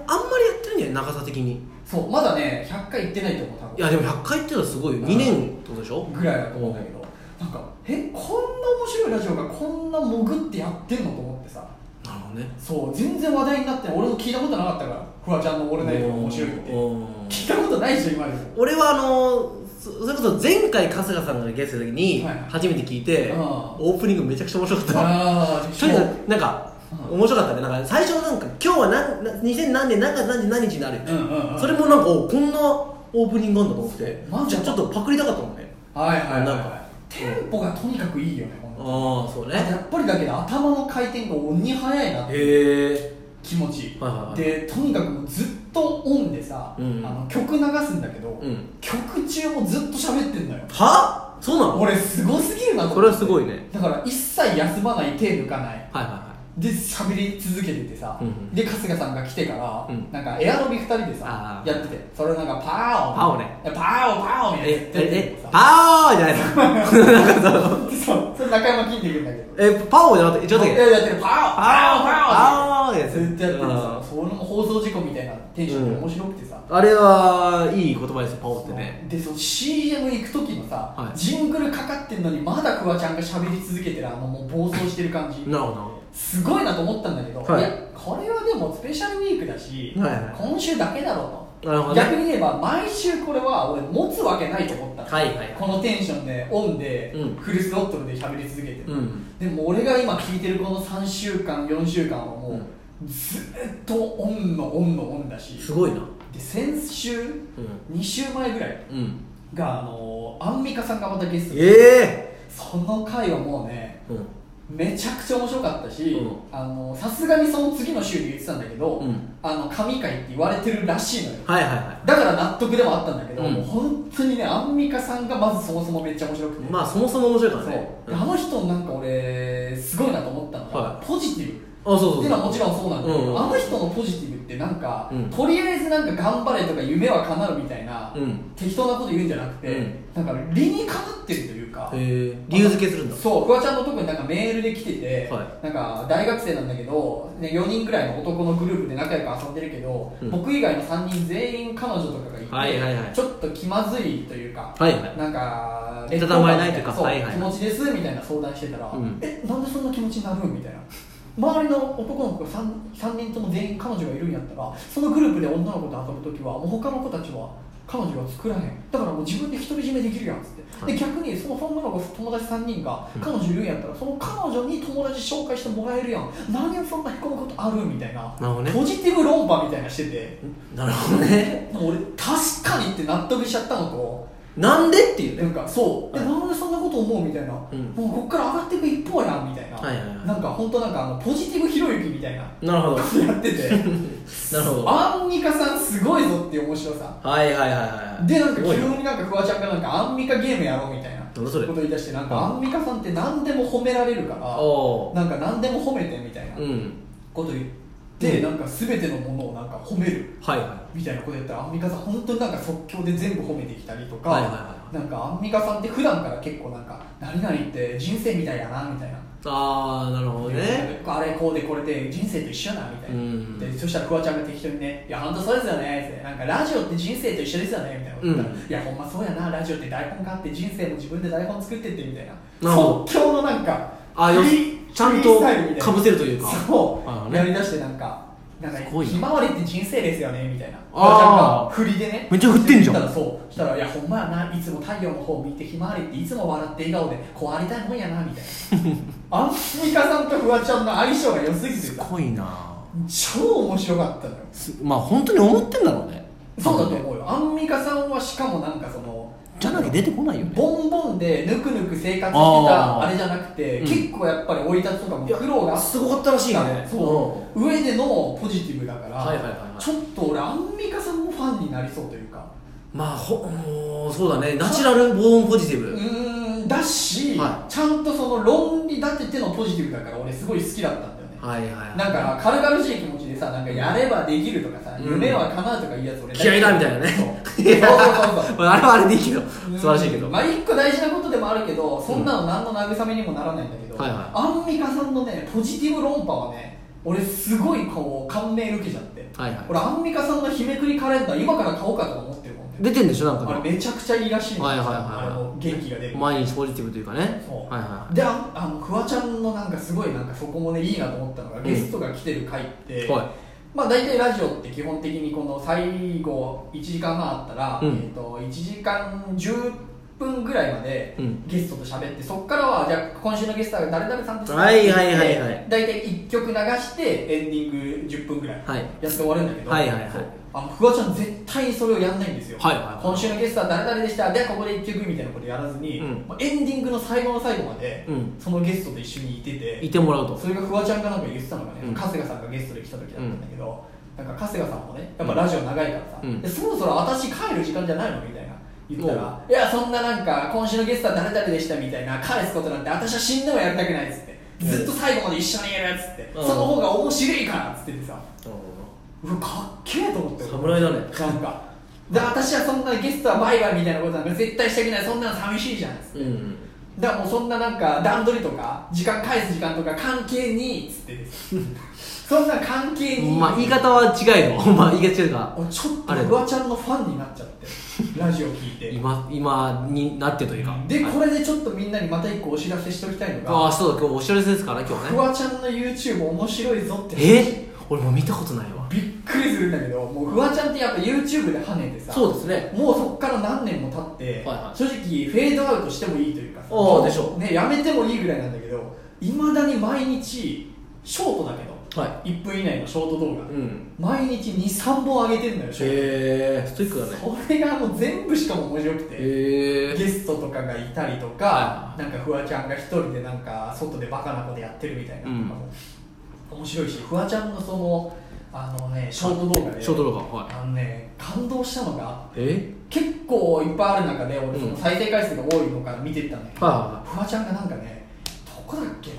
ってるんじゃない長さ的にそうまだね100回いってないと思う多分いやでも100回ってのはすごいようん2年ってことでしょぐらいだと思うんだけどなんかえこんな面白いラジオがこんな潜ってやってんのと思ってさなるほどねそう全然話題になってない俺も聞いたことなかったからフワちゃんの「俺のイトが面白いってうん聞いたことないでしょ今まで俺はあのそそれこそ前回春日さんがゲストの時にはいはい初めて聞いて、うんオープニングめちゃくちゃ面白かったああとにかくなんか、うん面白かったねなんか最初なんか今日は何な2000何年何月何時何日になるよね、うんうんうんそれもなんかおこんなオープニングあんだと思ってマジじゃあちょっとパクりたかったもんねはいはいはいなんはかいテンポがとにかくいいよねほんあとあそうねやっぱりだけど頭の回転が鬼早いなっへてえ気持ちはいはいはいでとにかくもうずっとオンでさあうんの曲流すんだけどうん曲中もずっと喋ってんのよはそうなの俺すごすぎるなとこ思ってれはすごいねだから一切休まない手抜かないはいはいはいで喋り続けててさ、うんうんで春日さんが来てから、うんなんかエアロビ2人でさあーやっててそれなんかパーオパオねえパオパオみたいなやえつやっててええさパオじゃ ないのそうそれ中山聞いてくんだけどえパオじゃなくて一応だけいややってるパオパオパオあーあーずっとやっててあさその放送事故みたいなテンションで面白くてさ、あれはいい言葉ですよパオってねでその CM 行く時のさ、はいジングルかかってんのにまだフワちゃんが喋り続けてるあのもう暴走してる感じなるほどすごいなと思ったんだけど、はいいやこれはでもスペシャルウィークだし、はいはい今週だけだろうとなるほどね逆に言えば毎週これは俺持つわけないと思ったの、はいはいこのテンションでオンで、うんフルスロットルで喋り続けてる、うんでも俺が今聞いてるこの3週間4週間はもう、うんずっとオンのオンのオンだしすごいなで先週、2週前ぐらいうんがあのアンミカさんがまたゲストでえその回はもうねえうんめちゃくちゃ面白かったしうんあのさすがにその次の週に言ってたんだけど、うんあの神回って言われてるらしいのよはいはいはだから納得でもあったんだけど、うんもう本当にねアンミカさんがまずそもそもめっちゃ面白くていまあそもそも面白いかそらうねでうんああの人なんか俺すごいなと思ったのが、はポジティブそうそうっそうていうのはもちろんそうなんだけど、うんうんあの人のポジティブってなんか、うんとりあえずなんか頑張れとか夢は叶うみたいな、うん適当なこと言うんじゃなくて、なんか理にかなってるというか、へえ理由付けするんだそうフワちゃんのとこになんかメールで来てて、はなんか大学生なんだけど、ね、4人くらいの男のグループで仲良く遊んでるけど、うん僕以外の3人全員彼女とかがいて、はいはいはいちょっと気まずいというか、はいはいなんかいたたまれないというかそうはいはい気持ちですみたいな相談してたら、うんえなんでそんな気持ちになるんみたいな。周りの男の子 3, 3人とも全員彼女がいるんやったらそのグループで女の子と遊ぶ時はもう他の子たちは彼女は作らへんだからもう自分で独り占めできるやんっつって、はいで逆にその女の子友達3人が彼女いるんやったらその彼女に友達紹介してもらえるやん何をそんなへこむことあるみたいななるほどねポジティブ論破みたいなしててなるほどね俺確かにって納得しちゃったのとなんでっていうなんねかそう、えはいなんでそんなこと思うみたいな、うんもうこっから上がっていく一方やんみたいな、はいはいはいなんか本当なんかあのポジティブひろゆきみたいななるほどやっ ててなるほどアンミカさんすごいぞっていう面白さはいはいはいはいでなんかす急ごいになんかフワちゃんがなんかアンミカゲームやろうみたいななんだそれこと言い出してなんかうアンミカさんって何でも褒められるからおーなんか何でも褒めてみたいなうんこと言って、なんか全てのものをなんか褒めるはいはみたいなことやったらアンミカさん本当になんか即興で全部褒めてきたりとか、はいはいはいなんかアンミカさんって普段から結構なんか何々って人生みたいやなみたいな。いああなるほどねあれこうでこれで人生と一緒やなみたいな、うんでそしたらフワちゃんが適当にね「いや本当そうですよね」ってなんかラジオって人生と一緒ですよね」みたいなこと言ったら、うんいやほんまそうやなラジオって台本があって人生も自分で台本作ってって」みたいななるほど即興のなんかあよフリーちゃんフリーとスタイルみたいなかぶせるというかそう、ねやりだしてなんかなんかすごいなひまわりって人生ですよねみたいなあーフワちゃんが振りでねめっちゃ振ってんじゃん振たらそうしたら「いやほんまやないつも太陽の方を見てひまわりっていつも笑って笑顔でこうありたいもんやな」みたいなアンミカさんとフワちゃんの相性が良すぎてすさごいな超面白かったのよすまあ本当に思ってんだろうねそうだと思うよアンミカさんはしかもなんかそのじゃなきゃ出てこないよねボンボンでぬくぬく生活してあたーあれじゃなくて、うん結構やっぱり生い立ちとかもいや苦労があっすごかったらしいねそう、上でのポジティブだから、はいはいはいはいちょっと俺アンミカさんもファンになりそうというかまあほもうそうだねナチュラルボーンポジティうブーんだし、はちゃんとその論理立ててのポジティブだから俺すごい好きだったんだよねはいはいなんか軽々しい気持ちでさなんかやればできるとかさ、うん夢は叶うとかいうやつ俺気合いだみたいなねそうそうそうそうまああれはあれでいいけど 素晴らしいけどまあ一個大事なことでもあるけどそんなの何の慰めにもならないんだけど、うんはいはいアンミカさんのねポジティブ論破はね俺すごいこう感銘受けちゃって、はいはい俺アンミカさんの日めくりカレンダー今から買おうかとか思ってるもんね出てんでしょなんかあれめちゃくちゃいいらしいんですよはいはいはいはいあの元気が出る毎日ポジティブというかねそうはいはでああのフワちゃんのなんかすごいなんかそこもねいいなと思ったのが、ゲストが来てる回って、はいまあ大体ラジオって基本的にこの最後1時間半あったら、うんえー、と1時間10分ぐらいまでうんゲストと喋って、そこからはじゃあ今週のゲストは誰々さんですかはいはいはいはい大体1曲流してエンディング10分ぐらいはいやって終わるんだけど、はいはいはいそうあのフワちゃん絶対それをやんないんですよ、はいはいはい今週のゲストは誰々でしたでここで1曲みたいなことやらずに、うんまあエンディングの最後の最後まで、うんそのゲストと一緒にいてていいてもらうとそれがフワちゃんがなんか言ってたのがね、うん春日さんがゲストで来た時だったんだけど、なんか春日さんもねやっぱラジオ長いからさ、うんでそろそろ私帰る時間じゃないのみたいな言っおたら「いやそんななんか今週のゲストは誰々でした」みたいな返すことなんて私は死んでもやりたくないっつってうんずっと最後まで一緒にやるっつって、うんその方が面白いからっつっててさうわかっけえと思って侍だねなんかで私はそんなゲストはバイバイみたいなことなんか絶対したくないそんなの寂しいじゃんっつってうんだからもうそんななんか段取りとか時間返す時間とか関係にっつってですそんな関係にまあ言い方は違いの まあ言い方違うか俺ちょっとあれフワちゃんのファンになっちゃってラジオ聞いて今今になってというかではいこれでちょっとみんなにまた一個お知らせしておきたいのあがあそうだ今日お知らせですからね今日フねワちゃんの YouTube 面白いぞってえ俺もう見たことないわびっくりするんだけどもうフワちゃんってやっぱ YouTube で跳ねてさそうですねもうそこから何年も経って、はいはい正直フェードアウトしてもいいというかさああでしょね、やめてもいいぐらいなんだけどいまだに毎日ショートだけどは1分以内のショート動画、うん毎日23本上げてんだよショーへえストイックだねトそれがもう全部しかも面白くて、へえゲストとかがいたりとはか、なんかフワちゃんが一人でなんか外でバカなことやってるみたいなのとかも、面白いしフワちゃんのそのあのねショート動画でショート動画はいあのね感動したのがえ結構いっぱいある中で俺そうんの再生回数が多いのから見てったんだけど、はいはいはフワちゃんがなんかねどこだっけな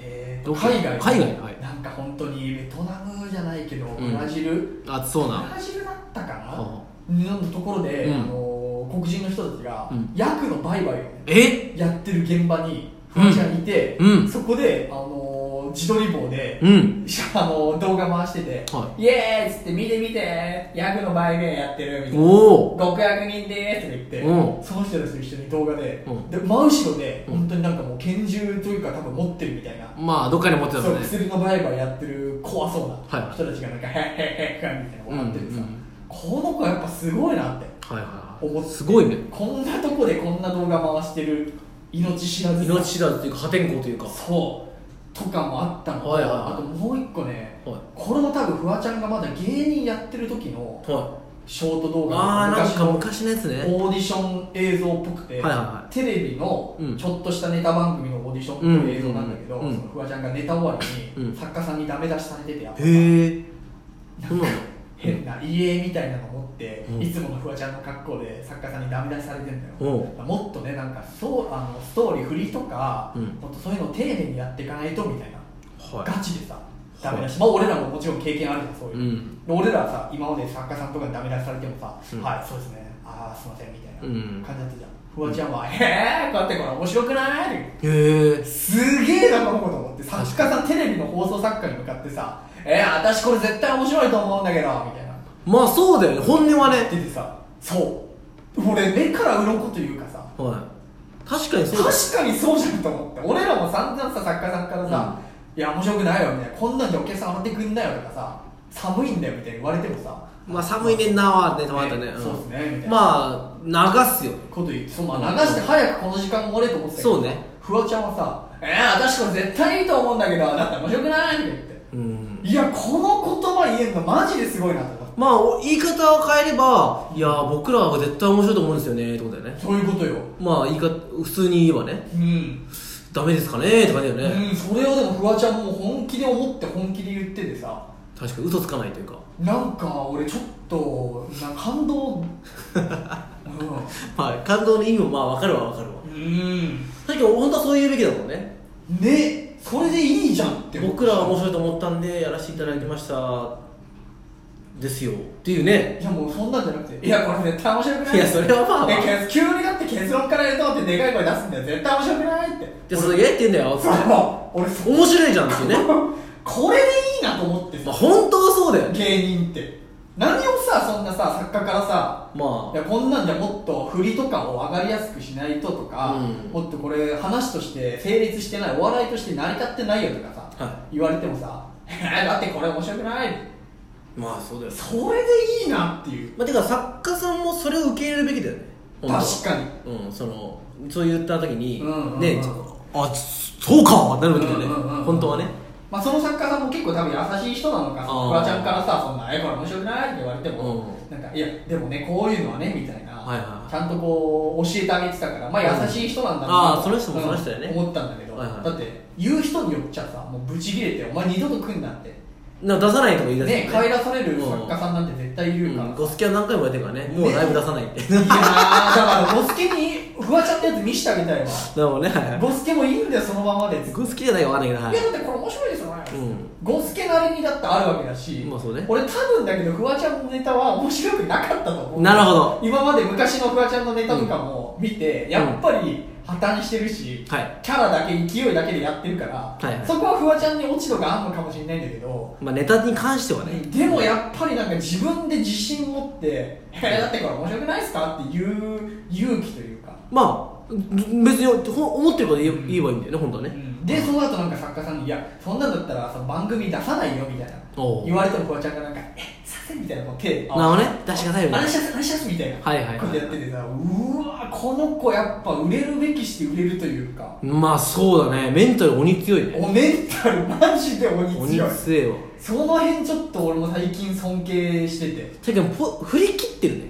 えーとどこ海外海外はいなんか本当にベトナムじゃないけどんブラジル、あそうブなラジルだったかははなのところで、うんあの黒人の人たちが、うんヤクの売買をねえやってる現場にフワちゃんいて、うんうんそこで、あの自撮り棒で、うんあの動画回してて、はイエーイっつって見て見てヤクの売名やってるみたいなおお極悪人でーすって言って、うその人たちと一緒に動画で、うんで真後ろで、うん本当になんかもう拳銃というか多分持ってるみたいな、まあどっかに持ってたそんうね薬の売買やってる怖そうはない人たちがなんか「へっへっへっへ」みたいなの笑っててさ、うんうんうんこの子やっぱすごいなってはいはい思はっいてすごいねこんなとこでこんな動画回してる命知らずさ命知らずというか破天荒というかそうとかもあったのと、はいはいはいあともう一個ねはいこれも多分フワちゃんがまだ芸人やってる時のはショート動い画ああなん昔かの昔のやつねオーディション映像っぽくて、はいはいはテレビのうんちょっとしたネタ番組のオーディションの映像なんだけど、うんうんうんうんそのフワちゃんがネタ終わりうにん作家さんにダメ出しされててやっぱへえそうなんだ変な家みたいなの持って、うんいつものフワちゃんの格好で作家さんにダメ出しされてんだよ、おうもっとねなんかそうあのストーリー振りとか、うんもっとそういうのを丁寧にやっていかないとみたいな、はいガチでさダメ出し、まあ俺らももちろん経験あるじゃんそういうの、うんで俺らはさ今まで作家さんとかにダメ出しされてもさ、うんはいそうですねああすいませんみたいなうん感じだったじゃん、フワちゃんは「へえこうやってこれ面白くない?」へえすげえなこの子と思って作家さんテレビの放送作家に向かってさ「えー、私これ絶対面白いと思うんだけど」みたいなまあそうだよね本音はね出てさそう俺目から鱗というかさはい確かにそうだ確かにそうじゃんと思って俺らも散々さ作家さんからさ「いや面白くないよ」みたいな「こんなんじゃお客さん笑ってくんないよ」とかさ「寒いんだよ」みたいに言われてもさまあ寒いねんなはねたまったねねんそうっすねみたいなまあ流すよこと言ってそうまあ流して早くこの時間終われと思ってたけどそうねフワちゃんはさ「えー、私これ絶対いいと思うんだけどだって面白くない?」って言ってうんいやこの言葉言えるのマジですごいなと思ってまあお言い方を変えればいやー僕らは絶対面白いと思うんですよねってことだよねそういうことよまあ言い方普通に言えばねうん、ダメですかねって感じだよねうん、それをでもフワちゃんも本気で思って本気で言っててさ確かに嘘つかないというかなんか俺ちょっとな感動うんまあ感動の意味もまあ分かるは分かるわうん最近本当はそう言うべきだもんねねそれでいいじゃんって思って僕らは面白いと思ったんでやらせていただきましたですよっていうねいやもうそんなんじゃなくていやこれ絶対面白くないいやそれはまあまあえけ急にだって結論から言うとってでかい声出すんだよ絶対面白くないってでそれやってんだよ それも俺そ面白いじゃんっていうねこれでいいなと思ってまあさ本当はそうだよね芸人って何をさそんなさ作家からさまいやこんなんじゃもっと振りとかを上がりやすくしないととか、うんもっとこれ話として成立してないお笑いとして成り立ってないよとかさ、は言われてもさだってこれ面白くないあまあそうだよそれでいいなっていうまあてか作家さんもそれを受け入れるべきだよね確かににうんそのそう言った時に、うんうんうんねちょあそうかなるべきだよね、うんうんうんうん本当はねまあ、その作家さんも結構多分優しい人なのかあーフワちゃんからさ「そんなえこれ面白くない?」って言われても、うなんか「いやでもねこういうのはね」みたいな、はいはいちゃんとこう教えてあげてたからまあ優しい人なんだうんあーその人もその人だよねうん思ったんだけど、はいはいだって言う人によっちゃさもうブチ切れて「お前二度と来んな」ってなんか出さないとか言い出すねよ帰らされる作家さんなんて絶対いるから、うんゴスキャ何回もやってるからねもうライブ出さないって、いやーだからボスケにフワちゃんってやつ見してあげたいわなる ほどねはいはいボスケもいいんだよそのままでゴスキじゃないかわかんないけどはいいやだってこれ面白いですよね、うんゴスケなりにだってあるわけだし、まあそうね俺多分だけどフワちゃんのネタは面白くなかったと思うなるほど今まで昔のフワちゃんのネタとかも見て、んやっぱり破綻してるし、はいキャラだけ勢いだけでやってるから、いはいそこはフワちゃんに落ち度があるのかもしれないんだけど、まあネタに関してはねでもやっぱりなんか自分で自信持って「えだってこれ面白くないですか?」っていう勇気というか、まあ別にほ思ってること言え言えばいいんだよね本当はね、でその後なんか作家さんに「いやそんなんだったらその番組出さないよ」みたいなおう言われてもフワちゃんがなんか「えさせ」みたいなこう手なるほどね出してくださいよねあれしゃすあれしゃすみたいなはいはいはいことやっててさうわこの子やっぱ売れるべきして売れるというかまあそうだねメンタル鬼強いねおメンタルマジで鬼鬼強い強いわその辺ちょっと俺も最近尊敬してて最近ポ振り切ってるね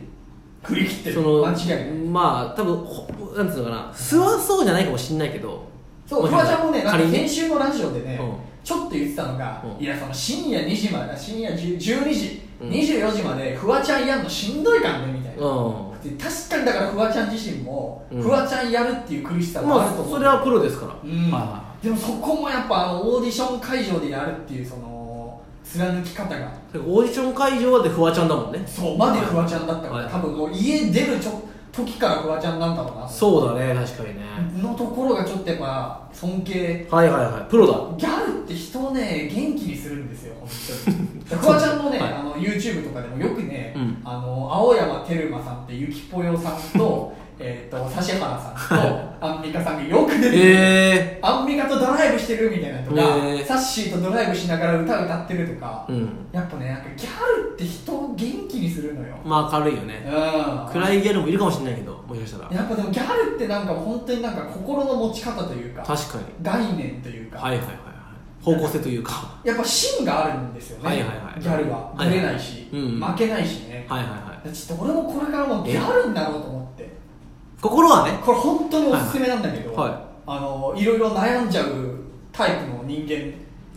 振り切ってるその間違いないまあ多分ほなんつうのかな素はそうじゃないかもしれないけどそう、フまあワちゃんもね、なん仮かに先週のラジオでね、うんちょっと言ってたのが、うんいや、その深夜2時まで、深夜10 12時、うん24時まで、フワちゃんやんのしんどいからね、みたいな。うで確かにだからフワちゃん自身も、うんフワちゃんやるっていう苦しさんまはああると思う、それはプロですから、うんはいはでもそこもやっぱあのオーディション会場でやるっていうその貫き方がいオーディション会場はでフワちゃんだもんねそうまでフワちゃんだったから、はい多分もう家出るちょ時からフワちゃんなんだろうなそうだね確かにね、のところがちょっとやっぱ尊敬はいはいはいプロだギャルって人をね元気にするんですよ本 当にフワちゃんもね、はいあの YouTube とかでもよくね、うんあの青山テルマさんってゆきぽよさん とえーと指原さんとアンミカさんがよく出てくる、えアンミカとドライブしてるみたいなとか、えーサッシーとドライブしながら歌歌ってるとか、ー、うんやっぱねなんかギャルって人を元気にするのよ、まあ明るいようんね、暗いギャルもいるかもしれないけどもしかしたらやっぱでもギャルってなんか本当になんか心の持ち方というか確かに概念というか、はいはいはいはい方向性というかやっぱ芯があるんですよね、はいはいはいギャルははいぶれないし、うん負けないしね、はいはいはいちょっと俺もこれからもうギャルになろうと思って心はねこれ本当におすすめなんだけど、はいはいあのいろいろ悩んじゃうタイプの人間、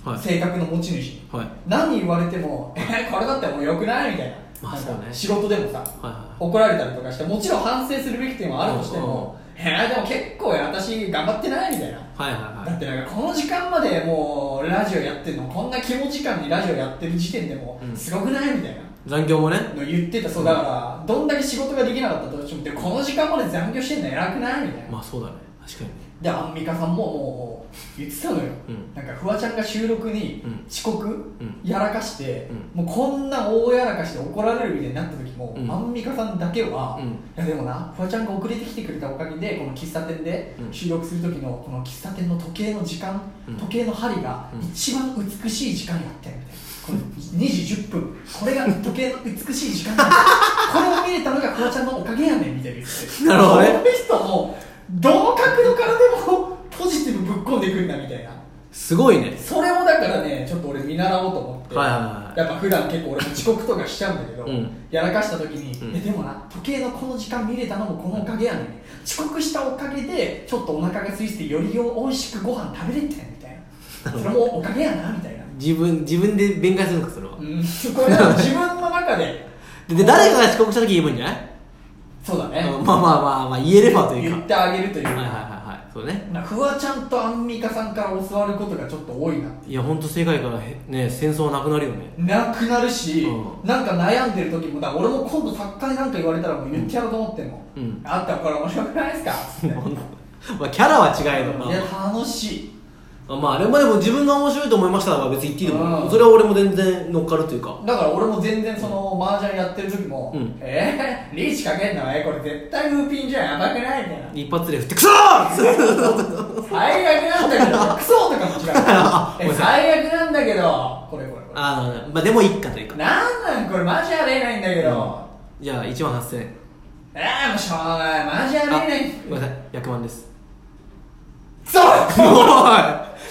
はい性格の持ち主にはい何言われても「えこれだってもうよくない?」みたいな,、まあそうね仕事でもさ、はいはい怒られたりとかしてもちろん反省するべき点はあるとしても「えでも結構私頑張ってない」みたいなはいはいだってなんかこの時間までもうラジオやってるのこんな肝時間にラジオやってる時点でもうんすごくないみたいな残業もねの言ってたそうだからどんだけ仕事ができなかったとしてもでこの時間まで残業してんの偉くないみたいな、まあそうだね確かにねでアンミカさんももう言ってたのよ、うんなんかフワちゃんが収録にうん遅刻、んやらかして、もうこんな大やらかして怒られるみたいになった時も、うんアンミカさんだけは、うんいやでもなフワちゃんが遅れてきてくれたおかげでこの喫茶店でうん収録する時のこの喫茶店の時計の時間、うん時計の針がうん一番美しい時間やってんみたいな。この2時10分これが時計の美しい時間 なんだこれを見れたのがフワちゃんのおかげやねんみたいな言っててなるほどねこの人もどの角度からでもポジティブぶっ込んでいくんだみたいなすごいねそれをだからねちょっと俺見習おうと思って、はいはいはいやっぱ普段結構俺も遅刻とかしちゃうんだけど、うんやらかした時に、うんえでもな時計のこの時間見れたのもこのおかげやねん遅刻したおかげでちょっとお腹が空いてより美味しくご飯食べれてんみたいなそれもおかげやな みたいな、自分自分で弁解するのかそれはうん、これは自分の中ででで誰かが遅刻した時言えばいいんじゃないそうだねまあまあまあまあ言えればというか言ってあげるというはいはいはいかはいそうねなフワちゃんとアンミカさんから教わることがちょっと多いないや本当世界からへね戦争はなくなるよねなくなるし、うなんか悩んでる時もだから俺も今度作家になんか言われたらもう言ってやろうと思ってんの、うんあったらこれ面白くないですかつってまあキャラは違えどいまや楽しいあまああれもでも自分が面白いと思いましたら別に言っていいと思うんうそれは俺も全然乗っかるというかだから俺も全然その麻雀やってる時も「うんえー、リーチかけんのえこれ絶対ウーピンじゃんやばくない?」みたいな一発で振ってクソー「最悪なんだけ どクソ!」とかも違うあえごめんなさ最悪なんだけどこれこれこれああまあでもいいかというかなんなんこれマジやれないんだけど、じゃあ1万8000円えー、もうしょうがないマジやれあないごめんなさい100万です クソおい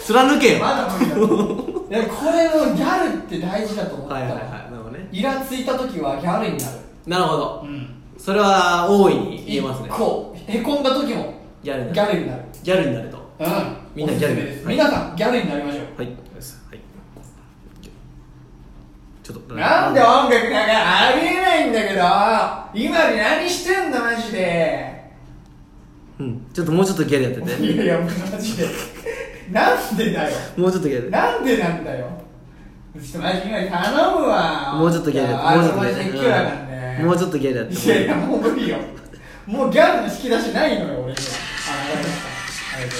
貫けよまはだ無理だいやこれもギャルって大事だと思いったはわいはいなるほどねイラついた時はギャルになるなるほどうんそれは大いに言えますねこうへこんだ時もギャルにギなるャルになるギャルになるとうんみんなギャルおすすめですはい皆さんギャルになりましょうはいはいちょっとなんで音楽なんかありえないんだけど今何してんのマジでうんちょっともうちょっとギャルやってて いやいやマジでなんでだよもうちょっとギャルなんでなんだよちょっとマジ今頼むわもうちょっとギャルやっあてーもうちょっとギャこれル説教だからやっねてもうちょっとギャルやっていやいやもう無理よもうギャルの引き出しないのよ俺にはあわかりましたありがとう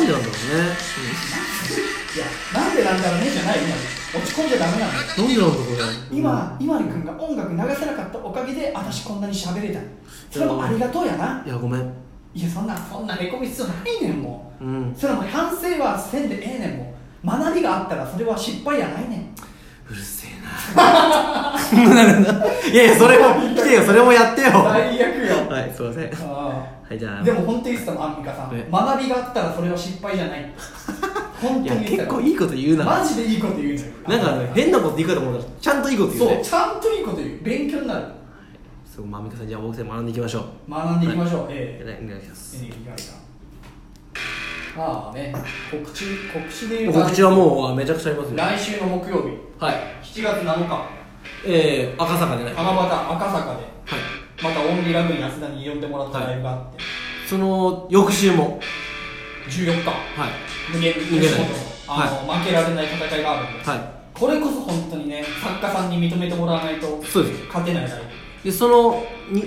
なんざいますでなんだろうねいやなんでなんだろうねじゃない今落ち込んじゃダメなうのんなんでなんだこれ今伊万里君が音楽流せなかったおかげで私こんなに喋れたそれもありがとうやないやごめんいやそんなそんなへこみ必要ないねんもうんうそれはもう反省はせんでええねんもう学びがあったらそれは失敗やないねんうるせえな いやいやそれも来てよそれもやってよは最悪よいすいませんあはいじゃああでも本当に言ってたもんアンミカさんえ学びがあったらそれは失敗じゃない 本い当やに言って結たも構んいいこと言うなマジでいいこと言うのよなんかね変なこと言うかと思ったらちゃんといいこと言うそうねちゃんといいこと言う勉強になるそうまみかさんじゃあ僕で学んでいきましょう学んでいきましょう、ええはいお願いしますエネルギーがあるからまあね告知告知で言うと告知はもうめちゃくちゃありますよ来週の木曜日はい7月7日えー、赤坂でねはい花畑赤坂でまたオンリーラグに安田に呼んでもらったライブがあって、その翌週も14日はい無限無限吉本のあの、負けられない戦いがあるんで、はこれこそ本当にね作家さんに認めてもらわないといそうです勝てないライでそのに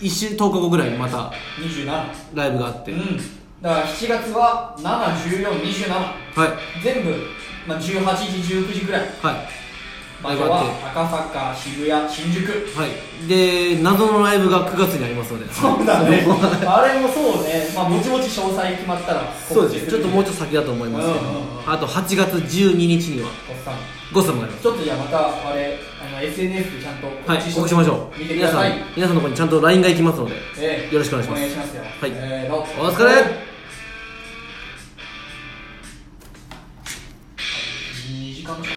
1週10日後ぐらいにまたブ27ライブがあって、うはいんだから7月は71427全部、まあ、18時19時ぐらいはい場所は赤坂渋谷新宿はいで謎のライブが9月にありますのでそうだ ねあれもそうねまあもちもち詳細決まったらそうですちょっともうちょっっと先だと思いますけど、うんうんうんあと8月12日にはとおっさんゴッサムがありますちょっとじゃあまたあれあの SNS でちゃんとはい告知しましょう見てください皆さん皆さんのところにちゃんと LINE が行きますのでええよろしくお願いしますお願いしますよはいせーのお疲れ